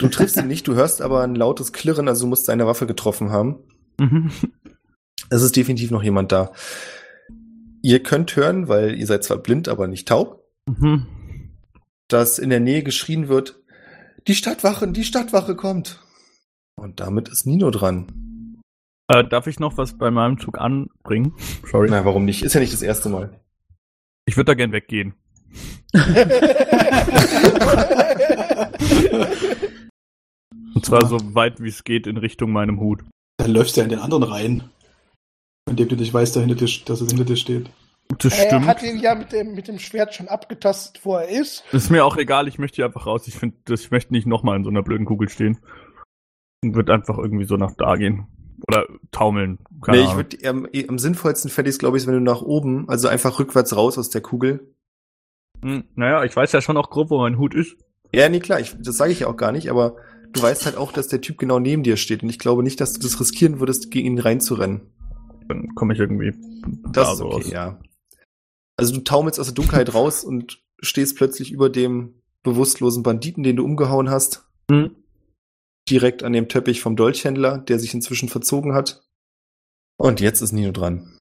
Speaker 2: Du triffst ihn nicht, du hörst aber ein lautes Klirren, also du musst seine Waffe getroffen haben. Mhm. Es ist definitiv noch jemand da. Ihr könnt hören, weil ihr seid zwar blind, aber nicht taub, Mhm. dass in der Nähe geschrien wird, die Stadtwache, die Stadtwache kommt. Und damit ist Nino dran.
Speaker 4: äh, darf ich noch was bei meinem Zug anbringen? Sorry.
Speaker 2: Na, warum nicht? Ist ja nicht das erste Mal.
Speaker 4: Ich würde da gern weggehen. Und zwar so weit wie es geht in Richtung meinem Hut.
Speaker 5: Dann läufst du ja in den anderen rein. Indem du nicht weißt, da hinter dir, dass es hinter dir steht.
Speaker 4: Das
Speaker 6: Er Äh, hat
Speaker 4: stimmt.
Speaker 6: ihn ja mit dem, mit dem Schwert schon abgetastet, wo er ist.
Speaker 4: Ist mir auch egal, ich möchte hier einfach raus. Ich finde, ich möchte nicht nochmal in so einer blöden Kugel stehen. Und würde einfach irgendwie so nach da gehen. Oder taumeln. Keine
Speaker 2: nee, ich
Speaker 4: Ahnung.
Speaker 2: würd, ähm, eh, am sinnvollsten fände ich es, glaube ich, wenn du nach oben, also einfach rückwärts raus aus der Kugel.
Speaker 4: Hm, naja, ich weiß ja schon auch grob, wo mein Hut ist.
Speaker 2: Ja, nee, klar, ich, das sage ich ja auch gar nicht, aber du weißt halt auch, dass der Typ genau neben dir steht und ich glaube nicht, dass du das riskieren würdest, gegen ihn reinzurennen.
Speaker 4: Dann komme ich irgendwie
Speaker 2: Das
Speaker 4: da
Speaker 2: ist
Speaker 4: so
Speaker 2: okay,
Speaker 4: aus.
Speaker 2: ja. Also du taumelst aus der Dunkelheit raus und stehst plötzlich über dem bewusstlosen Banditen, den du umgehauen hast,
Speaker 4: Hm.
Speaker 2: direkt an dem Teppich vom Dolchhändler, der sich inzwischen verzogen hat. Und jetzt ist Nino dran.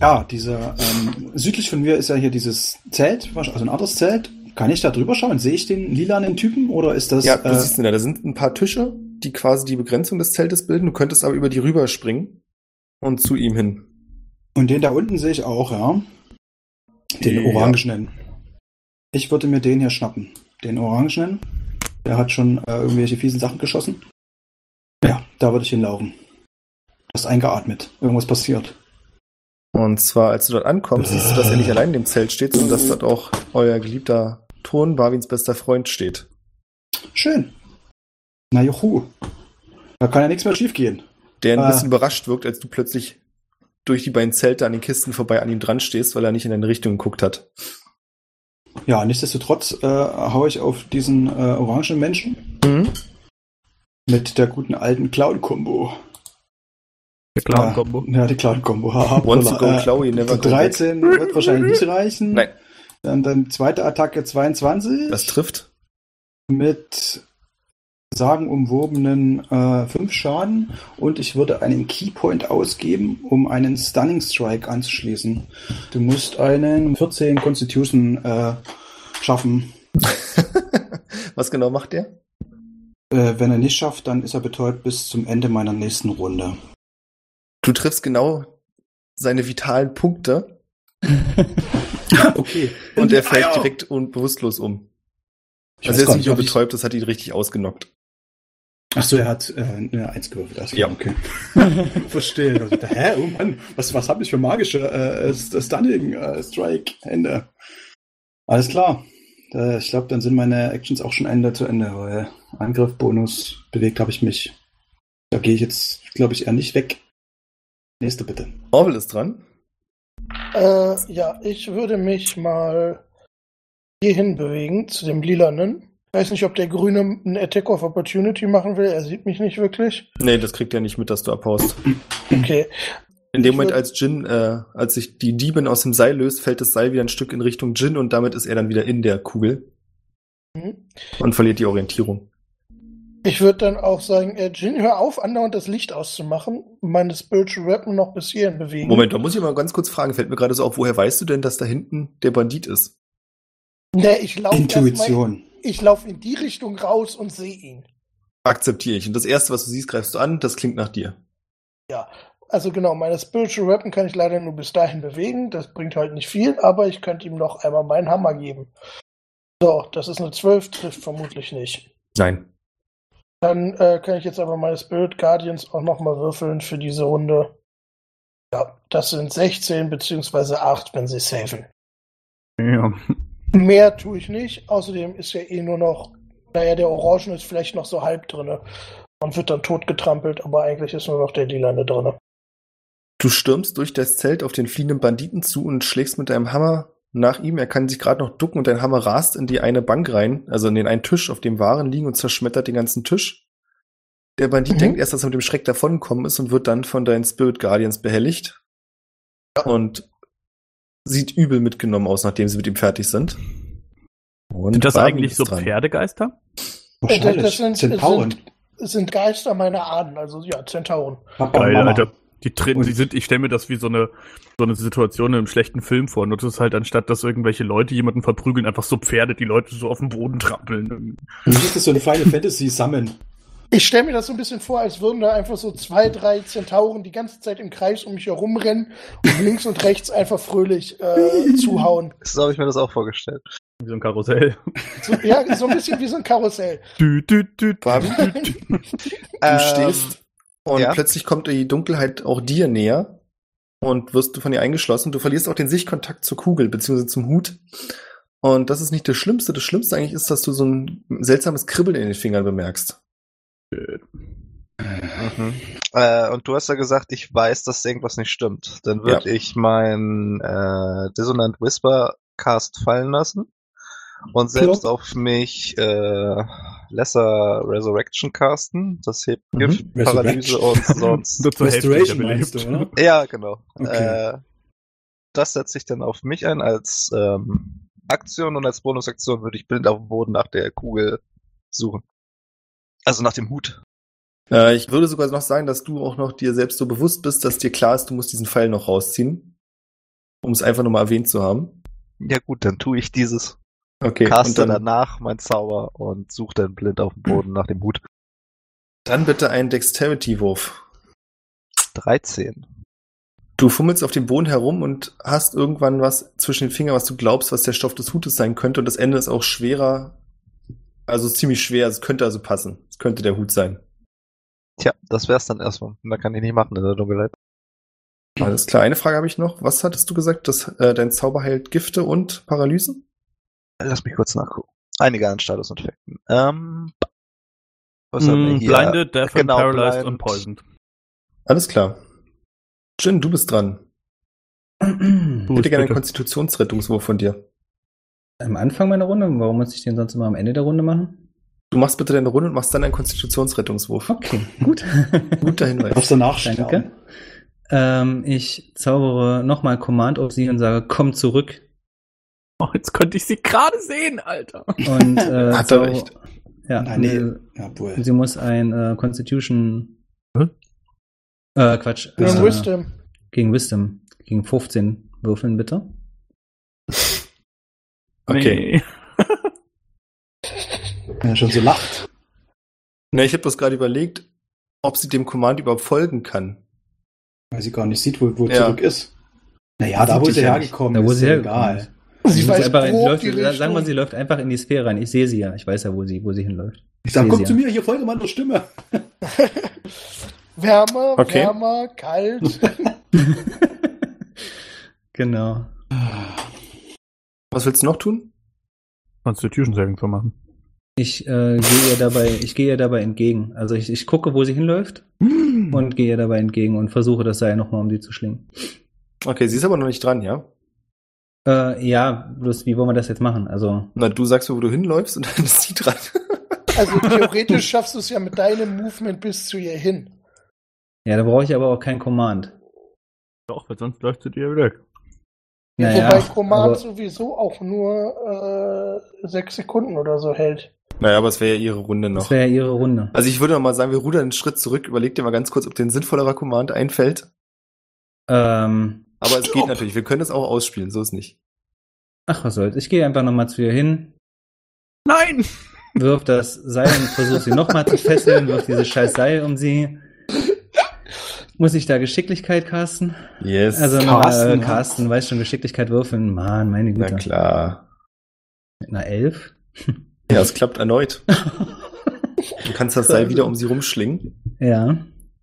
Speaker 5: Ja, dieser, ähm, südlich von mir ist ja hier dieses Zelt, also ein anderes Zelt. Kann ich da drüber schauen? Sehe ich den lilanen Typen oder ist das,
Speaker 2: ja, du
Speaker 5: äh,
Speaker 2: siehst ihn ja, da sind ein paar Tische, die quasi die Begrenzung des Zeltes bilden. Du könntest aber über die rüberspringen und zu ihm hin.
Speaker 5: und den da unten sehe ich auch, ja. Den
Speaker 2: Ja.
Speaker 5: orangenen. Ich würde mir den hier schnappen. Den orangenen. Der hat schon äh, irgendwelche fiesen Sachen geschossen. Ja, da würde ich hinlaufen. Du hast eingeatmet. Irgendwas passiert.
Speaker 2: Und zwar, als du dort ankommst, siehst du, dass er nicht allein in dem Zelt steht, sondern dass dort auch euer geliebter Ton, Barwins bester Freund, steht.
Speaker 5: Schön. Na juhu. Da kann ja nichts mehr schiefgehen.
Speaker 2: der ein
Speaker 5: Ah.
Speaker 2: bisschen überrascht wirkt, als du plötzlich durch die beiden Zelte an den Kisten vorbei an ihm dran stehst, weil er nicht in deine Richtung geguckt hat.
Speaker 5: Ja, nichtsdestotrotz äh, haue ich auf diesen äh, orangenen Menschen
Speaker 2: Mhm.
Speaker 5: mit der guten alten Clown-Kombo.
Speaker 4: Der Clown-Kombo.
Speaker 5: Ja, die Clown-Kombo. haha.
Speaker 2: Once you go,
Speaker 5: Äh,
Speaker 2: Chloe,
Speaker 5: die
Speaker 2: never go
Speaker 5: 13 wird wahrscheinlich nicht reichen.
Speaker 2: Nein.
Speaker 5: Dann, dann zweite Attacke
Speaker 2: back.
Speaker 5: 22
Speaker 2: Das trifft.
Speaker 5: mit sagenumwobenen 5 Schaden und ich würde einen Keypoint ausgeben, um einen Stunning Strike anzuschließen. Du musst einen 14 Constitution äh, schaffen.
Speaker 2: Was genau macht der?
Speaker 5: Äh, wenn er nicht schafft, dann ist er betäubt bis zum Ende meiner nächsten Runde.
Speaker 2: Du triffst genau seine vitalen Punkte
Speaker 5: Okay.
Speaker 2: und er fällt direkt und bewusstlos um.
Speaker 5: Ah,
Speaker 2: also
Speaker 5: Ich weiß
Speaker 2: er ist
Speaker 5: gar
Speaker 2: nicht
Speaker 5: nicht,
Speaker 2: nur
Speaker 5: ob ich,
Speaker 2: betäubt, das hat ihn richtig ausgenockt.
Speaker 5: ach so, er hat äh, eine Eins gewürfelt. Also,
Speaker 2: Ja.
Speaker 5: okay. Verstehe. Also, hä? Oh Mann, was, was habe ich für magische äh, S- Stunning äh, Strike Ende? Alles klar. Äh, ich glaube, dann sind meine Actions auch schon Ende zu Ende, weil Angriff, Bonus, bewegt habe ich mich. Da gehe ich jetzt, glaube ich, eher nicht weg. Nächste bitte.
Speaker 2: Orwell ist dran.
Speaker 6: Äh, ja, ich würde mich mal hierhin bewegen, zu dem lilanen. Ich weiß nicht, ob der Grüne einen Attack of Opportunity machen will. Er sieht mich nicht wirklich.
Speaker 2: Nee, das kriegt er nicht mit, dass du abhaust. Hm.
Speaker 6: Okay.
Speaker 2: In dem
Speaker 6: Ich
Speaker 2: Moment,
Speaker 6: würd-
Speaker 2: als Jin, äh, als sich die Diebin aus dem Seil löst, fällt das Seil wieder ein Stück in Richtung Jin und damit ist er dann wieder in der Kugel
Speaker 6: Mhm.
Speaker 2: und verliert die Orientierung.
Speaker 6: Ich würde dann auch sagen, äh, Jin, hör auf, andauernd das Licht auszumachen. Meine Spiritual Weapon noch bis hierhin bewegen.
Speaker 2: Moment, da muss ich mal ganz kurz fragen, fällt mir gerade so auf, woher weißt du denn, dass da hinten der Bandit ist?
Speaker 6: Nee, ich laufe
Speaker 5: Intuition.
Speaker 6: Ich laufe in die Richtung raus und sehe ihn.
Speaker 2: Akzeptiere ich. Und das erste, was du siehst, greifst du an, das klingt nach dir.
Speaker 6: Also genau, meine Spiritual Weapon kann ich leider nur bis dahin bewegen. Das bringt halt nicht viel, aber ich könnte ihm noch einmal meinen Hammer geben. So, das ist eine 12, trifft vermutlich nicht.
Speaker 2: Nein.
Speaker 6: Dann äh, kann ich jetzt aber meine Spirit Guardians auch nochmal würfeln für diese Runde. Ja, das sind 16 beziehungsweise 8, wenn sie safen.
Speaker 4: Ja.
Speaker 6: Mehr tue ich nicht. Außerdem ist ja eh nur noch, naja, der Orangen ist vielleicht noch so halb drinne und wird dann tot getrampelt, aber eigentlich ist nur noch der Lilane drinne.
Speaker 2: Du stürmst durch das Zelt auf den fliehenden Banditen zu und schlägst mit deinem Hammer nach ihm. Er kann sich gerade noch ducken und dein Hammer rast in die eine Bank rein, also in den einen Tisch, auf dem Waren liegen und zerschmettert den ganzen Tisch. Der Bandit
Speaker 6: Mhm.
Speaker 2: denkt erst, dass er mit dem Schreck davongekommen ist und wird dann von deinen Spirit Guardians behelligt. Und sieht übel mitgenommen aus, nachdem sie mit ihm fertig sind. Und
Speaker 4: Sind das
Speaker 2: Barwin
Speaker 4: eigentlich
Speaker 2: ist
Speaker 4: so
Speaker 2: dran.
Speaker 4: Pferdegeister?
Speaker 5: Wahrscheinlich.
Speaker 6: das sind-
Speaker 5: Zentauren.
Speaker 6: sind- Es sind Geister meiner Ahnen, also ja, Zentauren.
Speaker 5: Papa,
Speaker 4: Geil,
Speaker 5: Mama.
Speaker 4: Alter. Die treten,
Speaker 5: Und-
Speaker 4: die sind, ich stelle mir das wie so eine, so eine Situation in einem schlechten Film vor. Nur das ist halt anstatt, dass irgendwelche Leute jemanden verprügeln, einfach so Pferde, die Leute so auf den Boden trampeln.
Speaker 5: Das ist so eine Final Fantasy Summon.
Speaker 6: Ich stelle mir das so ein bisschen vor, als würden da einfach so zwei, drei Zentauren die ganze Zeit im Kreis um mich herumrennen und links und rechts einfach fröhlich äh, zuhauen.
Speaker 7: So habe ich mir das auch vorgestellt.
Speaker 4: Wie so ein Karussell.
Speaker 6: So, ja, so ein bisschen wie so ein Karussell.
Speaker 4: Dü, dü, dü,
Speaker 2: Barbie?
Speaker 4: dü, dü.
Speaker 2: Du
Speaker 7: Ähm,
Speaker 2: stehst und
Speaker 7: ja.
Speaker 2: plötzlich kommt die Dunkelheit auch dir näher und wirst du von ihr eingeschlossen. Du verlierst auch den Sichtkontakt zur Kugel bzw. zum Hut. Und das ist nicht das Schlimmste. Das Schlimmste eigentlich ist, dass du so ein seltsames Kribbeln in den Fingern bemerkst.
Speaker 7: Äh, und du hast ja gesagt, ich weiß, dass irgendwas nicht stimmt. Dann würde ich mein äh, Dissonant Whisper Cast fallen lassen und selbst auf mich äh, Lesser Resurrection casten. Das hebt
Speaker 2: Mhm.
Speaker 7: Gift, Paralyse
Speaker 5: Resurrection.
Speaker 7: und sonst.
Speaker 4: Nur zur Hälfte
Speaker 5: Restoration
Speaker 4: wiederbelebt.
Speaker 5: meinst du, oder?
Speaker 7: ja, genau.
Speaker 5: Okay.
Speaker 7: Äh, das setze ich dann auf mich ein als ähm, Aktion und als Bonusaktion würde ich blind auf dem Boden nach der Kugel suchen. Also nach dem Hut.
Speaker 2: Äh, ich würde sogar noch sagen, dass du auch noch dir selbst so bewusst bist, dass dir klar ist, du musst diesen Pfeil noch rausziehen. Um es einfach nochmal erwähnt zu haben.
Speaker 7: Ja gut, dann tue ich dieses.
Speaker 2: Okay.
Speaker 7: caste
Speaker 2: und dann,
Speaker 7: danach mein Zauber und such dann blind auf dem Boden nach dem Hut.
Speaker 2: dann bitte einen Dexterity-Wurf.
Speaker 7: 13.
Speaker 2: Du fummelst auf dem Boden herum und hast irgendwann was zwischen den Fingern, was du glaubst, was der Stoff des Hutes sein könnte. Und das Ende ist auch schwerer, also ist ziemlich schwer. Es könnte also passen. Es könnte der Hut sein.
Speaker 7: Tja, das wär's dann erstmal. Mehr kann ich nicht machen in der Dunkelheit.
Speaker 2: Alles klar. Eine Frage habe ich noch. Was hattest du gesagt, dass äh, dein Zauber heilt Gifte und Paralysen?
Speaker 7: Lass mich kurz nachgucken. Einige an Status und Fakten. Ähm, was haben wir
Speaker 4: Mm,
Speaker 7: hier?
Speaker 4: Blinded, Deaf,
Speaker 7: Genau,
Speaker 4: and Paralyzed
Speaker 7: blind.
Speaker 4: und Poisoned.
Speaker 2: Alles klar. Jin, du bist dran. Ich hätte
Speaker 4: Gut,
Speaker 2: gerne einen
Speaker 4: bitte.
Speaker 2: Konstitutionsrettungswurf von dir.
Speaker 3: Am Anfang meiner Runde? Warum muss ich den sonst immer am Ende der Runde machen?
Speaker 2: Du machst bitte deine Runde und machst dann einen Konstitutionsrettungswurf.
Speaker 3: Okay, gut.
Speaker 2: Guter
Speaker 5: Du
Speaker 2: Hinweis.
Speaker 5: darfst danach
Speaker 3: Danke.
Speaker 5: sterben.
Speaker 3: Ähm, ich zaubere nochmal Command auf sie und sage, komm zurück.
Speaker 4: Oh, jetzt konnte ich sie gerade sehen, Alter.
Speaker 3: Und, äh,
Speaker 2: Hat er
Speaker 3: zau-
Speaker 2: recht.
Speaker 3: Ja,
Speaker 6: Ah,
Speaker 5: Nein, nee.
Speaker 3: sie-
Speaker 5: Jawohl.
Speaker 3: Sie muss ein äh, Constitution.
Speaker 4: Hä?
Speaker 3: Äh, Quatsch.
Speaker 6: Mit
Speaker 3: äh,
Speaker 6: Wisdom.
Speaker 3: Gegen Wisdom. Gegen 15 würfeln, bitte.
Speaker 2: Okay.
Speaker 4: Nee.
Speaker 5: Wenn er schon so lacht.
Speaker 2: Na, ich habe das gerade überlegt, ob sie dem Command überhaupt folgen kann.
Speaker 5: Weil sie gar nicht sieht, wo, wo
Speaker 2: Ja.
Speaker 5: zurück ist. Naja,
Speaker 2: Sieht
Speaker 5: da wo
Speaker 2: dich
Speaker 5: sie
Speaker 2: ja
Speaker 5: hergekommen
Speaker 3: Da wo
Speaker 5: ist,
Speaker 3: sie
Speaker 5: ist
Speaker 3: hergekommen
Speaker 5: egal.
Speaker 3: ist.
Speaker 6: Sie
Speaker 3: Sie
Speaker 6: weiß
Speaker 3: einfach,
Speaker 6: grob
Speaker 3: läuft,
Speaker 6: die Richtung.
Speaker 3: sagen wir, sie läuft einfach in die Sphäre rein. Ich sehe sie ja. Ich weiß ja, wo sie, wo sie hinläuft.
Speaker 5: Ich sag,
Speaker 3: Sehe
Speaker 5: komm
Speaker 3: sie
Speaker 5: zu
Speaker 3: ja.
Speaker 5: mir, hier folge meiner Stimme.
Speaker 6: Wärmer,
Speaker 2: Okay.
Speaker 6: wärmer, kalt.
Speaker 3: Genau.
Speaker 2: Was willst du noch tun?
Speaker 4: Constitution Saving zu machen.
Speaker 3: Ich äh, gehe ihr dabei, ich gehe ihr dabei entgegen. Also ich, ich gucke, wo sie hinläuft
Speaker 6: Hm.
Speaker 3: und gehe ihr dabei entgegen und versuche das Seil nochmal um sie zu schlingen.
Speaker 2: Okay, sie ist aber noch nicht dran, ja?
Speaker 3: Äh, ja, bloß wie wollen wir das jetzt machen? Also
Speaker 2: Na, du sagst mir, wo du hinläufst und dann ist sie dran.
Speaker 6: Also theoretisch schaffst du es ja mit deinem Movement bis zu ihr hin.
Speaker 3: ja, da brauche ich aber auch kein Command.
Speaker 4: Doch, weil sonst läuft sie dir weg.
Speaker 6: Wobei Command
Speaker 3: aber,
Speaker 6: sowieso auch nur äh, sechs Sekunden oder so hält.
Speaker 2: naja, aber es wäre ja ihre Runde
Speaker 3: das
Speaker 2: noch.
Speaker 3: wäre ja ihre Runde.
Speaker 2: Also ich würde noch mal sagen, wir rudern einen Schritt zurück, überleg dir mal ganz kurz, ob dir ein sinnvollerer Command einfällt.
Speaker 3: Ähm,
Speaker 2: Aber es geht
Speaker 7: Stopp.
Speaker 2: natürlich, wir können es auch ausspielen, so ist nicht.
Speaker 3: ach was soll's, ich gehe einfach nochmal zu ihr hin,
Speaker 4: Nein!
Speaker 3: wirf das Seil und versuche sie nochmal zu fesseln, wirf dieses scheiß Seil um sie. Muss ich da Geschicklichkeit casten?
Speaker 2: Yes.
Speaker 3: Also
Speaker 5: Casten,
Speaker 3: nochmal äh,
Speaker 5: ne?
Speaker 3: casten, weißt schon, Geschicklichkeit würfeln. Mann, meine
Speaker 2: Na
Speaker 3: Güte.
Speaker 2: klar.
Speaker 3: Mit einer Elf?
Speaker 2: Ja, es klappt erneut. Du kannst das Seil wieder um sie rumschlingen
Speaker 3: ja.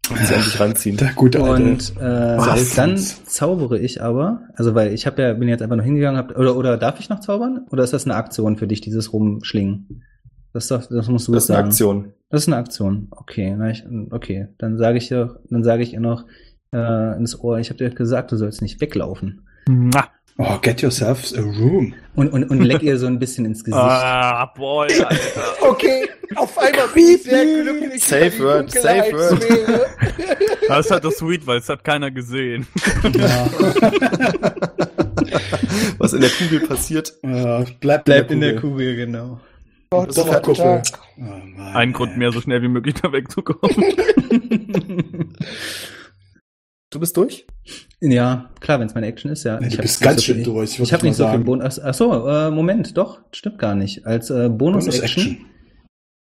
Speaker 2: und sie an dich ranziehen.
Speaker 5: Der gute alte.
Speaker 3: Und äh,
Speaker 5: Was?
Speaker 3: dann zaubere ich aber, also weil ich habe ja, bin jetzt einfach noch hingegangen, hab, oder, oder darf ich noch zaubern? Oder ist das eine Aktion für dich, dieses Rumschlingen? Das, darf, das musst du
Speaker 2: Das ist eine
Speaker 3: sagen.
Speaker 2: Aktion.
Speaker 3: Das ist eine Aktion. Okay, na ich, okay. Dann sage ich dir, dann sage ich ihr noch äh, ins Ohr, ich habe dir gesagt, du sollst nicht weglaufen.
Speaker 4: Na.
Speaker 5: oh, get yourself a room.
Speaker 3: Und, und, und leck ihr so ein bisschen ins Gesicht.
Speaker 4: Ah, boy, Alter.
Speaker 6: Okay, auf einmal bin ich sehr glücklich. über
Speaker 2: Safe
Speaker 6: die
Speaker 2: word, safe word.
Speaker 6: Dunkelheitssphäre.
Speaker 4: Das ist halt das Sweet, weil es hat keiner gesehen.
Speaker 5: Ja.
Speaker 2: Was in der Kugel passiert.
Speaker 5: Äh, bleib,
Speaker 3: Kugel, genau.
Speaker 6: Gott,
Speaker 2: Das
Speaker 6: Gott,
Speaker 2: war
Speaker 6: Gott,
Speaker 5: Kuppel.
Speaker 6: Tag.
Speaker 5: Oh, Mann,
Speaker 4: Ein
Speaker 5: ey.
Speaker 4: Grund mehr, so schnell wie möglich da wegzukommen.
Speaker 2: Du bist durch?
Speaker 3: ja, klar, wenn es meine Action ist, ja.
Speaker 5: Ja, du
Speaker 3: hab
Speaker 5: bist
Speaker 3: nicht
Speaker 5: ganz
Speaker 3: so viel-
Speaker 5: schön durch.
Speaker 3: Ich habe nicht so viel Bonus. Ach so, äh, Moment, doch, stimmt gar nicht. Als äh, Bonus-Action
Speaker 5: Bonus-Action.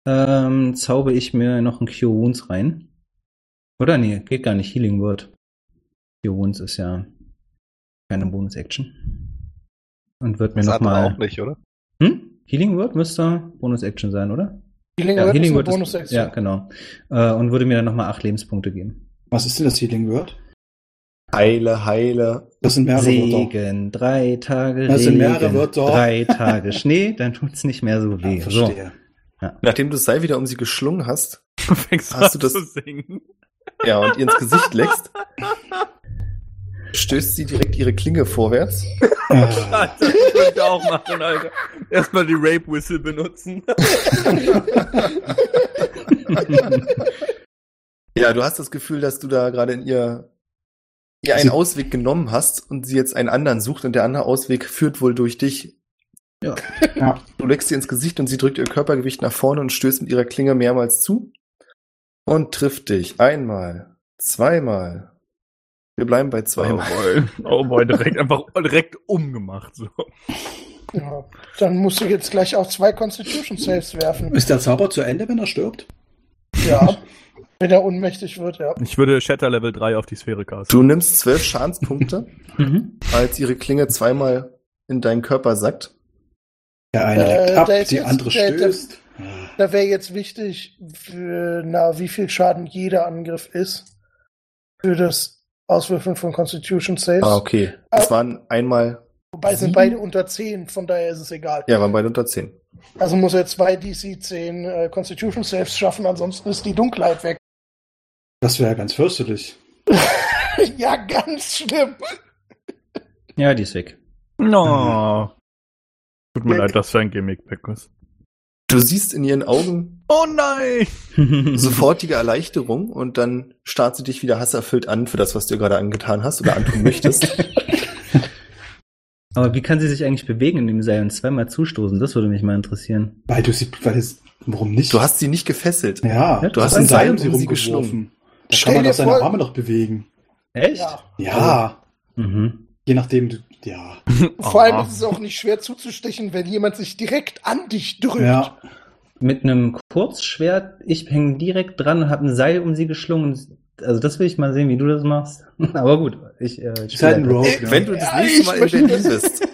Speaker 3: ähm, zauber ich mir noch ein Cure Wounds rein. Oder nee, geht gar nicht. Healing Word. Cure Wounds ist ja keine Bonus-Action. Und wird mir
Speaker 7: Das andere auch
Speaker 3: nochmal.
Speaker 7: nicht, oder?
Speaker 3: Hm? Healing Word müsste Bonus-Action sein, oder?
Speaker 6: Healing
Speaker 3: Ja,
Speaker 6: Word
Speaker 3: Healing
Speaker 6: ist eine
Speaker 3: Word ist.
Speaker 6: Bonus-Action.
Speaker 3: Ja, genau. Äh, und würde mir dann nochmal acht Lebenspunkte geben.
Speaker 5: Was ist denn das Healing Word?
Speaker 2: Heile, heile.
Speaker 5: Das sind mehrere Wörter.
Speaker 3: Segen, drei Tage
Speaker 5: Das sind
Speaker 3: Regen,
Speaker 5: mehrere Wörter.
Speaker 3: drei Tage Schnee, dann tut's nicht mehr so weh.
Speaker 5: Ah,
Speaker 3: so.
Speaker 5: verstehe.
Speaker 2: Nachdem du das Seil wieder um sie geschlungen hast,
Speaker 4: Du fängst
Speaker 2: Hast
Speaker 4: an
Speaker 2: du das-
Speaker 4: zu singen.
Speaker 2: ja, und ihr ins Gesicht leckst, stößt sie direkt ihre Klinge vorwärts.
Speaker 5: Ah,
Speaker 4: Alter, das könnte auch machen, Alter. Erstmal die Rape Whistle benutzen.
Speaker 2: Ja, du hast das Gefühl, dass du da gerade in ihr, ihr einen
Speaker 5: Sie-
Speaker 2: Ausweg genommen hast und sie jetzt einen anderen sucht und der andere Ausweg führt wohl durch dich.
Speaker 3: Ja.
Speaker 5: Ja.
Speaker 2: Du leckst ihr ins Gesicht und sie drückt ihr Körpergewicht nach vorne und stößt mit ihrer Klinge mehrmals zu und trifft dich. Einmal, zweimal. Wir bleiben bei
Speaker 4: Oh
Speaker 2: zweimal.
Speaker 4: boy. Oh boy, direkt einfach direkt umgemacht. So.
Speaker 6: Ja, dann musst du jetzt gleich auch zwei Constitution Saves werfen.
Speaker 5: ist der Zauber zu Ende, wenn er stirbt?
Speaker 6: Ja. Wenn er ohnmächtig wird, ja.
Speaker 4: Ich würde Shatter Level 3 auf die Sphäre casten.
Speaker 2: Du nimmst zwölf Schadenspunkte,
Speaker 3: Mhm.
Speaker 2: als ihre Klinge zweimal in deinen Körper sackt.
Speaker 5: Der eine
Speaker 6: Äh,
Speaker 5: leckt ab,
Speaker 6: der ist
Speaker 5: die
Speaker 6: jetzt-
Speaker 5: andere
Speaker 6: der- der-
Speaker 5: stößt. Ah,
Speaker 6: Da wäre jetzt wichtig, für, na, wie viel Schaden jeder Angriff ist. Für das Auswürfeln von Constitution Saves.
Speaker 2: Ah, okay. Es waren einmal,
Speaker 6: Wobei sind
Speaker 2: sieben?
Speaker 6: beide unter 10, von daher ist es egal.
Speaker 2: ja, waren beide unter zehn.
Speaker 6: Also muss er zwei DC 10 äh, Constitution Saves schaffen, ansonsten ist die Dunkelheit weg.
Speaker 5: Das wäre ganz fürchterlich.
Speaker 6: ja, ganz schlimm.
Speaker 3: Ja, die ist weg.
Speaker 4: No. Tut mir
Speaker 6: Weg.
Speaker 4: leid, dass sein Gimmick weg ist.
Speaker 2: Du siehst in ihren Augen
Speaker 4: Oh nein!
Speaker 3: Oh.
Speaker 2: sofortige Erleichterung und dann starrt sie dich wieder hasserfüllt an für das, was du ihr gerade angetan hast oder antun möchtest.
Speaker 3: Aber wie kann sie sich eigentlich bewegen in dem Seil und zweimal zustoßen? Das würde mich mal interessieren.
Speaker 5: Weil du sie, weil es, warum nicht?
Speaker 2: Du hast sie nicht gefesselt.
Speaker 3: Ja,
Speaker 5: ja, du
Speaker 3: du
Speaker 5: hast
Speaker 3: hast
Speaker 5: ein
Speaker 3: ein
Speaker 5: Seil um
Speaker 2: Seil
Speaker 5: sie
Speaker 2: um sie
Speaker 5: rumgeschlungen.
Speaker 2: geschlungen.
Speaker 5: Da
Speaker 6: Stell
Speaker 5: kann man
Speaker 6: dir
Speaker 5: doch seine
Speaker 6: vor-
Speaker 5: Arme noch bewegen.
Speaker 3: Echt?
Speaker 6: Ja.
Speaker 5: Ja,
Speaker 3: Mhm.
Speaker 5: je nachdem, du, ja.
Speaker 6: Vor allem
Speaker 4: Ah.
Speaker 6: ist es auch nicht schwer zuzustechen, wenn jemand sich direkt an dich drückt.
Speaker 5: Ja,
Speaker 3: Mit einem Kurzschwert, ich hänge direkt dran und habe ein Seil um sie geschlungen. Also das will ich mal sehen, wie du das machst. Aber gut, ich äh,
Speaker 5: Ist halt ein Rogue.
Speaker 2: Wenn du das
Speaker 6: Ja,
Speaker 2: nächste
Speaker 6: ich
Speaker 2: Mal in
Speaker 6: verstehe
Speaker 2: Berlin bist,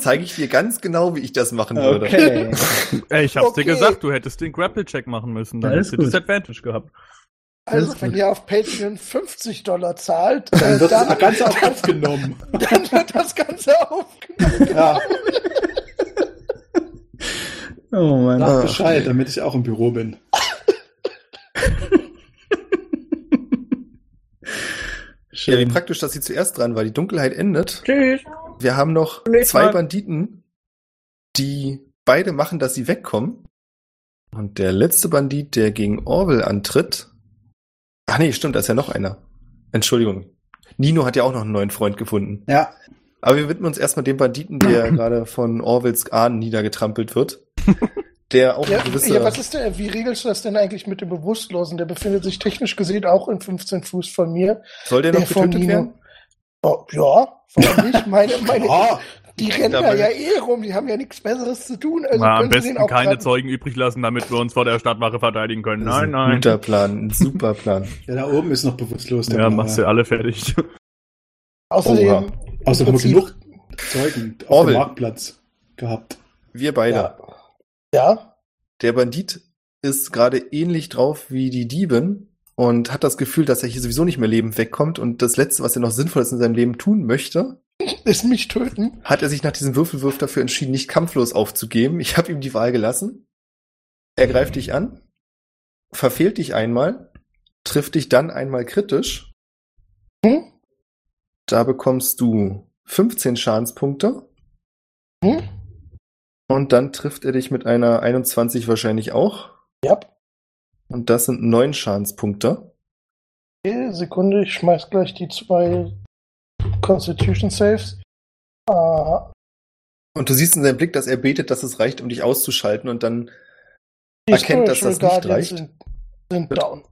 Speaker 2: zeige ich dir ganz genau, wie ich das machen würde.
Speaker 3: Okay.
Speaker 4: Ey, ich hab's
Speaker 6: Okay.
Speaker 4: dir gesagt, du hättest den Grapple-Check machen müssen. Dann
Speaker 3: Alles
Speaker 4: hättest du
Speaker 3: gut.
Speaker 4: Disadvantage gehabt.
Speaker 6: Also,
Speaker 3: ist
Speaker 6: wenn
Speaker 3: gut.
Speaker 6: ihr auf Patreon 50 Dollar zahlt, äh,
Speaker 5: Dann
Speaker 6: dann,
Speaker 5: wird das
Speaker 6: dann,
Speaker 5: Ganze auch aufgenommen.
Speaker 6: wird das Ganze aufgenommen.
Speaker 5: Ja,
Speaker 3: Oh Mann.
Speaker 5: sag Bescheid, damit ich auch im Büro bin.
Speaker 2: Ja, wie
Speaker 3: Schön.
Speaker 2: praktisch, dass sie zuerst dran war. Die Dunkelheit endet.
Speaker 4: Tschüss.
Speaker 2: Wir haben noch
Speaker 4: Nächstes
Speaker 2: zwei
Speaker 4: Mal.
Speaker 2: Banditen, die beide machen, dass sie wegkommen. Und der letzte Bandit, der gegen Orwell antritt. Ach nee, stimmt, da ist ja noch einer. Entschuldigung. Nino hat ja auch noch einen neuen Freund gefunden.
Speaker 5: Ja,
Speaker 2: Aber wir widmen uns erstmal dem Banditen, der gerade von Orwells Ahnen niedergetrampelt wird. Der auch
Speaker 6: Ja,
Speaker 2: eine gewisse.
Speaker 6: ja, was ist denn, wie regelst du das denn eigentlich mit dem Bewusstlosen? Der befindet sich technisch gesehen auch in 15 Fuß von mir.
Speaker 2: soll der noch
Speaker 6: der von
Speaker 2: getötet
Speaker 6: Nino?
Speaker 2: werden?
Speaker 6: Oh, ja, warum nicht? Meine, meine,
Speaker 5: Ah,
Speaker 6: die rennen da
Speaker 2: Damit-
Speaker 6: ja eh rum, die haben ja nichts Besseres zu tun. Also
Speaker 4: Na, am
Speaker 6: können sie den
Speaker 4: besten
Speaker 6: auch
Speaker 4: keine
Speaker 6: gerade-
Speaker 4: Zeugen übrig lassen, damit wir uns vor der Stadtwache verteidigen können.
Speaker 2: Das ist
Speaker 4: Nein,
Speaker 2: ein
Speaker 4: nein.
Speaker 2: Guter Plan, ein super Plan.
Speaker 5: ja, da oben ist noch bewusstlos. der
Speaker 4: Ja,
Speaker 5: Mann,
Speaker 4: machst du alle fertig.
Speaker 6: Außerdem,
Speaker 5: Also haben wir
Speaker 6: Prinzip-
Speaker 5: genug Zeugen auf
Speaker 2: Orwell.
Speaker 5: dem Marktplatz gehabt.
Speaker 2: Wir beide.
Speaker 6: ja. ja,
Speaker 2: Der Bandit ist gerade ähnlich drauf wie die Dieben und hat das Gefühl, dass er hier sowieso nicht mehr lebend wegkommt und das Letzte, was er noch Sinnvolles in seinem Leben tun möchte,
Speaker 6: ist mich töten.
Speaker 2: hat er sich nach diesem Würfelwurf dafür entschieden, nicht kampflos aufzugeben. Ich habe ihm die Wahl gelassen. Er greift dich an, verfehlt dich einmal, trifft dich dann einmal kritisch.
Speaker 6: Hm?
Speaker 2: Da bekommst du 15 Schadenspunkte
Speaker 6: Hm?
Speaker 2: und dann trifft er dich mit einer 21 wahrscheinlich auch.
Speaker 6: Ja.
Speaker 2: Und das sind neun Schadenspunkte.
Speaker 6: Okay, Sekunde, ich schmeiß gleich die zwei Constitution Saves. Ah,
Speaker 2: Und du siehst in seinem Blick, dass er betet, dass es reicht, um dich auszuschalten. Und dann,
Speaker 6: die
Speaker 2: Erkennt, dass
Speaker 6: Spiritual
Speaker 2: das nicht
Speaker 6: Guardians
Speaker 2: reicht?
Speaker 6: sind, sind down.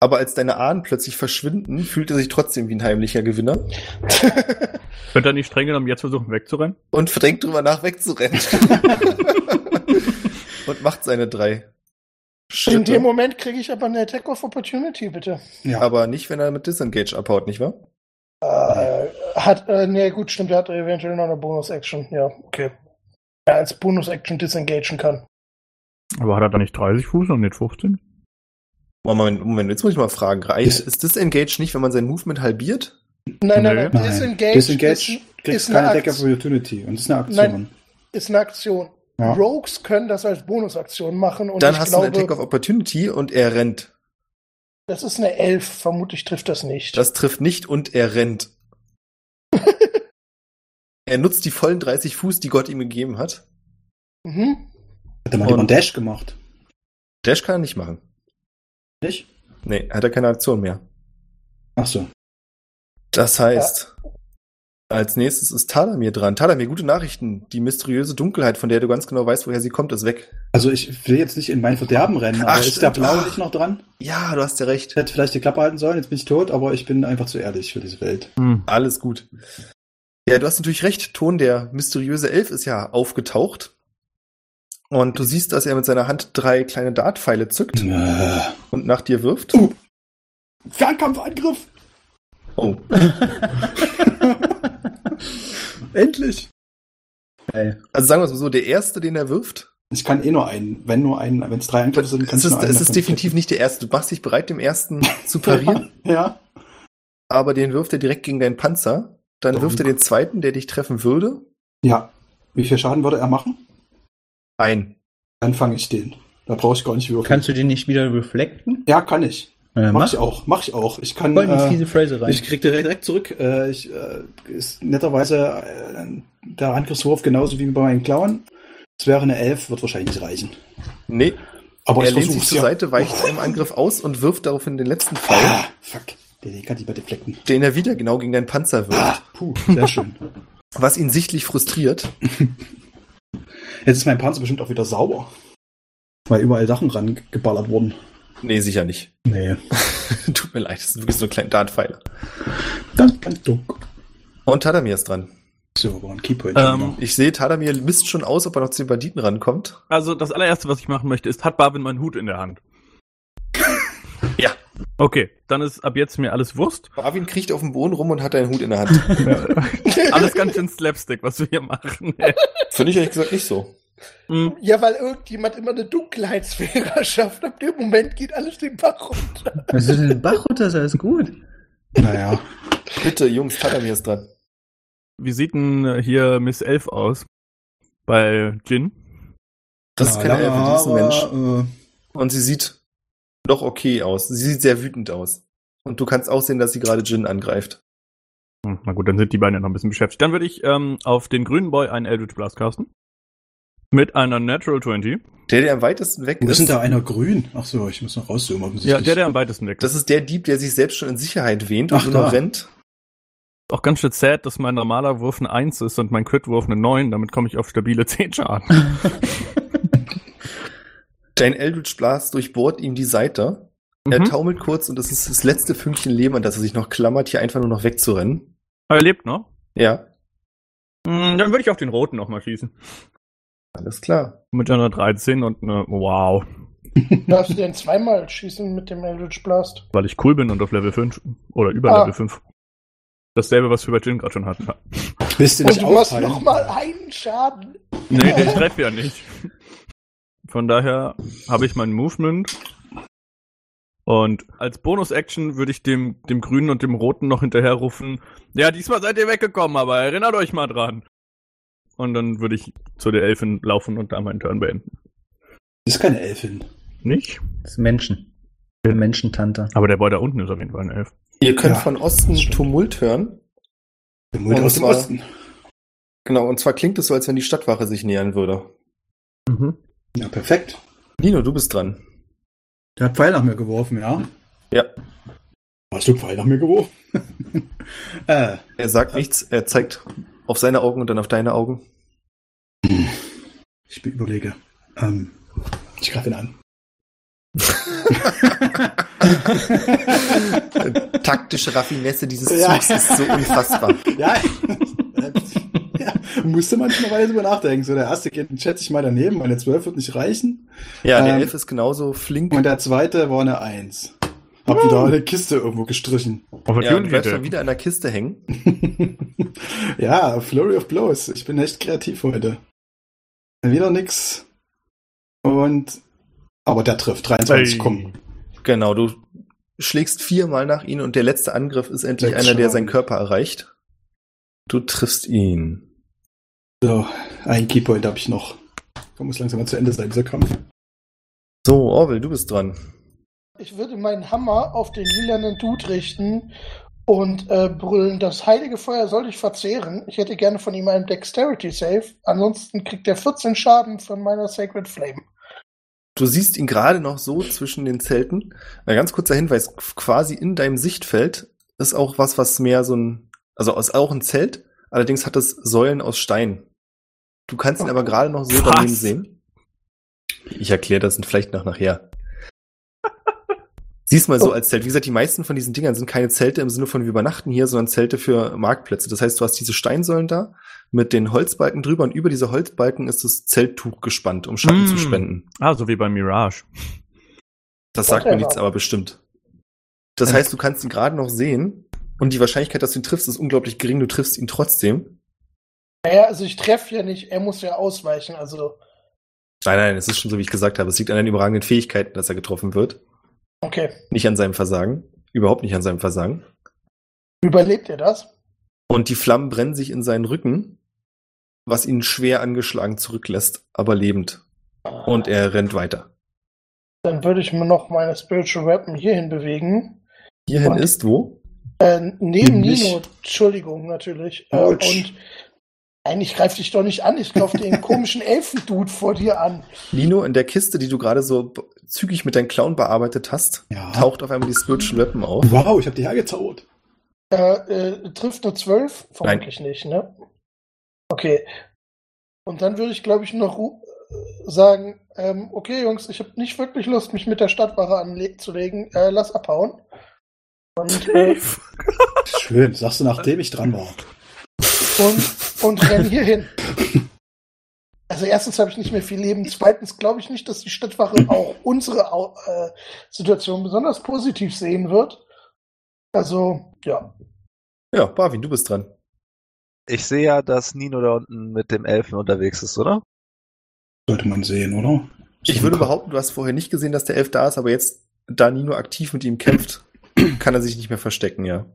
Speaker 2: aber als deine Ahnen plötzlich verschwinden, fühlt er sich trotzdem wie ein heimlicher Gewinner
Speaker 4: Könnt ihr nicht streng genommen jetzt versuchen wegzurennen?
Speaker 2: und verdrängt drüber nach, wegzurennen. und macht seine drei
Speaker 6: In dem
Speaker 2: Schritte.
Speaker 6: Moment kriege ich aber eine Attack of Opportunity, bitte.
Speaker 5: Ja,
Speaker 2: Aber nicht, wenn er mit Disengage abhaut, nicht wahr?
Speaker 6: Äh, hat, äh, nee, gut, stimmt, er hat eventuell noch eine Bonus-Action, ja, okay. Er als Bonus-Action disengagen kann.
Speaker 4: Aber hat er da nicht 30 Fuß und nicht 15?
Speaker 2: Moment, Moment, jetzt muss ich mal fragen. Reicht,
Speaker 5: Ist-
Speaker 2: ist Disengage nicht, wenn man sein Movement halbiert?
Speaker 6: Nein, nein,
Speaker 4: Nö.
Speaker 6: nein, disengage,
Speaker 5: Disengage
Speaker 6: ist
Speaker 5: kriegst
Speaker 6: eine
Speaker 5: keine Attack of
Speaker 6: Aktion.
Speaker 5: Opportunity und das ist eine
Speaker 6: Nein.
Speaker 5: Aktion.
Speaker 6: ist, ist eine Aktion.
Speaker 5: Ja.
Speaker 6: Rogues können das als Bonusaktion machen und
Speaker 2: Dann
Speaker 6: ich
Speaker 2: hast du einen
Speaker 6: glaube,
Speaker 2: Attack of Opportunity und er rennt.
Speaker 6: das ist eine Elf, vermutlich trifft das nicht.
Speaker 2: Das trifft nicht und er rennt. er nutzt die vollen 30 Fuß, die Gott ihm gegeben hat.
Speaker 6: mhm.
Speaker 5: Hat er mal einen
Speaker 2: Und-
Speaker 5: Dash gemacht?
Speaker 2: Dash kann er nicht machen.
Speaker 5: Nicht?
Speaker 2: Nee, hat er keine Aktion mehr.
Speaker 5: Ach so.
Speaker 2: Das heißt, als nächstes ist Talamir dran. Talamir, gute Nachrichten. Die mysteriöse Dunkelheit, von der du ganz genau weißt, woher sie kommt, ist weg.
Speaker 5: Also ich will jetzt nicht in mein Verderben rennen, aber
Speaker 2: Ach,
Speaker 5: ist der
Speaker 2: stimmt.
Speaker 5: Blaue
Speaker 2: Ach.
Speaker 5: nicht noch dran?
Speaker 2: Ja, du hast ja
Speaker 5: Ich
Speaker 2: recht.
Speaker 5: hätte vielleicht die Klappe halten sollen, jetzt bin ich tot, aber ich bin einfach zu ehrlich für diese Welt.
Speaker 4: Hm.
Speaker 2: Alles gut. Ja, du hast natürlich recht. Ton, der mysteriöse Elf ist ja aufgetaucht. Und du siehst, dass er mit seiner Hand drei kleine Dartpfeile zückt
Speaker 5: Äh,
Speaker 2: und nach dir wirft.
Speaker 5: Fernkampfangriff!
Speaker 2: Oh,
Speaker 5: Endlich!
Speaker 2: Also sagen wir es mal so, der erste, den er wirft,
Speaker 5: Ich kann eh nur einen, wenn nur einen, wenn es drei Angriffe sind, kann
Speaker 2: es
Speaker 5: ich
Speaker 2: ist,
Speaker 5: nur einen.
Speaker 2: es ist
Speaker 5: davon
Speaker 2: definitiv nicht der erste. Du machst dich bereit, dem ersten zu parieren,
Speaker 5: treffen. Ja.
Speaker 2: aber den wirft er direkt gegen deinen Panzer. Dann
Speaker 4: Oh.
Speaker 2: wirft er den zweiten, der dich treffen würde,
Speaker 5: Ja. Wie viel Schaden würde er machen?
Speaker 2: ein.
Speaker 5: Dann fange ich den. Da brauche ich gar nicht würfeln.
Speaker 3: Kannst du den nicht wieder reflekten?
Speaker 5: ja, kann ich.
Speaker 3: Äh,
Speaker 5: Mach ich auch, mach ich auch. Ich kann.
Speaker 3: Voll in die
Speaker 5: äh,
Speaker 3: fiese Phrase rein.
Speaker 5: Ich krieg direkt, direkt zurück. Äh, ich, äh, ist netterweise äh, der Angriffswurf genauso wie bei meinen Klauen. Es wäre eine 11, wird wahrscheinlich nicht reichen.
Speaker 2: Nee,
Speaker 5: Aber
Speaker 2: er
Speaker 5: ich
Speaker 2: lehnt sich
Speaker 5: versuch's
Speaker 2: zur
Speaker 5: ja.
Speaker 2: Seite, weicht einem Angriff aus und wirft daraufhin den letzten Pfeil,
Speaker 5: Ah, fuck. Der Leg hat die bei deflekten.
Speaker 2: den er wieder genau gegen deinen Panzer
Speaker 5: Ah,
Speaker 2: wirft,
Speaker 5: puh, sehr schön.
Speaker 2: was ihn sichtlich frustriert.
Speaker 5: Jetzt ist mein Panzer bestimmt auch wieder sauber. Weil überall Sachen rangeballert wurden.
Speaker 2: Nee, sicher nicht.
Speaker 5: Nee.
Speaker 2: Tut mir leid, das sind wirklich so kleine Dartpfeile.
Speaker 5: Das ganz duck.
Speaker 2: Und Tadamir ist dran.
Speaker 5: So, war ein Keypoint.
Speaker 4: Ähm,
Speaker 2: Ich sehe, Tadamir misst schon aus, ob er noch zu den Banditen rankommt.
Speaker 4: Also das allererste, was ich machen möchte, ist, hat Barwin meinen Hut in der Hand?
Speaker 2: Ja.
Speaker 4: Okay, dann ist ab jetzt mir alles Wurst.
Speaker 2: Marvin kriecht auf dem Boden rum und hat einen Hut in der Hand.
Speaker 4: Alles ganz schön Slapstick, was wir hier machen.
Speaker 2: Finde ich ehrlich gesagt nicht so.
Speaker 4: Hm,
Speaker 6: Ja, weil irgendjemand immer eine Dunkelheitssphäre schafft. Ab dem Moment geht alles den Bach runter.
Speaker 3: Was ist denn Bach runter? Ist alles gut.
Speaker 5: Naja,
Speaker 2: Bitte, Jungs, Tadamir ist dran.
Speaker 4: Wie sieht denn äh, hier Miss Elf aus? Bei Jin?
Speaker 2: Das ist
Speaker 5: Ja,
Speaker 2: keine
Speaker 5: lange
Speaker 2: Elfe, die ist ein Mensch.
Speaker 5: Haare, Äh,
Speaker 2: Und sie sieht doch okay aus. Sie sieht sehr wütend aus. Und du kannst auch sehen, dass sie gerade Jin angreift.
Speaker 4: Hm, Na gut, dann sind die beiden ja noch ein bisschen beschäftigt. Dann würde ich ähm, auf den grünen Boy einen Eldritch Blast casten. Mit einer Natural 20.
Speaker 2: Der, der am weitesten weg
Speaker 5: wo ist denn
Speaker 2: ist,
Speaker 5: da einer grün? Ach so, ich muss noch rauszoomen.
Speaker 4: Ja,
Speaker 5: offensichtlich.
Speaker 4: der, der am weitesten weg ist.
Speaker 2: das ist der Dieb, der sich selbst schon in Sicherheit wähnt und
Speaker 5: Ach,
Speaker 2: nur noch
Speaker 5: da.
Speaker 2: rennt.
Speaker 4: Auch ganz schön sad, dass mein normaler Wurf eine 1 ist und mein Crit-Wurf eine 9. Damit komme ich auf stabile 10 Schaden.
Speaker 2: Dein Eldritch Blast durchbohrt ihm die Seite. Er
Speaker 4: Mhm.
Speaker 2: taumelt kurz und es ist das letzte Fünkchen Leben, an das er sich noch klammert, hier einfach nur noch wegzurennen.
Speaker 4: Aber er lebt noch.
Speaker 2: Ja,
Speaker 4: Hm, Dann würde ich auf den roten nochmal schießen.
Speaker 2: alles klar.
Speaker 4: Mit einer 13 und eine Wow.
Speaker 6: Darfst du denn zweimal schießen mit dem Eldritch Blast?
Speaker 4: Weil ich cool bin und auf Level 5 oder über
Speaker 6: Ah.
Speaker 4: Level 5. Dasselbe, was wir bei Jin gerade schon hatten.
Speaker 5: Willst du
Speaker 6: Und
Speaker 5: nicht
Speaker 6: du machst
Speaker 5: auffallen?
Speaker 6: nochmal einen Schaden.
Speaker 4: Nee, den treff ja nicht. Von daher habe ich mein Movement. Und als Bonus-Action würde ich dem, dem Grünen und dem Roten noch hinterherrufen. Ja, diesmal seid ihr weggekommen, aber erinnert euch mal dran. Und dann würde ich zu der Elfin laufen und da meinen Turn beenden.
Speaker 5: Das ist keine Elfin.
Speaker 4: Nicht?
Speaker 3: Das ist Menschen. Eine Menschentante.
Speaker 4: Aber der Boy da unten ist auf jeden Fall ein Elf.
Speaker 2: Ihr könnt
Speaker 5: Ja,
Speaker 2: von Osten
Speaker 5: das stimmt.
Speaker 2: Tumult hören.
Speaker 5: Der Mut
Speaker 2: Und
Speaker 5: aus dem
Speaker 2: zwar-
Speaker 5: Osten.
Speaker 2: Genau, und zwar klingt es so, als wenn die Stadtwache sich nähern würde.
Speaker 5: Ja, perfekt.
Speaker 2: Nino, du bist dran.
Speaker 5: Der hat Pfeil nach mir geworfen, ja?
Speaker 2: Ja.
Speaker 5: Hast du Pfeil nach mir geworfen? äh,
Speaker 2: Er sagt nichts, er zeigt auf seine Augen und dann auf deine Augen.
Speaker 5: ich überlege. Ähm, ich greife ihn an.
Speaker 2: Taktische Raffinesse dieses
Speaker 5: Ja.
Speaker 2: Zugs ist so unfassbar.
Speaker 5: Ja, ja, musste manchmal weiter drüber nachdenken. So, der erste geht schätze ich mal daneben, meine 12 wird nicht reichen.
Speaker 2: Ja, der
Speaker 5: Ähm,
Speaker 2: Elf ist genauso flink.
Speaker 5: Und der zweite war eine 1. Hab wieder eine Kiste irgendwo gestrichen.
Speaker 2: ja, und
Speaker 4: Opportunity
Speaker 2: bleibst
Speaker 4: Attack.
Speaker 2: dann wieder an der Kiste hängen.
Speaker 5: ja, Flurry of Blows. Ich bin echt kreativ heute. Wieder nix. Und. Aber der trifft. 23,
Speaker 4: Ey.
Speaker 5: komm.
Speaker 2: Genau, du schlägst viermal nach ihm und der letzte Angriff ist endlich
Speaker 5: Sechs
Speaker 2: einer, der
Speaker 5: Schaden.
Speaker 2: seinen Körper erreicht. Du triffst ihn.
Speaker 5: So, ein Keypoint habe ich noch. Komm, muss langsam mal zu Ende sein, dieser Kampf.
Speaker 2: So, Orwell, du bist dran.
Speaker 6: Ich würde meinen Hammer auf den lilanen Dude richten und äh, brüllen, das heilige Feuer soll dich verzehren. Ich hätte gerne von ihm einen Dexterity Save. Ansonsten kriegt er 14 Schaden von meiner Sacred Flame.
Speaker 2: Du siehst ihn gerade noch so zwischen den Zelten. Ein ganz kurzer Hinweis, quasi in deinem Sichtfeld ist auch was, was mehr so ein, also ist auch ein Zelt, allerdings hat es Säulen aus Stein. Du kannst ihn aber gerade noch so
Speaker 4: Oh. Was?
Speaker 2: daneben sehen. Ich erkläre das vielleicht noch nachher. Siehst mal
Speaker 4: Oh.
Speaker 2: so als Zelt. Wie gesagt, die meisten von diesen Dingern sind keine Zelte im Sinne von wir übernachten hier, sondern Zelte für Marktplätze. Das heißt, du hast diese Steinsäulen da mit den Holzbalken drüber und über diese Holzbalken ist das Zelttuch gespannt, um Schatten zu
Speaker 4: Mm.
Speaker 2: spenden.
Speaker 4: Ah, so wie bei Mirage.
Speaker 2: Das sagt mir
Speaker 6: Whatever.
Speaker 2: nichts, aber bestimmt. Das
Speaker 5: Ja.
Speaker 2: heißt, du kannst ihn gerade noch sehen und die Wahrscheinlichkeit, dass du ihn triffst, ist unglaublich gering. Du triffst ihn trotzdem.
Speaker 6: Naja, also ich treffe ja nicht, er muss ja ausweichen. Also,
Speaker 2: Nein, nein, es ist schon so, wie ich gesagt habe. Es liegt an den überragenden Fähigkeiten, dass er getroffen wird.
Speaker 6: okay.
Speaker 2: Nicht an seinem Versagen. Überhaupt nicht an seinem Versagen.
Speaker 6: Überlebt er das?
Speaker 2: Und die Flammen brennen sich in seinen Rücken, was ihn schwer angeschlagen zurücklässt, aber lebend. Und er rennt weiter.
Speaker 6: Dann würde ich mir noch meine Spiritual Weapon hierhin bewegen.
Speaker 2: Hierhin
Speaker 6: Und-
Speaker 2: ist wo?
Speaker 6: Äh, neben
Speaker 5: Nicht.
Speaker 6: Nino, Entschuldigung, natürlich. Äh,
Speaker 5: Autsch.
Speaker 6: und eigentlich greif dich doch nicht an, ich greife den komischen Elfendude vor dir an.
Speaker 2: Lino, in der Kiste, die du gerade so b- zügig mit deinen Clown bearbeitet hast,
Speaker 5: Ja.
Speaker 2: taucht auf einmal die Spiritual Weapon auf.
Speaker 5: Wow, ich habe die hergezaubert.
Speaker 6: Äh, äh, trifft eine 12? Vermutlich nicht, ne? Okay. Und dann würde ich, glaube ich, noch ru- äh, sagen, ähm, okay, Jungs, ich habe nicht wirklich Lust, mich mit der Stadtwache anzulegen. Äh, lass abhauen. Und, äh,
Speaker 5: Schön, sagst du, nachdem ich dran war.
Speaker 6: und, und renn hier hin. Also erstens habe ich nicht mehr viel Leben. Zweitens glaube ich nicht, dass die Stadtwache auch unsere Au- äh, Situation besonders positiv sehen wird. Also, ja.
Speaker 2: Ja, Barwin, du bist dran.
Speaker 7: Ich sehe ja, dass Nino da unten mit dem Elfen unterwegs ist, oder?
Speaker 5: Sollte man sehen, oder?
Speaker 2: Ich würde behaupten, du hast vorher nicht gesehen, dass der Elf da ist, aber jetzt, da Nino aktiv mit ihm kämpft, kann er sich nicht mehr verstecken, ja.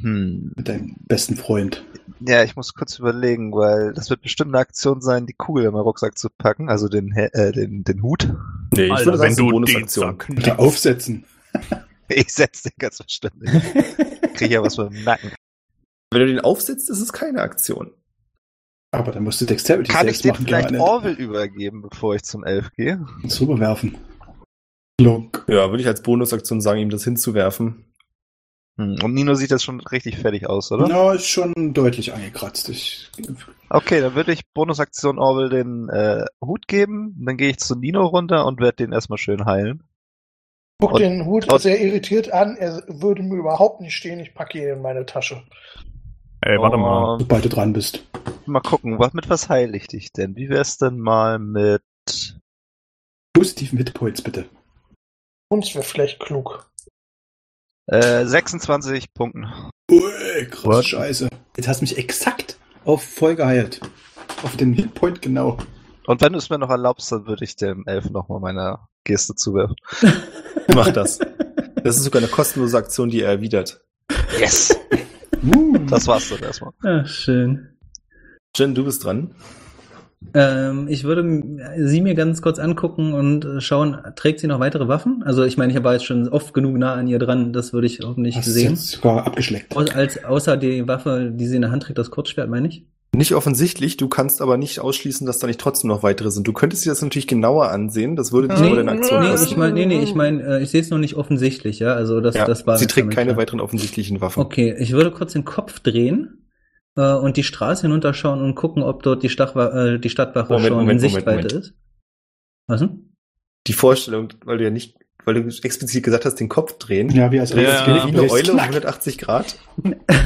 Speaker 7: Hm.
Speaker 5: Mit deinem besten Freund.
Speaker 7: Ja, ich muss kurz überlegen, weil das wird bestimmt eine Aktion sein, die Kugel in meinen Rucksack zu packen, also den, Hä- äh, den, den Hut.
Speaker 2: Nee, ich
Speaker 4: Alter,
Speaker 2: würde sagen, es ist eine
Speaker 4: den
Speaker 2: Bonusaktion.
Speaker 4: zerknickst.
Speaker 5: Bitte aufsetzen.
Speaker 7: Ich setze den ganz bestimmt. nicht. Krieg ja was mit dem Nacken.
Speaker 2: Wenn du den aufsetzt, ist es keine Aktion.
Speaker 5: Aber dann musst du Dexterity
Speaker 7: Kann ich
Speaker 5: selbst
Speaker 7: den
Speaker 5: machen,
Speaker 7: vielleicht
Speaker 5: gerne.
Speaker 7: Orwell übergeben, bevor ich zum Elf gehe?
Speaker 5: Uns rüberwerfen. Look.
Speaker 2: Ja, würde ich als Bonusaktion sagen, ihm das hinzuwerfen.
Speaker 7: Hm. Und Nino sieht das schon richtig fertig aus, oder?
Speaker 5: Na, ist schon deutlich angekratzt. Ich,
Speaker 7: Okay, dann würde ich Bonusaktion Orwell den äh, Hut geben, dann gehe ich zu Nino runter und werde den erstmal schön heilen.
Speaker 6: Guck
Speaker 7: Und-
Speaker 6: den Hut
Speaker 7: und-
Speaker 6: sehr irritiert an. Er würde mir überhaupt nicht stehen. Ich packe ihn in meine Tasche.
Speaker 4: Ey, warte
Speaker 2: Oh.
Speaker 4: mal.
Speaker 7: Und
Speaker 5: sobald du dran bist.
Speaker 7: mal gucken, was, mit was heile ich dich denn? Wie wär's denn mal mit...
Speaker 5: Positiven Hitpoints bitte.
Speaker 6: Uns wäre vielleicht klug.
Speaker 7: Äh, 26 Punkten.
Speaker 5: Ui, krass,
Speaker 4: What?
Speaker 5: scheiße. Jetzt hast du mich exakt auf voll geheilt. Auf den Hitpoint genau.
Speaker 7: Und wenn du es mir noch erlaubst, dann würde ich dem Elfen nochmal meine Geste zuwerfen.
Speaker 2: Mach das. Das ist sogar eine kostenlose Aktion, die er erwidert.
Speaker 7: Yes!
Speaker 5: Uh.
Speaker 7: Das war's dann erstmal.
Speaker 3: Ach, Ah, schön.
Speaker 2: Jen, du bist dran.
Speaker 3: Ähm, ich würde m- sie mir ganz kurz angucken und äh, schauen, trägt sie noch weitere Waffen? Also ich meine, ich war jetzt schon oft genug nah an ihr dran, das würde ich hoffentlich
Speaker 5: Hast du
Speaker 3: sehen.
Speaker 5: jetzt sogar abgeschleckt.
Speaker 3: Au- Als, außer die Waffe, die sie in der Hand trägt, das Kurzschwert, meine ich.
Speaker 2: Nicht offensichtlich, du kannst aber nicht ausschließen, dass da nicht trotzdem noch weitere sind. Du könntest dir das natürlich genauer ansehen, das würde dich
Speaker 3: Nee,
Speaker 2: über deine Aktion
Speaker 3: Ah. Nee,
Speaker 2: lassen.
Speaker 3: ich meine, nee, nee, ich meine, äh, ich sehe es noch nicht offensichtlich, ja. Also das,
Speaker 2: ja,
Speaker 3: das war
Speaker 2: sie
Speaker 3: jetzt
Speaker 2: trägt
Speaker 3: damit
Speaker 2: keine
Speaker 3: klar.
Speaker 2: weiteren offensichtlichen Waffen.
Speaker 3: Okay, ich würde kurz den Kopf drehen äh, und die Straße hinunterschauen und gucken, ob dort die, Stachwa äh, die Stadtwache
Speaker 2: Moment,
Speaker 3: schon
Speaker 2: Moment,
Speaker 3: in
Speaker 2: Moment,
Speaker 3: Sichtweite
Speaker 2: Moment.
Speaker 3: ist. Was denn?
Speaker 2: Die Vorstellung, weil du ja nicht, weil du explizit gesagt hast, den Kopf drehen,
Speaker 5: Ja, wie als
Speaker 2: dreht
Speaker 4: Ja.
Speaker 2: das Genick wie eine
Speaker 5: Rechts-
Speaker 2: Eule um
Speaker 5: Knack.
Speaker 2: 180 Grad,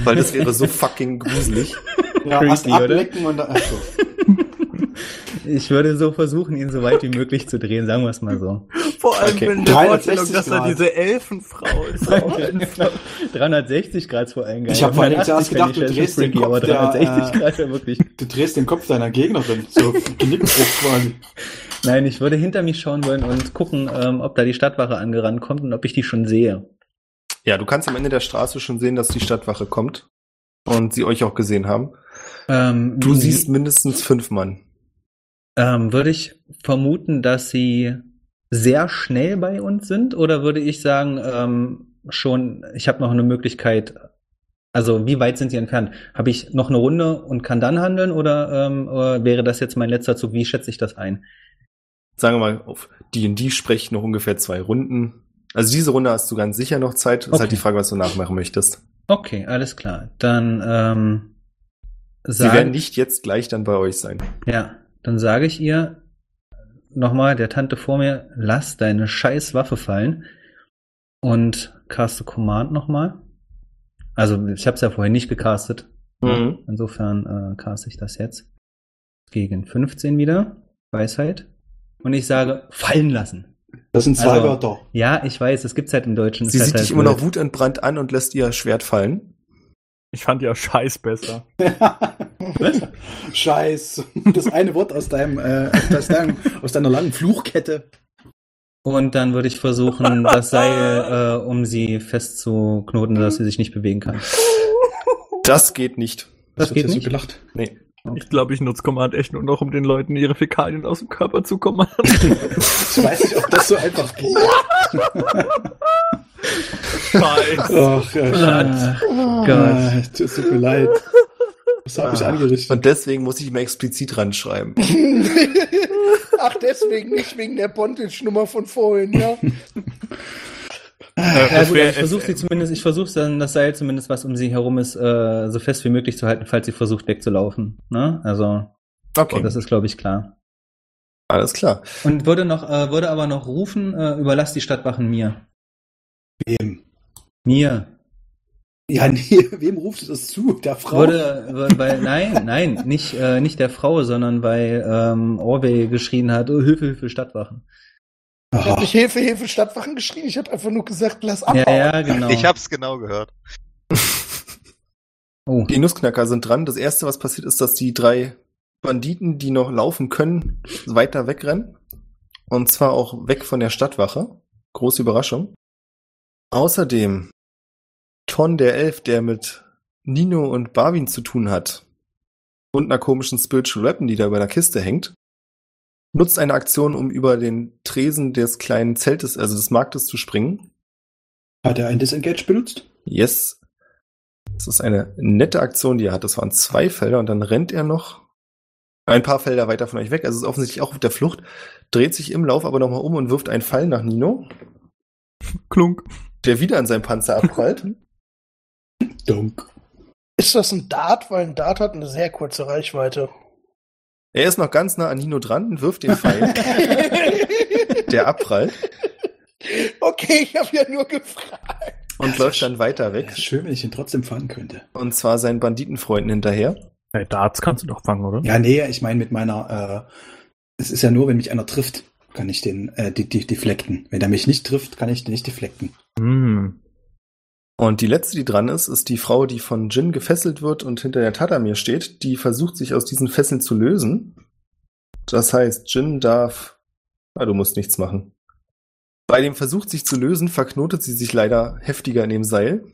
Speaker 2: weil das wäre so fucking gruselig.
Speaker 5: Ja,
Speaker 3: Creepy,
Speaker 5: erst
Speaker 3: oder?
Speaker 5: ablecken und dann. Achso.
Speaker 3: Ich würde so versuchen, ihn so weit wie möglich zu drehen, sagen wir es mal so.
Speaker 8: Vor allem
Speaker 2: Okay.
Speaker 8: wenn die
Speaker 5: 360
Speaker 8: Vorstellung, dass da
Speaker 5: Grad.
Speaker 8: diese Elfenfrau ist.
Speaker 3: Genau. 360 Grad vor allem geil.
Speaker 5: Ich hab vor allem
Speaker 3: 180 fände
Speaker 5: zuerst
Speaker 3: ich halt
Speaker 5: gedacht, du
Speaker 3: schon
Speaker 5: drehst den
Speaker 3: freaky,
Speaker 5: Kopf
Speaker 3: aber
Speaker 5: der,
Speaker 3: 360
Speaker 5: äh,
Speaker 3: Grad ja wirklich.
Speaker 5: Du drehst den Kopf deiner Gegnerin. So Genickbruch quasi.
Speaker 3: Nein, ich würde hinter mich schauen wollen und gucken, ähm, ob da die Stadtwache angerannt kommt und ob ich die schon sehe.
Speaker 2: Ja, du kannst am Ende der Straße schon sehen, dass die Stadtwache kommt und sie euch auch gesehen haben.
Speaker 3: Ähm,
Speaker 2: Du
Speaker 3: wie-
Speaker 2: siehst mindestens fünf Mann.
Speaker 3: Ähm, würde ich vermuten, dass sie sehr schnell bei uns sind oder würde ich sagen, ähm, schon, ich habe noch eine Möglichkeit, also wie weit sind sie entfernt? Habe ich noch eine Runde und kann dann handeln oder ähm, äh, wäre das jetzt mein letzter Zug? Wie schätze ich das ein?
Speaker 2: Sagen wir mal, auf D&D sprechen noch ungefähr zwei Runden. Also diese Runde hast du ganz sicher noch Zeit. Ist
Speaker 3: Okay.
Speaker 2: halt die Frage, was du nachmachen möchtest.
Speaker 3: Okay, alles klar. Dann ähm,
Speaker 2: Sie werden
Speaker 3: sage
Speaker 2: nicht jetzt gleich dann bei euch sein.
Speaker 3: ja, dann sage ich ihr nochmal der Tante vor mir, lass deine scheiß Waffe fallen und caste Command nochmal. Also ich habe es ja vorher nicht gecastet.
Speaker 2: Mhm.
Speaker 3: Insofern äh, caste ich das jetzt. Gegen 15 wieder. Weisheit. Und ich sage, fallen lassen.
Speaker 5: Das sind zwei
Speaker 3: Also-
Speaker 5: Wörter.
Speaker 3: Ja, ich weiß, es gibt's halt im Deutschen.
Speaker 2: Sie
Speaker 3: ist
Speaker 2: sieht
Speaker 3: halt
Speaker 2: dich immer noch
Speaker 3: blöd.
Speaker 2: wutentbrannt an und lässt ihr Schwert fallen.
Speaker 4: Ich fand ja Scheiß besser.
Speaker 5: Scheiß. Das eine Wort aus deinem, äh, aus, deinem aus deiner langen Fluchkette.
Speaker 3: Und dann würde ich versuchen, das Seil, äh, um sie festzuknoten, dass sie sich nicht bewegen kann.
Speaker 2: Das geht nicht.
Speaker 3: Das
Speaker 5: wird
Speaker 3: geht
Speaker 5: ja so
Speaker 3: nicht?
Speaker 5: gelacht.
Speaker 2: Nee.
Speaker 3: Okay.
Speaker 4: Ich glaube, ich nutze Command echt nur noch, um den Leuten ihre Fäkalien aus dem Körper zu kommandieren.
Speaker 5: Ich weiß nicht, ob das so einfach geht.
Speaker 4: Scheiß.
Speaker 5: Ach, ja, Schatz.
Speaker 3: Ah, Gott. Ah.
Speaker 5: Ah, tut tut mir leid. Was habe ich angerichtet?
Speaker 2: Und deswegen muss ich mir explizit ranschreiben.
Speaker 6: Ach, deswegen nicht wegen der Bondage-Nummer von vorhin, ja?
Speaker 3: Ja,
Speaker 4: also
Speaker 3: gut, also ich versuche sie zumindest, ich versuche dann das Seil zumindest, was um sie herum ist, äh, so fest wie möglich zu halten, falls sie versucht wegzulaufen. Ne? Also,
Speaker 2: Okay,
Speaker 3: das ist, glaube ich, klar.
Speaker 2: alles klar.
Speaker 3: Und würde noch, äh, würde aber noch rufen, äh, überlass die Stadtwachen mir.
Speaker 5: Wem?
Speaker 3: Mir.
Speaker 5: Ähm, Ja, nee, wem ruft das zu? Der Frau?
Speaker 3: Wurde, weil, nein, nein, nicht, äh, nicht der Frau, sondern weil ähm, Orwell geschrien hat, oh, Hilfe, Hilfe, Stadtwachen.
Speaker 6: Ich
Speaker 5: Aha.
Speaker 6: habe nicht Hilfe, Hilfe, Stadtwachen geschrien. Ich habe einfach nur gesagt, lass abbauen.
Speaker 3: Ja, ja, genau.
Speaker 7: Ich hab's genau gehört.
Speaker 3: oh,
Speaker 2: Die Nussknacker sind dran. Das erste, was passiert, ist, dass die drei Banditen, die noch laufen können, weiter wegrennen. Und zwar auch weg von der Stadtwache. Große Überraschung. Außerdem Ton der Elf, der mit Nino und Barwin zu tun hat und einer komischen Spiritual Weapon, die da über der Kiste hängt, nutzt eine Aktion, um über den Tresen des kleinen Zeltes, also des Marktes zu springen
Speaker 5: Hat er ein Disengage benutzt?
Speaker 2: Yes. Das ist eine nette Aktion, die er hat. Das waren zwei Felder und dann rennt er noch ein paar Felder weiter von euch weg. Also ist offensichtlich auch auf der Flucht, dreht sich im Lauf aber nochmal um und wirft einen Pfeil nach Nino,
Speaker 4: Klunk.
Speaker 2: der wieder an seinem Panzer abprallt.
Speaker 5: Dunk.
Speaker 6: Ist das ein Dart? Weil ein Dart hat eine sehr kurze Reichweite.
Speaker 2: er ist noch ganz nah an Nino dran, wirft den Pfeil, der abprallt
Speaker 6: okay, ich habe ja nur gefragt.
Speaker 2: und läuft dann weiter
Speaker 5: Ja,
Speaker 2: weg.
Speaker 5: schön, wenn ich ihn trotzdem fahren könnte.
Speaker 2: Und zwar seinen Banditenfreunden hinterher.
Speaker 4: Hey, Darts kannst du doch fangen, oder?
Speaker 5: Ja, nee, ich meine mit meiner, äh, es ist ja nur, wenn mich einer trifft, kann ich den, äh, die, die, deflekten. Wenn er mich nicht trifft, kann ich den nicht deflekten.
Speaker 4: Hm.
Speaker 2: Und die letzte, die dran ist, ist die Frau, die von Jin gefesselt wird und hinter der Tadamir steht. Die versucht, sich aus diesen Fesseln zu lösen. Das heißt, Jin darf. Ah, du musst nichts machen. Bei dem Versuch, sich zu lösen, verknotet sie sich leider heftiger in dem Seil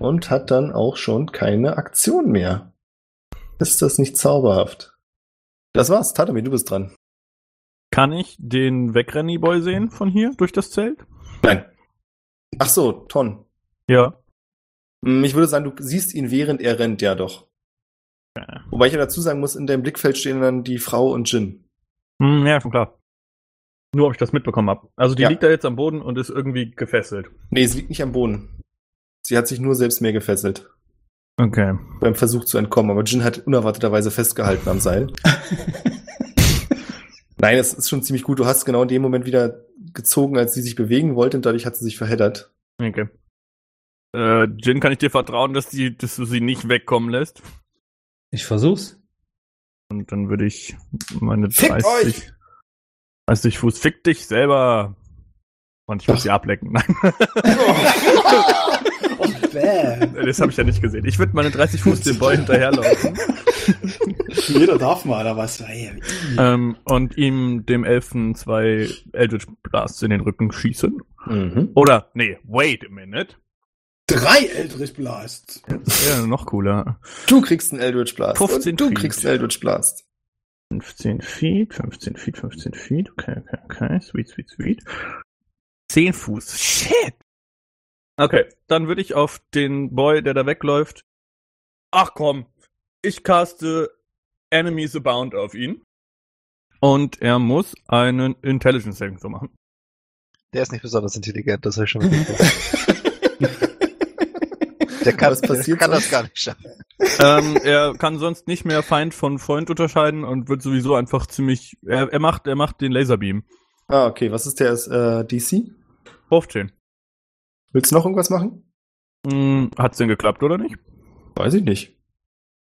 Speaker 2: und hat dann auch schon keine Aktion mehr. Ist das nicht zauberhaft? Das war's. Tadamir, du bist dran.
Speaker 4: Kann ich den Wegrenny-Boy sehen von hier, durch das Zelt?
Speaker 2: Nein. Ach so, Ton.
Speaker 4: Ja.
Speaker 2: Hm, Ich würde sagen, du siehst ihn, während er rennt, ja doch. Wobei ich ja dazu sagen muss, in deinem Blickfeld stehen dann die Frau und Jin.
Speaker 4: Hm, ja, schon klar. Nur, ob ich das mitbekommen hab. Also, die
Speaker 2: Ja.
Speaker 4: liegt da jetzt am Boden und ist irgendwie gefesselt.
Speaker 2: Nee, sie liegt nicht am Boden. Sie hat sich nur selbst mehr gefesselt.
Speaker 4: Okay.
Speaker 2: Beim Versuch zu entkommen, aber Jin hat unerwarteterweise festgehalten am Seil. Nein, es ist schon ziemlich gut. Du hast genau in dem Moment wieder gezogen, als sie sich bewegen wollte und dadurch hat sie sich verheddert.
Speaker 4: Okay. Äh, Jin, kann ich dir vertrauen, dass, die, dass du sie nicht wegkommen lässt?
Speaker 3: ich versuch's.
Speaker 4: Und dann würde ich meine
Speaker 6: Fickt
Speaker 4: 30, 30 Fuß, fick dich selber. Und ich muss sie ablecken. Nein,
Speaker 5: Bäh.
Speaker 4: das habe ich ja nicht gesehen. Ich würde meine 30 Fuß dem Boy hinterherlaufen
Speaker 5: Jeder darf mal, oder was? Ey,
Speaker 4: ähm, und ihm, dem Elfen, zwei Eldritch Blasts in den Rücken schießen.
Speaker 2: Mhm.
Speaker 4: Oder, nee, wait a minute.
Speaker 5: Drei Eldritch Blasts.
Speaker 4: Das wäre noch cooler.
Speaker 2: Du kriegst einen Eldritch Blast.
Speaker 4: 15
Speaker 2: und du
Speaker 4: Feet.
Speaker 2: kriegst einen Eldritch Blast.
Speaker 4: 15 Feet, 15 Feet, 15 Feet. Okay, okay, okay. Sweet, sweet, sweet. 10 Fuß. Shit. Okay, dann würde ich auf den Boy, der da wegläuft. Ach komm, ich caste Enemies Abound auf ihn. Und er muss einen Intelligence Saving Throw machen.
Speaker 7: Der ist nicht besonders intelligent, das habe ich schon mitbekommen. Der kann,
Speaker 2: Was passiert
Speaker 7: kann das
Speaker 2: sonst?
Speaker 7: gar nicht schaffen.
Speaker 4: ähm, er kann sonst nicht mehr Feind von Freund unterscheiden und wird sowieso einfach ziemlich. Er, er macht, er macht den Laserbeam.
Speaker 2: Ah, okay. Was ist der ist, äh, DC?
Speaker 4: 15.
Speaker 2: Willst du noch irgendwas machen?
Speaker 4: Hm, hat's denn geklappt oder nicht?
Speaker 2: Weiß ich nicht. Genau,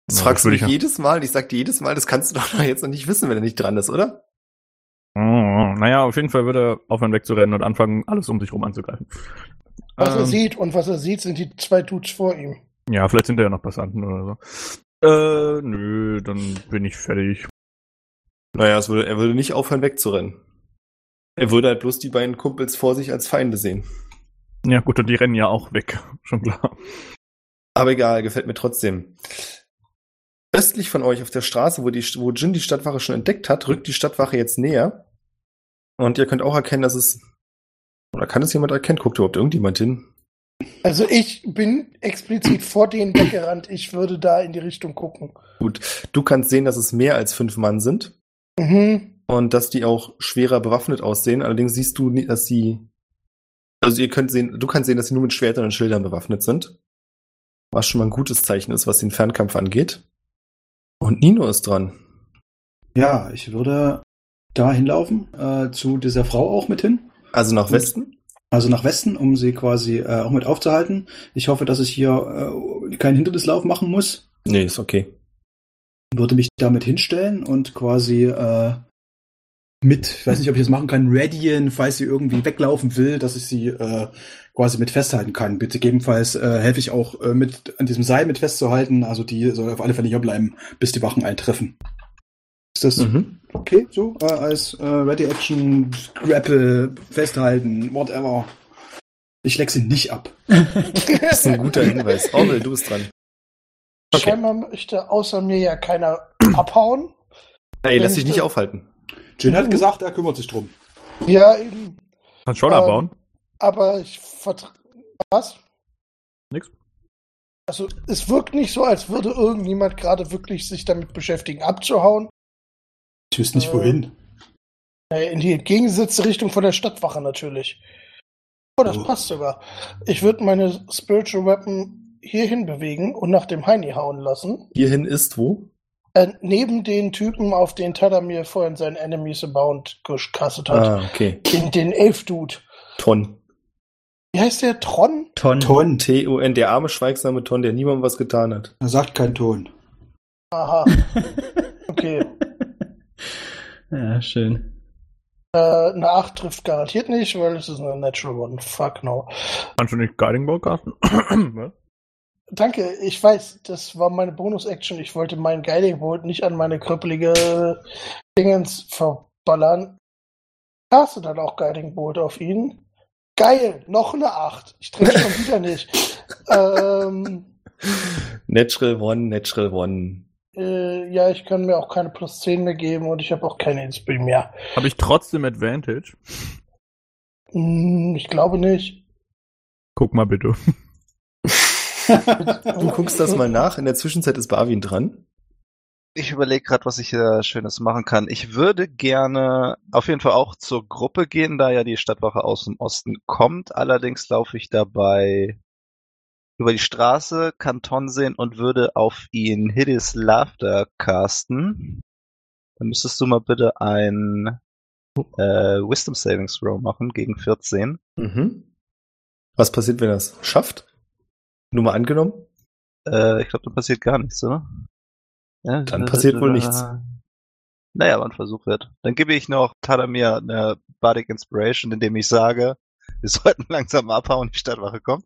Speaker 2: Das
Speaker 4: Na,
Speaker 2: fragst
Speaker 4: das
Speaker 2: du
Speaker 4: würd
Speaker 2: mich
Speaker 4: ich ja-
Speaker 2: jedes Mal. Ich sag dir jedes Mal, das kannst du doch jetzt noch nicht wissen, wenn er nicht dran ist, oder?
Speaker 4: Mm, Naja, auf jeden Fall wird er aufhören wegzurennen und anfangen, alles um sich rum anzugreifen.
Speaker 6: Was er
Speaker 4: Ähm,
Speaker 6: sieht und was er sieht, sind die zwei Dudes vor ihm.
Speaker 4: Ja, vielleicht sind da ja noch Passanten oder so. Äh, nö, dann bin ich fertig.
Speaker 2: Naja, es würde, er würde nicht aufhören wegzurennen. Er würde halt bloß die beiden Kumpels vor sich als Feinde sehen.
Speaker 4: Ja gut, und die rennen ja auch weg, schon klar.
Speaker 2: Aber egal, gefällt mir trotzdem. Östlich von euch auf der Straße, wo, die, wo Jin die Stadtwache schon entdeckt hat, rückt die Stadtwache jetzt näher. Und ihr könnt auch erkennen, dass es. Oder kann es jemand erkennen? Guckt überhaupt irgendjemand hin?
Speaker 6: Also ich bin explizit vor denen weggerannt. Ich würde da in die Richtung gucken.
Speaker 2: Du kannst sehen, dass es mehr als fünf Mann sind
Speaker 6: Mhm.
Speaker 2: und dass die auch schwerer bewaffnet aussehen. Allerdings siehst du, nie, dass sie. Also ihr könnt sehen, du kannst sehen, dass sie nur mit Schwertern und Schildern bewaffnet sind. Was schon mal ein gutes Zeichen ist, was den Fernkampf angeht. Und Nino ist dran.
Speaker 5: Ja, ich würde da hinlaufen, äh, zu dieser Frau auch mit hin.
Speaker 2: Also nach
Speaker 5: Und-
Speaker 2: Westen.
Speaker 5: Also nach Westen, um sie quasi äh, auch mit aufzuhalten. Ich hoffe, dass ich hier äh, keinen Hindernislauf machen muss.
Speaker 2: Nee, ist okay.
Speaker 5: Würde mich damit hinstellen und quasi äh, mit, ich weiß nicht, ob ich das machen kann, Radian, falls sie irgendwie weglaufen will, dass ich sie äh, quasi mit festhalten kann. Bitte gegebenenfalls äh, helfe ich auch äh, mit an diesem Seil mit festzuhalten. Also die soll auf alle Fälle hier bleiben, bis die Wachen eintreffen. Ist das
Speaker 2: Mhm.
Speaker 5: okay so? Äh, als äh, Ready Action, Grapple, festhalten, whatever. Ich leck sie nicht ab.
Speaker 2: Das ist ein guter Hinweis. Orwell, du bist dran.
Speaker 6: Scheinbar möchte außer mir ja keiner abhauen.
Speaker 2: Ey, lass dich nicht aufhalten.
Speaker 5: Jin hat gesagt, er kümmert sich drum.
Speaker 6: Ja, eben.
Speaker 4: Kannst schon
Speaker 6: Ähm,
Speaker 4: abbauen.
Speaker 6: Aber ich vertraue. Was?
Speaker 4: Nix.
Speaker 6: Also, es wirkt nicht so, als würde irgendjemand gerade wirklich sich damit beschäftigen, abzuhauen.
Speaker 5: Ich wüsste nicht
Speaker 6: Äh.
Speaker 5: wohin.
Speaker 6: Äh, In die entgegengesetzte Richtung von der Stadtwache natürlich. Oh, das
Speaker 5: Oh.
Speaker 6: passt sogar. Ich würde meine Spiritual Weapon hierhin bewegen und nach dem Heini hauen lassen.
Speaker 2: Hierhin ist wo?
Speaker 6: Äh, neben den Typen, auf den Tada mir vorhin seinen Enemies Abound gecastet hat.
Speaker 2: Ah, okay.
Speaker 6: Den, den Elf-Dude.
Speaker 2: Ton.
Speaker 6: Wie heißt der? Tron?
Speaker 3: Ton.
Speaker 5: Ton.
Speaker 2: T-O-N, der arme, schweigsame Ton, der niemandem was getan hat.
Speaker 5: Er sagt keinen Ton.
Speaker 6: Aha. Okay.
Speaker 3: ja, schön.
Speaker 6: Äh, eine 8 trifft garantiert nicht, weil es ist eine Natural One. Fuck no.
Speaker 4: Kannst du nicht Guiding Ball casten? Was?
Speaker 6: Danke, ich weiß, das war meine Bonus-Action. Ich wollte meinen Guiding Bolt nicht an meine krüppelige Dingens verballern. Hast du dann auch Guiding Bolt auf ihn? Geil, noch eine 8. Ich treffe schon wieder nicht. Ähm,
Speaker 2: Natural One, Natural One.
Speaker 6: äh, ja, ich kann mir auch keine plus 10 mehr geben und ich habe auch keine Inspiration mehr.
Speaker 4: Habe ich trotzdem Advantage?
Speaker 6: Hm, ich glaube nicht.
Speaker 4: Guck mal bitte.
Speaker 2: Du guckst das mal nach. In der Zwischenzeit ist Barwin dran.
Speaker 7: Ich überlege gerade, was ich hier Schönes machen kann. Ich würde gerne auf jeden Fall auch zur Gruppe gehen, da ja die Stadtwache aus dem Osten kommt. Allerdings laufe ich dabei über die Straße, kann Ton sehen und würde auf ihn Hideous Laughter casten. Dann müsstest du mal bitte ein äh, Wisdom Savings Row machen gegen 14.
Speaker 2: Mhm. Was passiert, wenn er es schafft? Nur mal angenommen.
Speaker 7: Äh, ich glaube, dann passiert gar nichts, oder? Ja,
Speaker 2: Dann passiert wohl nichts.
Speaker 7: Naja, aber ein Versuch wird. Dann gebe ich noch Tadamir eine Bardic Inspiration, indem ich sage, wir sollten langsam abhauen, die Stadtwache kommt.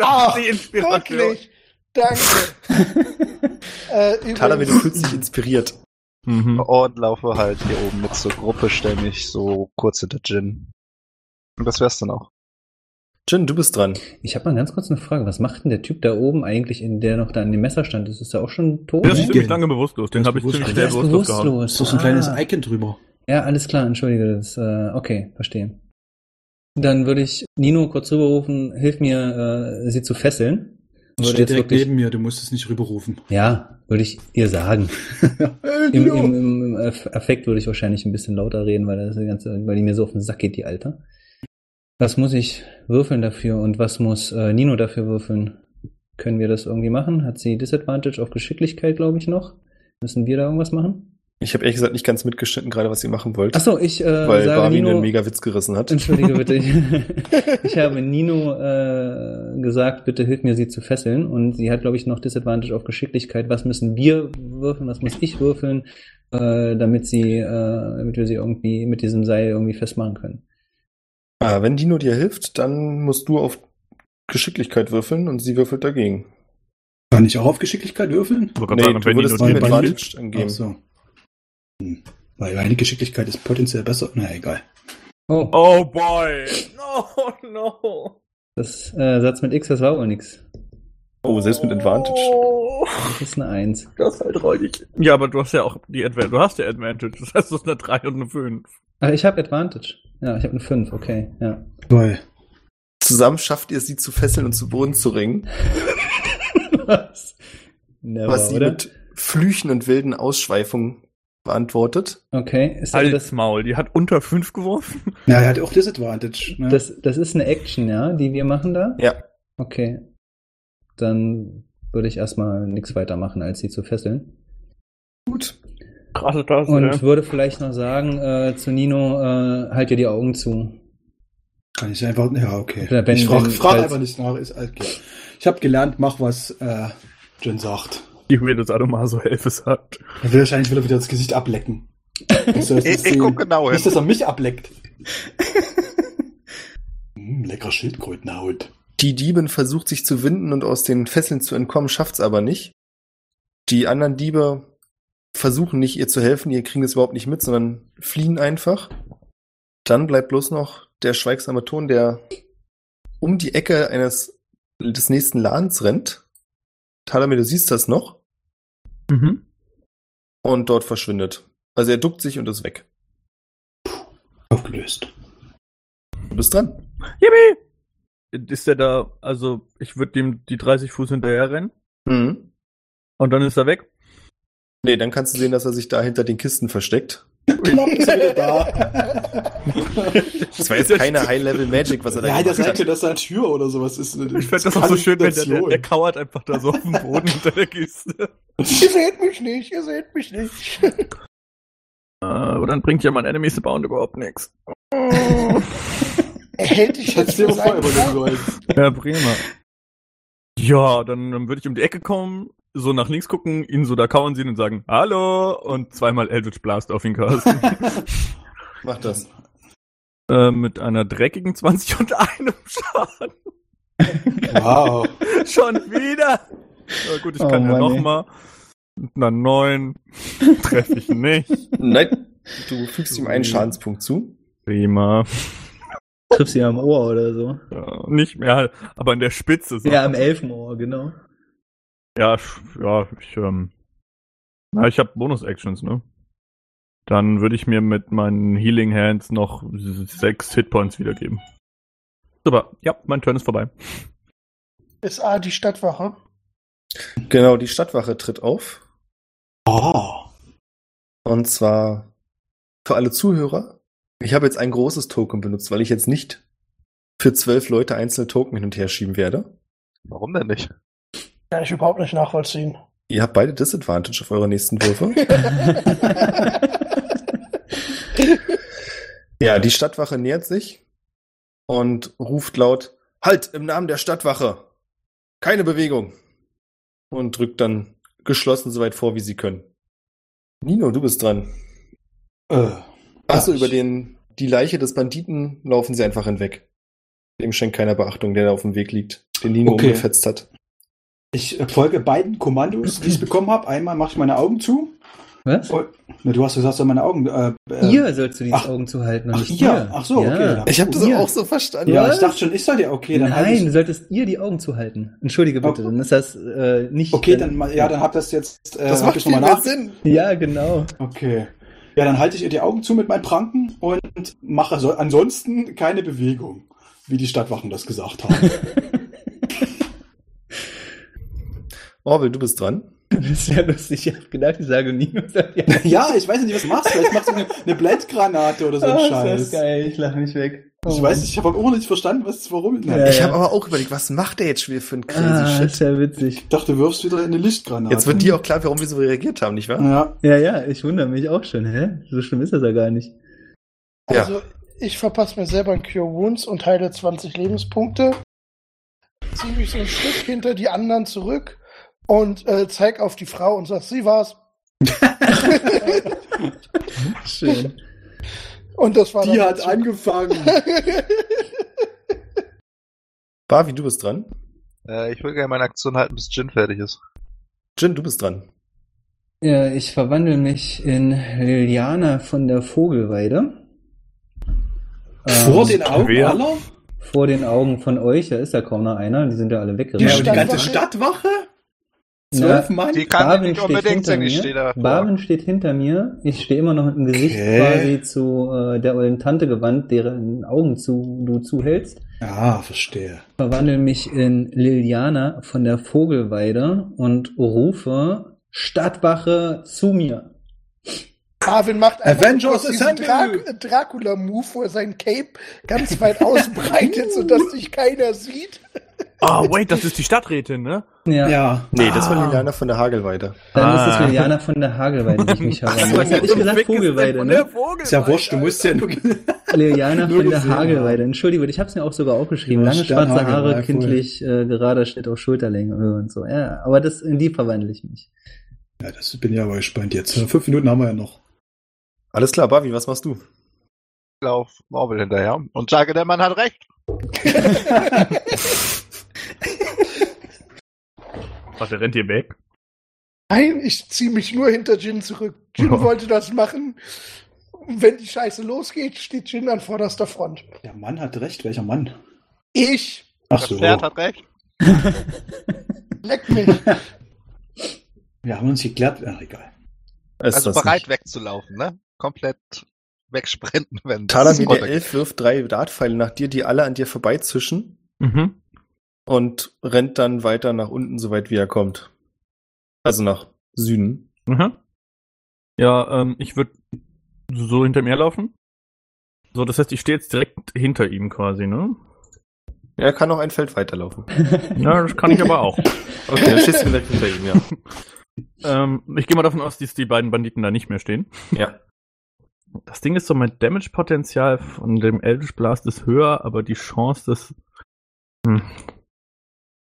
Speaker 6: Ach,
Speaker 4: die Inspiration.
Speaker 6: Wirklich? Danke. Äh, übrigens-
Speaker 2: Tala, du fühlst dich inspiriert.
Speaker 4: Mhm.
Speaker 7: Und laufe halt hier oben mit zur Gruppe, stelle mich so kurz hinter Jin. Und das wär's dann auch.
Speaker 2: Jin, du bist dran.
Speaker 3: Ich habe mal ganz kurz eine Frage. Was macht denn der Typ da oben eigentlich, in der noch da an dem Messer stand? Ist es da auch schon tot? ne?
Speaker 4: Der ist
Speaker 5: Nein.
Speaker 4: ziemlich lange bewusstlos. Den
Speaker 5: Der ist
Speaker 4: habe ich ziemlich
Speaker 5: bewusstlos.
Speaker 4: schnell
Speaker 5: Der
Speaker 4: bewusstlos gehauen.
Speaker 5: Oh, ist doch so ein kleines Icon drüber.
Speaker 3: Ah. Ja, alles klar, entschuldige. Das, äh, okay, verstehe. Dann würde ich Nino kurz rüberrufen, hilf mir, äh, sie zu fesseln.
Speaker 5: Das
Speaker 3: Würde
Speaker 5: steht
Speaker 3: jetzt
Speaker 5: direkt
Speaker 3: wirklich-
Speaker 5: neben mir, du musst es nicht rüberrufen.
Speaker 3: Ja, würde ich ihr sagen.
Speaker 5: Hey,
Speaker 3: Im,
Speaker 5: Nino!
Speaker 3: im, im, im Aff- Affekt würde ich wahrscheinlich ein bisschen lauter reden, weil, das die ganze, weil die mir so auf den Sack geht, die Alter. Was muss ich würfeln dafür und was muss äh, Nino dafür würfeln? Können wir das irgendwie machen? Hat sie Disadvantage auf Geschicklichkeit, glaube ich, noch? Müssen wir da irgendwas machen?
Speaker 2: Ich habe ehrlich gesagt nicht ganz mitgeschnitten, gerade was ihr machen wollt.
Speaker 3: Achso, ich äh,
Speaker 2: weil
Speaker 3: sage
Speaker 2: Barwin einen
Speaker 3: Nino...
Speaker 2: mega Witz gerissen hat.
Speaker 3: Entschuldige bitte. ich habe Nino äh, gesagt, bitte hilf mir, sie zu fesseln. Und sie hat, glaube ich, noch Disadvantage auf Geschicklichkeit. Was müssen wir würfeln? Was muss ich würfeln, äh, damit sie, äh, damit wir sie irgendwie mit diesem Seil irgendwie festmachen können?
Speaker 2: Ah, wenn Dino dir hilft, dann musst du auf Geschicklichkeit würfeln und sie würfelt dagegen.
Speaker 5: Kann ich auch auf Geschicklichkeit würfeln?
Speaker 4: Ich wollte
Speaker 2: Nee,
Speaker 4: gerade
Speaker 2: du würdest
Speaker 5: Nino
Speaker 2: ihm
Speaker 5: dir
Speaker 4: nicht
Speaker 5: Advantage-
Speaker 2: Advantage angeben.
Speaker 5: Ach so. Hm. Weil meine Geschicklichkeit ist potenziell besser. Na egal.
Speaker 3: Oh,
Speaker 4: Oh boy. No, no.
Speaker 3: das äh, Satz mit X, das war wohl nix.
Speaker 2: Oh, selbst mit Advantage.
Speaker 4: Oh,
Speaker 3: Das ist eine Eins.
Speaker 4: das ist halt räudig. Ja, aber du hast ja auch die Advantage. Du hast ja Advantage. Das heißt, das ist eine 3 und eine 5.
Speaker 3: Ah, ich habe Advantage. Ja, ich habe eine 5, okay. Ja.
Speaker 5: Toll.
Speaker 2: Zusammen schafft ihr es, sie zu fesseln und zu Boden zu ringen,
Speaker 3: Was? Never,
Speaker 2: was sie
Speaker 3: oder?
Speaker 2: mit Flüchen und wilden Ausschweifungen beantwortet.
Speaker 3: okay, ist
Speaker 2: Halt.
Speaker 4: Halt's
Speaker 3: das, das,
Speaker 4: Halt Maul. Also Die hat unter 5 geworfen.
Speaker 5: Na, er hat auch Disadvantage. Ne?
Speaker 3: das, das ist eine Action, ja, die wir machen da?
Speaker 2: Ja,
Speaker 3: Okay. Dann würde ich erstmal nichts weitermachen, als sie zu fesseln.
Speaker 2: gut.
Speaker 4: Krasse Tasse.
Speaker 3: Und würde vielleicht noch sagen äh, zu Nino, äh, halt dir die Augen zu.
Speaker 5: Kann ich einfach. Ja, okay.
Speaker 3: Ja, wenn-
Speaker 5: ich frage
Speaker 3: wenn-
Speaker 5: frag
Speaker 3: falls-
Speaker 5: einfach nicht nach. Ist alt, okay. Ich habe gelernt, mach was äh, Jen sagt.
Speaker 4: Die weirde Sadomaso-Hilfe sagt.
Speaker 5: Er will wahrscheinlich wieder, wieder das Gesicht ablecken. Ich,
Speaker 7: Ich, ich guck genau
Speaker 5: Nicht,
Speaker 7: hin.
Speaker 5: dass er mich ableckt. mm, lecker Schildkrötenhaut.
Speaker 2: Die Diebin versucht sich zu winden und aus den Fesseln zu entkommen, schafft's aber nicht. Die anderen Diebe versuchen nicht, ihr zu helfen, ihr kriegen es überhaupt nicht mit, sondern fliehen einfach. Dann bleibt bloß noch der schweigsame Ton, der um die Ecke eines des nächsten Ladens rennt. Talamir, du siehst das noch
Speaker 4: Mhm.
Speaker 2: und dort verschwindet. Also er duckt sich und ist weg.
Speaker 5: Aufgelöst.
Speaker 2: Du bist dran.
Speaker 4: Yippie! Ist der da, also ich würde dem die 30 Fuß hinterher rennen
Speaker 2: Mhm.
Speaker 4: und dann ist er weg.
Speaker 2: Nee, dann kannst du sehen, dass er sich da hinter den Kisten versteckt.
Speaker 5: Knapp ist er wieder da.
Speaker 2: Das war jetzt keine High-Level-Magic, was er da
Speaker 5: Nein, das
Speaker 2: gemacht
Speaker 5: sagt ja,
Speaker 2: hat.
Speaker 5: dass da eine Tür oder sowas ist.
Speaker 4: Ich fände das auch so schön, wenn der, der, der kauert einfach da so auf dem Boden unter der Kiste.
Speaker 6: Ihr seht mich nicht, ihr seht mich nicht.
Speaker 4: aber dann bringt ja mein Enemies to Bound überhaupt nichts.
Speaker 6: Hätte ich
Speaker 5: Ich hätte
Speaker 6: jetzt
Speaker 5: es dir
Speaker 6: für
Speaker 5: mal vorher
Speaker 6: seinen
Speaker 5: überlegen
Speaker 6: Fall,
Speaker 5: sollen.
Speaker 4: Ja, prima. Ja, dann, dann würde ich um die Ecke kommen, so nach links gucken, ihn so da kauern sehen und sagen, hallo, und zweimal Eldritch Blast auf ihn casten.
Speaker 2: Mach das.
Speaker 4: äh, mit einer dreckigen 20 und einem Schaden.
Speaker 5: Wow.
Speaker 4: Schon wieder. Na gut, ich
Speaker 3: Oh
Speaker 4: kann ja
Speaker 3: Mann, ey.
Speaker 4: nochmal. Mit einer 9 treffe ich nicht.
Speaker 2: Nein, du fügst ihm einen Schadenspunkt zu.
Speaker 4: Prima.
Speaker 3: Triff sie am Ohr oder so.
Speaker 4: Ja, nicht mehr, aber an der Spitze. So.
Speaker 3: Ja, am Elfenohr, genau.
Speaker 4: Ja, sch- ja, ich, ähm, na, ich habe Bonus-Actions, ne? Dann würde ich mir mit meinen Healing Hands noch s- sechs Hitpoints wiedergeben. Super, ja, mein Turn ist vorbei.
Speaker 6: ist A die Stadtwache.
Speaker 2: Genau, die Stadtwache tritt auf.
Speaker 5: Oh.
Speaker 2: Und zwar für alle Zuhörer. Ich habe jetzt ein großes Token benutzt, weil ich jetzt nicht für zwölf Leute einzelne Token hin und her schieben werde.
Speaker 7: Warum denn nicht?
Speaker 6: Kann ich überhaupt nicht nachvollziehen.
Speaker 2: Ihr habt beide Disadvantage auf eure nächsten Würfe. ja, die Stadtwache nähert sich und ruft laut, Halt im Namen der Stadtwache! Keine Bewegung! Und drückt dann geschlossen so weit vor, wie sie können. Nino, du bist dran.
Speaker 5: Äh,
Speaker 2: Achso,
Speaker 5: Ja,
Speaker 2: über
Speaker 5: ich-
Speaker 2: den, die Leiche des Banditen laufen sie einfach hinweg. Dem schenkt keiner Beachtung, der da auf dem Weg liegt, den Nino
Speaker 5: Okay.
Speaker 2: umgefetzt hat.
Speaker 5: ich äh, folge beiden Kommandos, die ich bekommen habe. Einmal mache ich meine Augen zu.
Speaker 3: Was?
Speaker 5: Und, na, du hast gesagt, soll meine Augen. Äh, äh,
Speaker 3: Ihr sollst du die
Speaker 5: ach,
Speaker 3: Augen zuhalten und
Speaker 5: ach,
Speaker 3: nicht
Speaker 5: ihr.
Speaker 3: ihr.
Speaker 5: Ach so, okay, dann-
Speaker 2: Ich habe das
Speaker 3: Ja.
Speaker 2: auch so verstanden.
Speaker 5: Ja,
Speaker 3: Was?
Speaker 5: ich dachte schon, ich soll dir. Okay, dann halte
Speaker 3: Nein,
Speaker 5: ich.
Speaker 3: du solltest ihr die Augen zuhalten. Entschuldige bitte,
Speaker 5: Okay.
Speaker 3: dann ist das äh, nicht.
Speaker 5: Okay, dann ma- ja, dann hab das jetzt. Äh,
Speaker 2: Das
Speaker 5: hab
Speaker 2: macht
Speaker 5: ich
Speaker 2: viel
Speaker 5: nochmal
Speaker 2: mehr
Speaker 5: nach.
Speaker 2: Sinn.
Speaker 3: Ja, genau.
Speaker 5: Okay. Ja, dann halte ich ihr die Augen zu mit meinen Pranken und mache so, ansonsten keine Bewegung, wie die Stadtwachen das gesagt haben.
Speaker 2: Orwell, du bist dran.
Speaker 3: Das ist ja lustig. Ich habe gedacht, ich sage nie. und sag, ja.
Speaker 5: ja, ich weiß nicht, was du machst. Vielleicht machst du eine, eine Blendgranate oder so einen
Speaker 3: Oh,
Speaker 5: Scheiß.
Speaker 3: ist das geil. Ich lache mich weg.
Speaker 5: Ich weiß nicht, ich habe auch nicht verstanden, was, warum.
Speaker 3: Ja,
Speaker 2: ich
Speaker 3: ja.
Speaker 2: habe aber auch überlegt, was macht der jetzt schwer für einen crazy
Speaker 3: Ah,
Speaker 2: Shit?
Speaker 3: ist ja witzig.
Speaker 5: Ich dachte, du wirfst wieder eine Lichtgranate.
Speaker 2: Jetzt wird dir auch klar, warum wir so reagiert haben, nicht wahr?
Speaker 5: Ja.
Speaker 3: Ja, ja, ich wundere mich auch schon. Hä? So schlimm ist das ja gar nicht.
Speaker 2: Ja.
Speaker 6: Also ich verpasse mir selber ein Cure Wounds und heile 20 Lebenspunkte. Ziehe mich so ein Stück hinter die anderen zurück und äh, zeig auf die Frau und sag, sie war's.
Speaker 3: Schön.
Speaker 6: Und das war
Speaker 5: Die
Speaker 6: dann-
Speaker 5: hat angefangen.
Speaker 2: Barvi, du bist dran.
Speaker 7: Äh, ich will gerne meine Aktion halten, bis Jin fertig ist.
Speaker 2: Jin, du bist dran.
Speaker 3: Ja, ich verwandle mich in Liliana von der Vogelweide.
Speaker 5: Vor
Speaker 3: Ähm,
Speaker 5: den Augen
Speaker 4: Wer?
Speaker 5: aller?
Speaker 3: vor den Augen von euch. Da ist ja kaum noch einer. Die sind ja alle
Speaker 5: Ja,
Speaker 3: weggerannt.
Speaker 5: aber die ganze Stadtwache?
Speaker 3: Na,
Speaker 5: Zwölf Mann?
Speaker 7: Die kann
Speaker 3: Barwin
Speaker 7: nicht
Speaker 3: steht
Speaker 7: unbedingt
Speaker 3: hinter
Speaker 7: singen,
Speaker 3: mir.
Speaker 7: ich stehe da.
Speaker 3: Barwin steht hinter mir. Ich stehe immer noch im Gesicht
Speaker 5: Okay.
Speaker 3: quasi zu äh, der ollen Tante gewandt, deren Augen zu, du zuhältst.
Speaker 5: Ja, verstehe.
Speaker 3: Verwandle mich in Liliana von der Vogelweide und rufe Stadtwache zu mir.
Speaker 6: Marvin macht einfach
Speaker 5: Avengers
Speaker 6: kurz diesen
Speaker 5: Assemble!
Speaker 6: Dra Dracula-Move, wo er sein Cape ganz weit ausbreitet, sodass dich keiner sieht.
Speaker 4: Ah, wait, das ist die Stadträtin, ne?
Speaker 3: Ja,
Speaker 5: Ja.
Speaker 2: Nee, das war
Speaker 4: Ah.
Speaker 2: Liliana von der Hagelweide.
Speaker 3: dann ist es
Speaker 4: Ah.
Speaker 3: Liliana von der Hagelweide, die ich mich habe.
Speaker 2: Ach so,
Speaker 3: Was hab ich gesagt? Vogelweide, ne?
Speaker 5: Ist ja wurscht, du musst ja nur.
Speaker 3: Liliana
Speaker 5: Nur
Speaker 3: von der
Speaker 5: gesehen,
Speaker 3: Hagelweide. Entschuldige, ich habe es mir auch sogar aufgeschrieben.
Speaker 5: Ja,
Speaker 3: Lange
Speaker 5: Sternhagel,
Speaker 3: schwarze Haare,
Speaker 5: ja, cool.
Speaker 3: kindlich, äh, gerader Schnitt auf Schulterlänge und so. Ja, aber das, in die verwandle ich mich.
Speaker 5: Ja, das bin ja aber gespannt jetzt. Fünf Minuten haben wir ja noch.
Speaker 2: Alles klar, Bavi, was machst du?
Speaker 7: lauf Marvel hinterher und sage, der Mann hat recht.
Speaker 4: Ach, der rennt hier weg.
Speaker 6: Nein, ich ziehe mich nur hinter Jin zurück. Jin
Speaker 4: Ja.
Speaker 6: wollte das machen. Wenn die Scheiße losgeht, steht Jin an vorderster Front.
Speaker 5: Der Mann hat recht, welcher Mann?
Speaker 6: Ich
Speaker 5: Ach
Speaker 7: Das
Speaker 5: so.
Speaker 7: Schwert hat recht.
Speaker 6: leck mich.
Speaker 5: Wir haben uns geklärt. Ach, egal.
Speaker 2: Ist
Speaker 7: also
Speaker 2: das
Speaker 7: bereit
Speaker 2: nicht?
Speaker 7: wegzulaufen, ne? Komplett wegsprinten, wenn
Speaker 2: Talan wie der
Speaker 7: runtergeht.
Speaker 2: Elf wirft drei Dartpfeile nach dir, die alle an dir vorbeizischen
Speaker 4: Mhm.
Speaker 2: und rennt dann weiter nach unten, soweit wie er kommt. Also nach Süden.
Speaker 4: Mhm. Ja, ähm, ich würde so hinter mir laufen. So, das heißt, ich stehe jetzt direkt hinter ihm quasi, ne?
Speaker 2: Er kann auch ein Feld weiterlaufen.
Speaker 4: Ja, das kann ich aber auch.
Speaker 2: Okay, dann stehst du direkt hinter ihm, ja.
Speaker 4: Ähm, ich gehe mal davon aus, dass die beiden Banditen da nicht mehr stehen.
Speaker 2: Ja.
Speaker 4: Das Ding ist so, mein Damage-Potenzial von dem Eldritch Blast ist höher, aber die Chance, dass... Hm.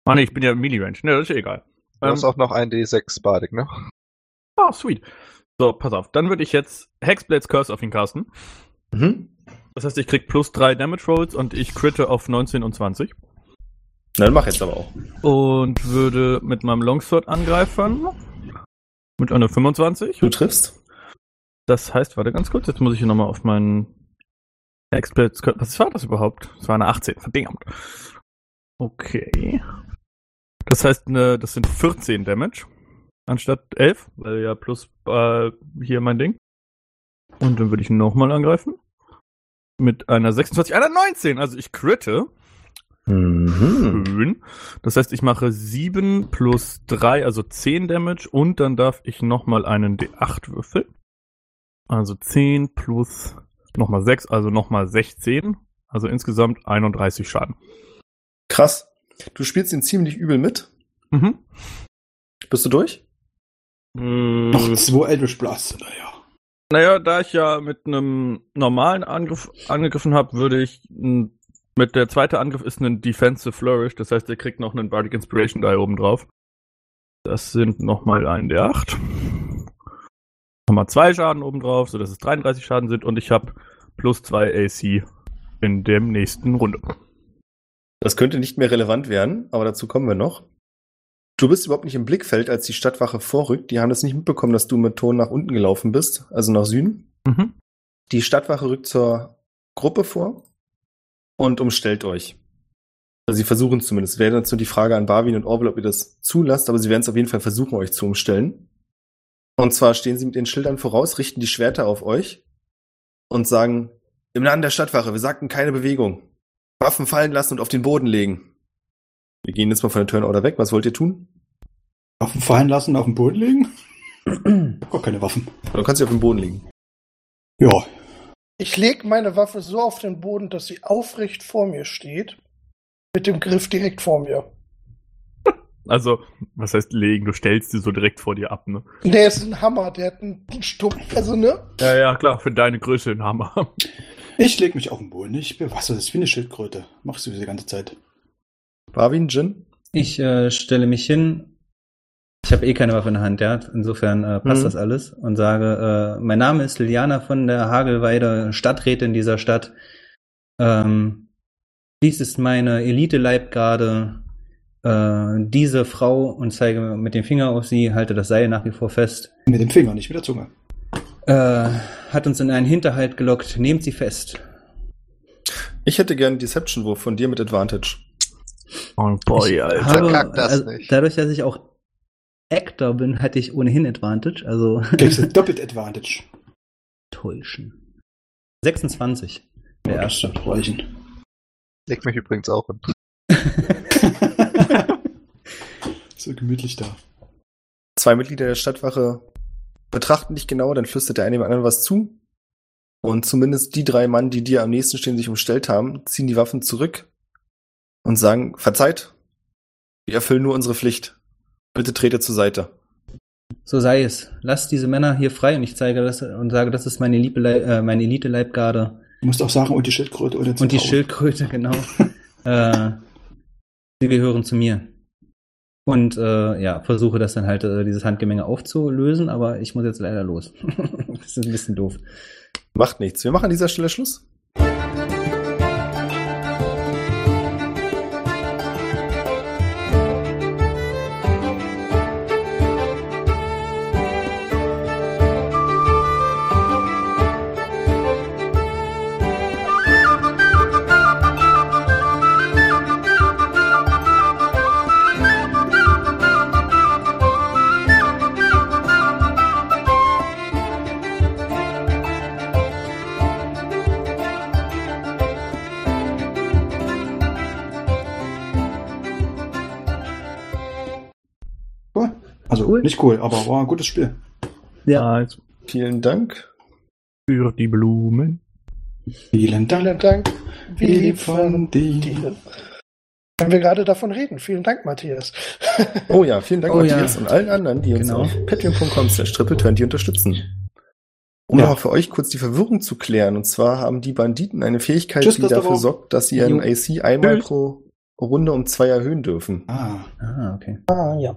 Speaker 4: Ah ne, ich bin ja im Melee-Range. Ne, das ist ja egal.
Speaker 7: Du hast auch noch ein D6 Badik, ne?
Speaker 4: Ah, sweet. So, pass auf. Dann würde ich jetzt Hexblades Curse auf ihn casten.
Speaker 2: Mhm.
Speaker 4: Das heißt, ich krieg plus 3 Damage Rolls und ich critte auf 19 und 20.
Speaker 2: Dann mach jetzt aber auch.
Speaker 4: Und würde mit meinem Longsword angreifen. Mit einer 25.
Speaker 2: Du triffst.
Speaker 4: Das heißt, warte ganz kurz, jetzt muss ich hier nochmal auf meinen Experts. Was war das überhaupt? Das war eine 18, verdammt. Okay. Das heißt, ne, das sind 14 Damage. Anstatt 11, weil ja plus äh, hier mein Ding. Und dann würde ich nochmal angreifen. Mit einer 26, einer 19. Also ich critte.
Speaker 2: Mhm.
Speaker 4: Schön. Das heißt, ich mache 7 plus 3, also 10 Damage und dann darf ich nochmal einen D8 würfeln. Also 10 plus nochmal 6, also nochmal 16. Also insgesamt 31 Schaden.
Speaker 2: Krass. Du spielst ihn ziemlich übel mit.
Speaker 4: Mhm.
Speaker 2: Bist du durch?
Speaker 5: Noch zwei Eldritch Blasts. Naja.
Speaker 4: Naja, da ich ja mit einem normalen Angriff angegriffen habe, würde ich m, mit der zweite Angriff ist ein Defensive Flourish, das heißt, er kriegt noch einen Bardic Inspiration da oben drauf. Das sind nochmal ein der 8. Nochmal zwei Schaden oben drauf, sodass es 33 Schaden sind und ich habe plus 2 AC in der nächsten Runde.
Speaker 2: Das könnte nicht mehr relevant werden, aber dazu kommen wir noch. Du bist überhaupt nicht im Blickfeld, als die Stadtwache vorrückt. Die haben das nicht mitbekommen, dass du mit Ton nach unten gelaufen bist, also nach Süden.
Speaker 4: Mhm.
Speaker 2: Die Stadtwache rückt zur Gruppe vor und umstellt euch. Also sie versuchen es zumindest. Wäre dazu die Frage an Barwin und Orbel, ob ihr das zulasst, aber sie werden es auf jeden Fall versuchen, euch zu umstellen. Und zwar stehen sie mit den Schildern voraus, richten die Schwerter auf euch und sagen, im Namen der Stadtwache, wir sagten keine Bewegung. Waffen fallen lassen und auf den Boden legen. Wir gehen jetzt mal von der Turnorder weg. Was wollt ihr tun?
Speaker 5: Waffen fallen lassen, auf den Boden legen? Ich hab gar keine Waffen.
Speaker 2: Du kannst dich auf den Boden legen.
Speaker 5: Ja.
Speaker 6: Ich lege meine Waffe so auf den Boden, dass sie aufrecht vor mir steht. Mit dem Griff direkt vor mir.
Speaker 4: Also, was heißt legen? Du stellst sie so direkt vor dir ab, ne?
Speaker 6: Der ist ein Hammer, der hat einen Stumpf. Also, ne?
Speaker 4: Ja, ja, klar, für deine Größe ein Hammer.
Speaker 5: Ich leg mich auf den Boden. Ich bewasse das wie eine Schildkröte. Machst du diese ganze Zeit.
Speaker 2: Barwin, Jin?
Speaker 3: Ich äh, stelle mich hin. Ich habe eh keine Waffe in der Hand, ja. Insofern äh, passt
Speaker 2: Mhm.
Speaker 3: das alles und sage, äh, mein Name ist Liliana von der Hagelweide, Stadträtin dieser Stadt. Ähm, dies ist meine Elite-Leibgarde. Äh, diese Frau und zeige mit dem Finger auf sie, halte das Seil nach wie vor fest.
Speaker 5: Mit dem Finger, nicht mit der Zunge.
Speaker 3: Äh, hat uns in einen Hinterhalt gelockt. Nehmt sie fest.
Speaker 2: Ich hätte gern einen Deception-Wurf von dir mit Advantage.
Speaker 4: Oh
Speaker 3: Ich also
Speaker 7: Verkack das nicht.
Speaker 3: Dadurch, dass ich auch Actor bin, hatte ich ohnehin Advantage. Also
Speaker 5: Kriegst du doppelt Advantage.
Speaker 3: täuschen. 26.
Speaker 5: Ja, das sollte reichen.
Speaker 7: Leg mich übrigens auch hin.
Speaker 5: So gemütlich da.
Speaker 2: Zwei Mitglieder der Stadtwache betrachten dich genau, dann flüstert der eine dem anderen was zu. Und zumindest die drei Mann, die dir am nächsten stehen, sich umstellt haben, ziehen die Waffen zurück und sagen, verzeiht, Wir erfüllen nur unsere Pflicht. Bitte trete zur Seite.
Speaker 3: So sei es. Lasst diese Männer hier frei und ich zeige das und sage, das ist meine, Liebe, äh, meine Elite-Leibgarde.
Speaker 5: Du musst auch sagen, und die Schildkröte oder
Speaker 3: Und die
Speaker 5: Zitrone.
Speaker 3: Schildkröte, genau. äh, sie gehören zu mir. Und äh, ja, versuche das dann halt, äh, dieses Handgemenge aufzulösen, aber ich muss jetzt leider los. das ist ein bisschen doof.
Speaker 2: Macht nichts. Wir machen an dieser Stelle Schluss.
Speaker 5: Cool. Also
Speaker 3: Cool.
Speaker 5: nicht cool, aber war ein gutes Spiel.
Speaker 3: Ja.
Speaker 4: Eins
Speaker 2: Vielen Dank.
Speaker 4: für die Blumen.
Speaker 5: Vielen Dank.
Speaker 6: Vielen Dank. Wie lieb von
Speaker 5: dir.
Speaker 6: dir. Wenn wir gerade davon reden. Vielen Dank, Matthias.
Speaker 2: Oh ja, vielen Dank
Speaker 3: Oh ja.
Speaker 2: Matthias und allen anderen, die
Speaker 3: Genau.
Speaker 2: uns auf patreon.com slash triple20 unterstützen. Um
Speaker 5: Ja.
Speaker 2: nochmal für euch kurz die Verwirrung zu klären. Und zwar haben die Banditen eine Fähigkeit,
Speaker 5: Tschüss,
Speaker 2: die
Speaker 5: Christopher.
Speaker 2: dafür sorgt, dass sie ihren AC einmal pro Runde um zwei erhöhen dürfen.
Speaker 5: Ah,
Speaker 3: Ah, okay.
Speaker 6: Ah, ja.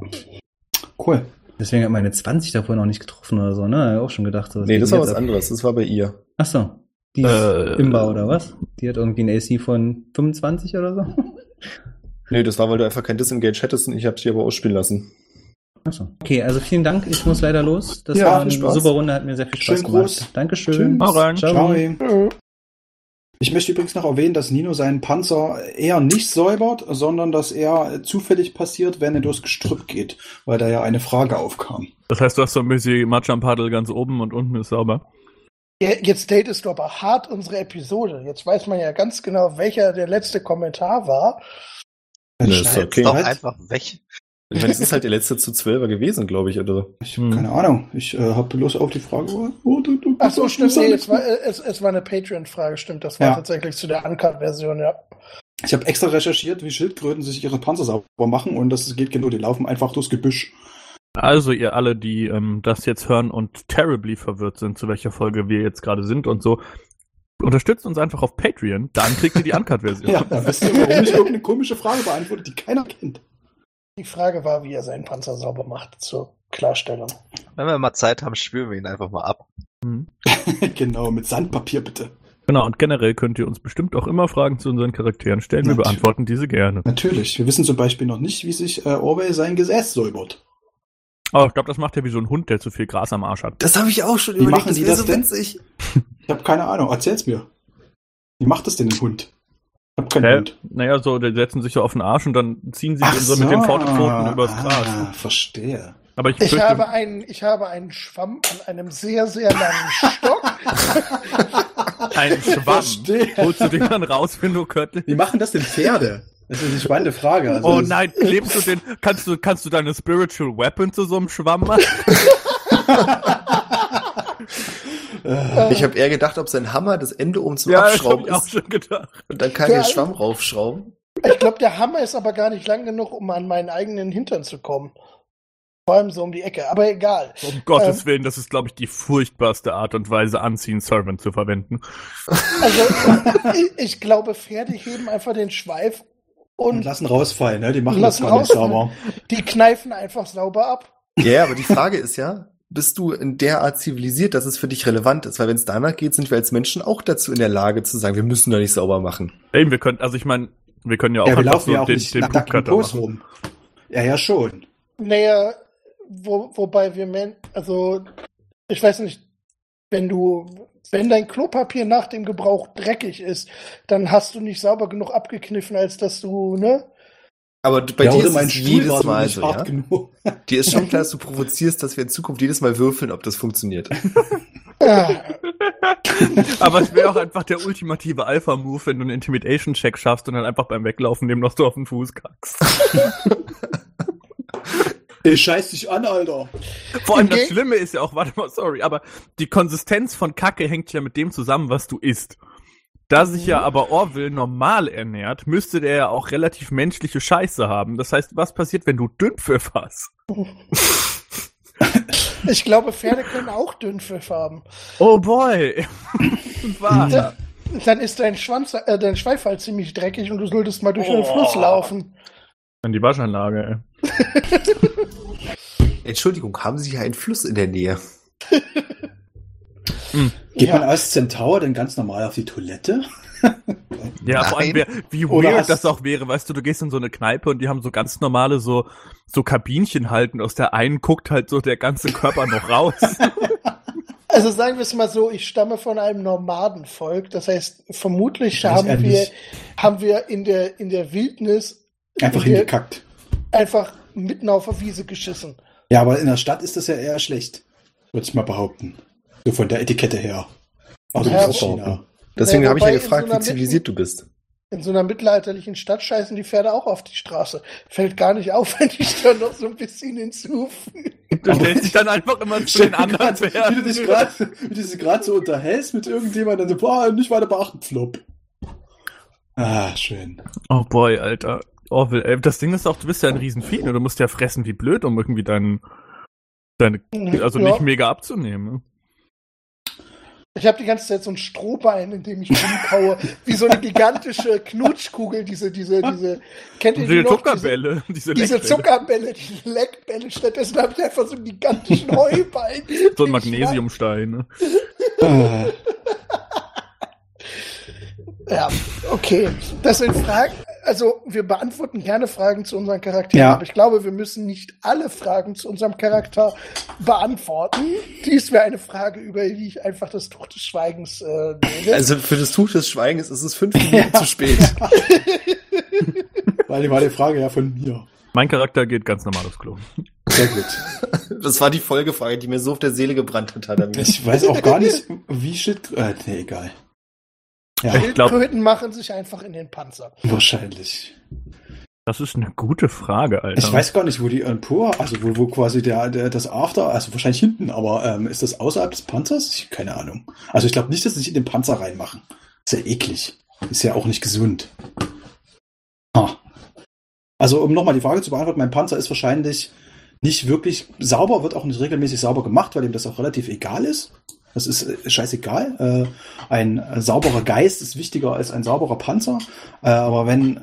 Speaker 5: cool.
Speaker 3: Deswegen hat meine 20 davor noch nicht getroffen oder so, ne? Hab ich Auch schon gedacht. So,
Speaker 2: nee, das war
Speaker 3: geht
Speaker 2: was
Speaker 3: jetzt ab.
Speaker 2: anderes. Das war bei ihr.
Speaker 3: Ach so. Die
Speaker 4: Äh.
Speaker 3: ist Imba oder was? Die hat irgendwie einen AC von 25 oder so.
Speaker 2: Nee, das war, weil du einfach kein Disengage hättest und ich hab's dir aber ausspielen lassen.
Speaker 3: Ach so. Okay, also vielen Dank. Ich muss leider los. Das
Speaker 5: Ja,
Speaker 3: war
Speaker 5: viel
Speaker 3: eine
Speaker 5: Spaß.
Speaker 3: super Runde, hat mir sehr viel Spaß
Speaker 5: Schönen
Speaker 3: gemacht.
Speaker 5: Gruß.
Speaker 3: Dankeschön.
Speaker 4: Tschüss. Hau rein.
Speaker 3: Ciao.
Speaker 5: Ich möchte übrigens noch erwähnen, dass Nino seinen Panzer eher nicht säubert, sondern dass er äh, zufällig passiert, wenn er durchs Gestrüpp geht, weil da ja eine Frage aufkam.
Speaker 4: Das heißt, du hast so ein bisschen Matschampadel ganz oben und unten ist sauber.
Speaker 6: Ja, Jetzt datest du aber hart unsere Episode. Jetzt weiß man ja ganz genau, welcher der letzte Kommentar war.
Speaker 5: Dann
Speaker 2: Ja, ist
Speaker 5: schneid's
Speaker 2: okay.
Speaker 7: Doch
Speaker 5: halt.
Speaker 7: einfach weg.
Speaker 2: Ich meine, es ist halt der letzte zu zwölfer gewesen, glaube ich, oder so.
Speaker 5: Ich
Speaker 4: Hm.
Speaker 5: habe keine Ahnung. Ich äh, habe bloß auf die Frage. Oh, oh, du, du,
Speaker 6: Ach so,
Speaker 5: du-
Speaker 6: stimmt.
Speaker 5: du-
Speaker 6: Nee, es, war, äh, es, es war eine Patreon-Frage, stimmt. Das war
Speaker 5: Ja.
Speaker 6: tatsächlich zu der Uncut-Version, ja.
Speaker 5: Ich habe extra recherchiert, wie Schildkröten sich ihre Panzer sauber machen und das geht genau. Die laufen einfach durchs Gebüsch.
Speaker 4: Also ihr alle, die ähm, das jetzt hören und terribly verwirrt sind, zu welcher Folge wir jetzt gerade sind und so, unterstützt uns einfach auf Patreon, dann kriegt ihr die Uncut-Version.
Speaker 5: Ja, da wisst ihr, warum ich irgendeine komische Frage beantworte, die keiner kennt.
Speaker 6: Die Frage war, wie er seinen Panzer sauber macht, zur Klarstellung.
Speaker 7: Wenn wir mal Zeit haben, spüren wir ihn einfach mal ab.
Speaker 4: Mhm.
Speaker 5: genau, mit Sandpapier bitte.
Speaker 4: Genau, und generell könnt ihr uns bestimmt auch immer Fragen zu unseren Charakteren stellen. Wir
Speaker 5: Natürlich.
Speaker 4: beantworten diese gerne.
Speaker 5: Natürlich. Wir wissen zum Beispiel noch nicht, wie sich äh, Orwell sein Gesäß säubert.
Speaker 4: Aber ich glaube, das macht er wie so ein Hund, der zu viel Gras am Arsch hat.
Speaker 2: Das habe ich auch schon
Speaker 5: Wie machen die
Speaker 2: wäre
Speaker 5: das denn?
Speaker 2: witzig.
Speaker 5: Ich habe keine Ahnung. Erzähl's mir. Wie macht das denn ein Hund? Ich habe keinen
Speaker 4: Hä?
Speaker 5: Hund.
Speaker 4: Naja, so, die setzen sich so auf den Arsch und dann ziehen sie den so mit den Vorderpfoten übers Gras.
Speaker 5: Ah, verstehe.
Speaker 4: Aber ich,
Speaker 6: Ich
Speaker 4: fürchte-
Speaker 6: habe, einen, ich habe einen Schwamm an einem sehr, sehr langen Stock.
Speaker 4: einen Schwamm.
Speaker 5: Verstehe.
Speaker 4: Holst du den dann raus, wenn du Köttel?
Speaker 5: Wie machen das denn Pferde? Das ist eine spannende Frage. Also
Speaker 4: Oh
Speaker 5: das-
Speaker 4: nein, klebst du den, kannst du, kannst du deine Spiritual Weapon zu so einem Schwamm machen?
Speaker 2: Ich habe eher gedacht, ob sein Hammer das Ende oben zum
Speaker 4: das hab
Speaker 2: Abschrauben
Speaker 4: ich auch
Speaker 2: ist.
Speaker 4: schon gedacht.
Speaker 2: Und dann kann
Speaker 6: Ja.
Speaker 2: er den Schwamm raufschrauben.
Speaker 6: Ich glaube, der Hammer ist aber gar nicht lang genug, um an meinen eigenen Hintern zu kommen. Vor allem so um die Ecke, aber egal.
Speaker 4: Um Gottes
Speaker 5: Äh.
Speaker 4: Willen, das ist, glaube ich, die furchtbarste Art und Weise, Unseen Servant zu verwenden.
Speaker 6: Also, ich, ich glaube, Pferde heben einfach den Schweif
Speaker 5: Und
Speaker 6: und
Speaker 5: lassen rausfallen, ne? Die machen
Speaker 6: Lassen
Speaker 5: das gar nicht
Speaker 6: rausfallen.
Speaker 5: sauber.
Speaker 6: die kneifen einfach sauber ab.
Speaker 2: Ja, ja, aber die Frage ist ja, bist du in der Art zivilisiert, dass es für dich relevant ist? Weil wenn es danach geht, sind wir als Menschen auch dazu in der Lage zu sagen, wir müssen da nicht sauber machen.
Speaker 4: Eben, wir können, also ich meine, wir können ja auch
Speaker 5: Ja, wir
Speaker 4: einfach
Speaker 5: laufen ja auch
Speaker 4: den,
Speaker 5: nicht
Speaker 4: den
Speaker 5: nach nackten
Speaker 4: Poopcutter
Speaker 5: Poos
Speaker 4: machen.
Speaker 5: rum. Ja, ja, schon.
Speaker 6: Naja, wo, wobei wir, Men also, ich weiß nicht, wenn du, wenn dein Klopapier nach dem Gebrauch dreckig ist, dann hast du nicht sauber genug abgekniffen, als dass du, ne?
Speaker 2: Aber d- bei
Speaker 5: ja,
Speaker 2: dir
Speaker 5: oder
Speaker 2: ist
Speaker 5: mein
Speaker 2: es
Speaker 5: Stuhl war
Speaker 2: jedes
Speaker 5: so
Speaker 2: Mal
Speaker 5: nicht
Speaker 2: so,
Speaker 5: hart
Speaker 2: ja?
Speaker 5: genug.
Speaker 2: Dir ist schon klar, dass du provozierst, dass wir in Zukunft jedes Mal würfeln, ob das funktioniert.
Speaker 6: Ah,
Speaker 4: Aber es wäre auch einfach der ultimative Alpha-Move, wenn du einen Intimidation-Check schaffst und dann einfach beim Weglaufen dem noch so auf den Fuß kackst.
Speaker 5: Ich scheiß dich an, Alter.
Speaker 4: Vor allem das
Speaker 6: Okay.
Speaker 4: Schlimme ist ja auch, warte mal, sorry, aber die Konsistenz von Kacke hängt ja mit dem zusammen, was du isst. Da sich
Speaker 5: Mhm.
Speaker 4: ja aber Orville normal ernährt, müsste der ja auch relativ menschliche Scheiße haben. Das heißt, was passiert, wenn du Dünnpfiff hast?
Speaker 6: Ich glaube, Pferde können auch Dünnpfiff haben.
Speaker 4: Oh boy! Wahr.
Speaker 6: Dann ist dein Schwanz, äh, dein Schweif halt ziemlich dreckig und du solltest mal durch den
Speaker 4: Oh.
Speaker 6: Fluss laufen.
Speaker 4: An die Waschanlage,
Speaker 2: Entschuldigung, haben Sie hier einen Fluss in der Nähe?
Speaker 5: Geht
Speaker 6: Ja.
Speaker 5: man als Centaur denn ganz normal auf die Toilette?
Speaker 4: ey. Ja, vor allem,
Speaker 7: Nein.
Speaker 4: wär, wie
Speaker 5: Oder
Speaker 4: weird
Speaker 5: hast-
Speaker 4: das auch wäre. Weißt du, du gehst in so eine Kneipe und die haben so ganz normale so, so Kabinchen halten. Aus der einen guckt halt so der ganze Körper noch raus.
Speaker 6: Also sagen wir es mal so, ich stamme von einem Nomadenvolk. Das heißt, vermutlich
Speaker 5: Weiß er
Speaker 6: haben wir,
Speaker 5: nicht.
Speaker 6: haben wir in der, in der Wildnis
Speaker 5: Einfach
Speaker 6: Wir-
Speaker 5: hingekackt.
Speaker 6: einfach mitten auf der Wiese geschissen.
Speaker 5: Ja, aber in der Stadt ist das ja eher schlecht. Würde ich mal behaupten. So von der Etikette her. Also
Speaker 6: Ja,
Speaker 5: ja, China.
Speaker 2: behaupten. Deswegen
Speaker 6: Ja,
Speaker 2: habe ich ja
Speaker 6: wobei in
Speaker 2: gefragt,
Speaker 6: so einer
Speaker 2: wie zivilisiert du bist.
Speaker 6: In so einer mittelalterlichen Stadt scheißen die Pferde auch auf die Straße. Fällt gar nicht auf, wenn ich da noch so ein bisschen hinzufüge.
Speaker 4: Du stellst dich dann einfach immer zu den anderen
Speaker 5: grad, wie du
Speaker 4: Pferden.
Speaker 5: dich grad- wie du dich gerade so unterhältst mit irgendjemandem, dann so, boah, nicht weiter beachten, Flop. Ah, schön.
Speaker 4: Oh boy, Alter. Orville, ey, das Ding ist auch, du bist ja ein Riesenvieh und du musst ja fressen wie blöd, um irgendwie deinen, deine, also
Speaker 6: Ja.
Speaker 4: nicht mega abzunehmen.
Speaker 6: Ich habe die ganze Zeit so ein Strohbein, in dem ich rumkaue, wie so eine gigantische Knutschkugel, diese, diese, diese, kennt ihr die
Speaker 4: Diese
Speaker 6: noch?
Speaker 4: Zuckerbälle, diese,
Speaker 6: Diese, diese
Speaker 4: Leckbälle.
Speaker 6: Zuckerbälle, diese Leckbälle. Stattdessen habe ich einfach so einen gigantischen Heuballen.
Speaker 4: So ein Magnesiumstein. ne?
Speaker 5: Ah,
Speaker 6: Ja, okay. Das sind Fragen. Also, wir beantworten gerne Fragen zu unseren Charakteren,
Speaker 5: Ja.
Speaker 6: aber ich glaube, wir müssen nicht alle Fragen zu unserem Charakter beantworten. Dies wäre eine Frage, über die ich einfach das Tuch des Schweigens äh, nehme.
Speaker 2: Also für das Tuch des Schweigens ist es fünf Minuten zu spät.
Speaker 5: weil die war die Frage ja von mir.
Speaker 4: Mein Charakter geht ganz normal aufs Klo.
Speaker 5: Sehr gut.
Speaker 2: Das war die Folgefrage, die mir so auf der Seele gebrannt hat. Herr Mier.
Speaker 5: Ich weiß auch gar nicht, wie shit. Äh, nee, egal. Ja,
Speaker 4: Ich glaub-
Speaker 6: Schildkröten machen sich einfach in den Panzer.
Speaker 5: wahrscheinlich.
Speaker 4: Das ist eine gute Frage, Alter.
Speaker 5: Ich weiß gar nicht, wo die Empor, also wo, wo quasi der, der das After, also wahrscheinlich hinten, aber ähm, ist das außerhalb des Panzers? Ich, keine Ahnung. Also ich glaube nicht, dass sie sich in den Panzer reinmachen. Ist ja eklig. Ist ja auch nicht gesund. Ah. Also um nochmal die Frage zu beantworten, mein Panzer ist wahrscheinlich nicht wirklich sauber, wird auch nicht regelmäßig sauber gemacht, weil ihm das auch relativ egal ist. Das ist äh, scheißegal. Äh, ein äh, sauberer Geist ist wichtiger als ein sauberer Panzer. Äh, aber wenn, äh,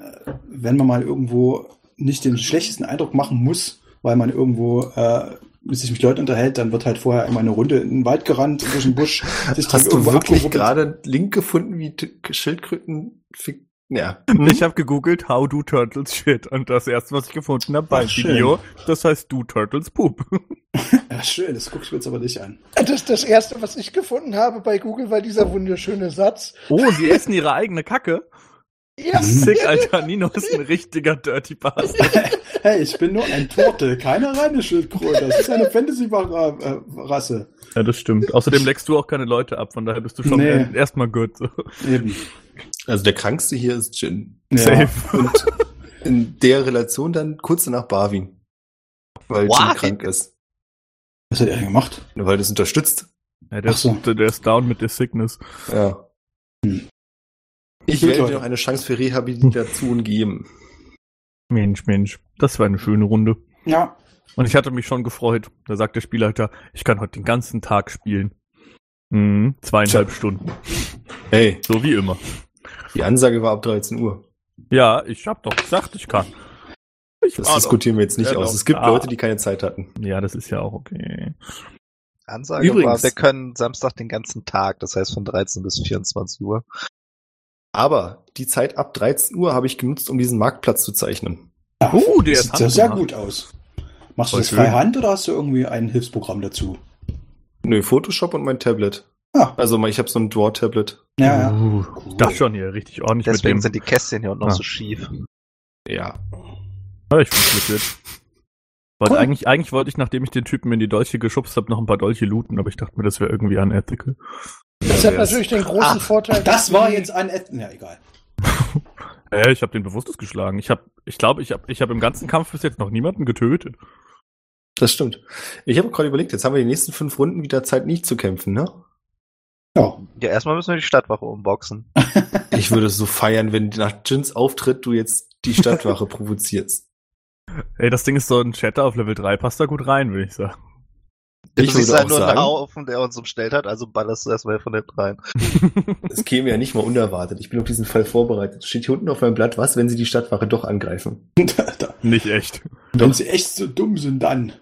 Speaker 5: wenn man mal irgendwo nicht den schlechtesten Eindruck machen muss, weil man irgendwo äh, sich mit Leuten unterhält, dann wird halt vorher einmal eine Runde in den Wald gerannt, durch den Busch. Sich dran
Speaker 2: Hast du
Speaker 5: irgendwo
Speaker 2: wirklich
Speaker 5: abgerubbelt.
Speaker 2: gerade einen Link gefunden, wie T- Schildkröten... fick- Ja.
Speaker 4: Ich habe gegoogelt How do Turtles shit und das erste, was ich gefunden habe, war ein
Speaker 5: Ach, schön.
Speaker 4: Video, das heißt Do Turtles Poop.
Speaker 5: Ja, schön, das guckst du jetzt aber nicht an.
Speaker 6: Das ist das Erste, was ich gefunden habe bei Google, war dieser wunderschöne Satz.
Speaker 4: Oh, sie essen ihre eigene Kacke.
Speaker 6: Ja,
Speaker 4: Sick, Alter, Nino ist ein richtiger Dirty Bastard.
Speaker 5: Hey, ich bin nur ein Turtle, keine reine Schildkröte. Das ist eine Fantasy-Rasse.
Speaker 4: Ja, das stimmt. Außerdem leckst du auch keine Leute ab, von daher bist du schon
Speaker 5: Nee.
Speaker 4: e- erstmal gut.
Speaker 5: Eben.
Speaker 2: Also der krankste hier ist Jin.
Speaker 5: Ja.
Speaker 4: Safe.
Speaker 2: Und in der Relation dann kurz danach Barwin. Weil Jin
Speaker 7: What?
Speaker 2: krank ist.
Speaker 5: Was hat er denn gemacht?
Speaker 2: Weil das unterstützt.
Speaker 4: Ja, der,
Speaker 5: Ach so.
Speaker 4: ist, der ist down mit der Sickness.
Speaker 2: Ja.
Speaker 5: Hm.
Speaker 2: Ich
Speaker 5: Gut,
Speaker 2: werde dir
Speaker 5: Leute.
Speaker 2: noch eine Chance für Rehabilitation geben.
Speaker 4: Mensch, Mensch, das war eine schöne Runde.
Speaker 5: Ja.
Speaker 4: Und ich hatte mich schon gefreut. Da sagt der Spielleiter, ich kann heute den ganzen Tag spielen. Mhm, zweieinhalb Stunden.
Speaker 2: Hey,
Speaker 4: So wie immer.
Speaker 2: die Ansage war ab 13 Uhr.
Speaker 4: Ja, ich hab doch gesagt, ich kann. Ich
Speaker 2: Das
Speaker 4: war Ah, doch-
Speaker 2: diskutieren wir jetzt nicht
Speaker 4: Ja,
Speaker 2: aus.
Speaker 4: doch.
Speaker 2: Es gibt
Speaker 4: Ah.
Speaker 2: Leute, die keine Zeit hatten.
Speaker 4: Ja, das ist ja auch okay.
Speaker 7: Ansage
Speaker 2: Übrigens.
Speaker 7: war, wir können Samstag den ganzen Tag, das heißt von 13 bis 24 Uhr.
Speaker 2: Aber die Zeit ab 13 Uhr habe ich genutzt, um diesen Marktplatz zu zeichnen.
Speaker 4: Uh, der
Speaker 5: sieht
Speaker 4: ist
Speaker 5: ja sehr
Speaker 4: handgemacht.
Speaker 5: gut aus. Machst du
Speaker 4: Voll
Speaker 5: das
Speaker 4: schön.
Speaker 5: frei Hand oder hast du irgendwie ein Hilfsprogramm dazu?
Speaker 2: Nö, Photoshop und mein Tablet.
Speaker 5: Ah.
Speaker 2: Also mein- ich habe so ein Draw-Tablet.
Speaker 5: Ja, ja.
Speaker 4: Uh, das schon hier richtig ordentlich
Speaker 7: Deswegen
Speaker 4: mit dem.
Speaker 7: sind die Kästchen hier unten
Speaker 4: Ah.
Speaker 7: noch so schief.
Speaker 2: Ja.
Speaker 4: Ah, ich bin glücklich. Wollte eigentlich, eigentlich wollte ich, nachdem ich den Typen in die Dolche geschubst habe, noch ein paar Dolche looten, aber ich dachte mir, das wäre irgendwie unethical.
Speaker 6: das hat natürlich den großen Vorteil.
Speaker 5: Ah, Das
Speaker 6: dass
Speaker 5: war
Speaker 6: die-
Speaker 5: jetzt ein Ed Ja, egal.
Speaker 4: Äh, ich habe den bewusst geschlagen. Ich habe, ich glaube, ich habe, ich habe im ganzen Kampf bis jetzt noch niemanden getötet.
Speaker 2: Das stimmt. Ich habe gerade überlegt, jetzt haben wir die nächsten fünf Runden wieder Zeit, nicht zu kämpfen, ne?
Speaker 5: Ja.
Speaker 7: Ja, erstmal müssen wir die Stadtwache umboxen.
Speaker 2: Ich würde es so feiern, wenn nach Jins Auftritt du jetzt die Stadtwache provozierst.
Speaker 4: Ey, das Ding ist so ein Chatter auf Level 3, passt da gut rein, würde ich sagen.
Speaker 2: Ich
Speaker 7: du
Speaker 2: würde
Speaker 7: siehst
Speaker 2: auch
Speaker 7: halt nur
Speaker 2: sagen-
Speaker 7: einen Haufen, der uns umstellt hat, also ballerst du erstmal von hinten rein.
Speaker 2: Es käme ja nicht mal unerwartet. Ich bin auf diesen Fall vorbereitet. Steht hier unten auf meinem Blatt, was, wenn sie die Stadtwache doch angreifen?
Speaker 4: Nicht echt.
Speaker 5: Wenn sie echt so dumm sind, dann.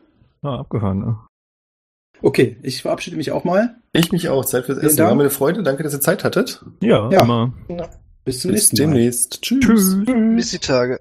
Speaker 4: Ah, abgefahren, ne?
Speaker 5: Okay, ich verabschiede mich auch mal.
Speaker 2: Ich mich auch. Zeit fürs
Speaker 5: Vielen
Speaker 2: Essen.
Speaker 5: Dank.
Speaker 2: War mir eine Freude. Danke, dass ihr Zeit hattet.
Speaker 4: Ja,
Speaker 5: Ja.
Speaker 4: immer.
Speaker 5: Bis zum
Speaker 2: Bis
Speaker 5: nächsten Mal.
Speaker 2: demnächst. Tschüss.
Speaker 4: Tschüss.
Speaker 7: Bis die Tage.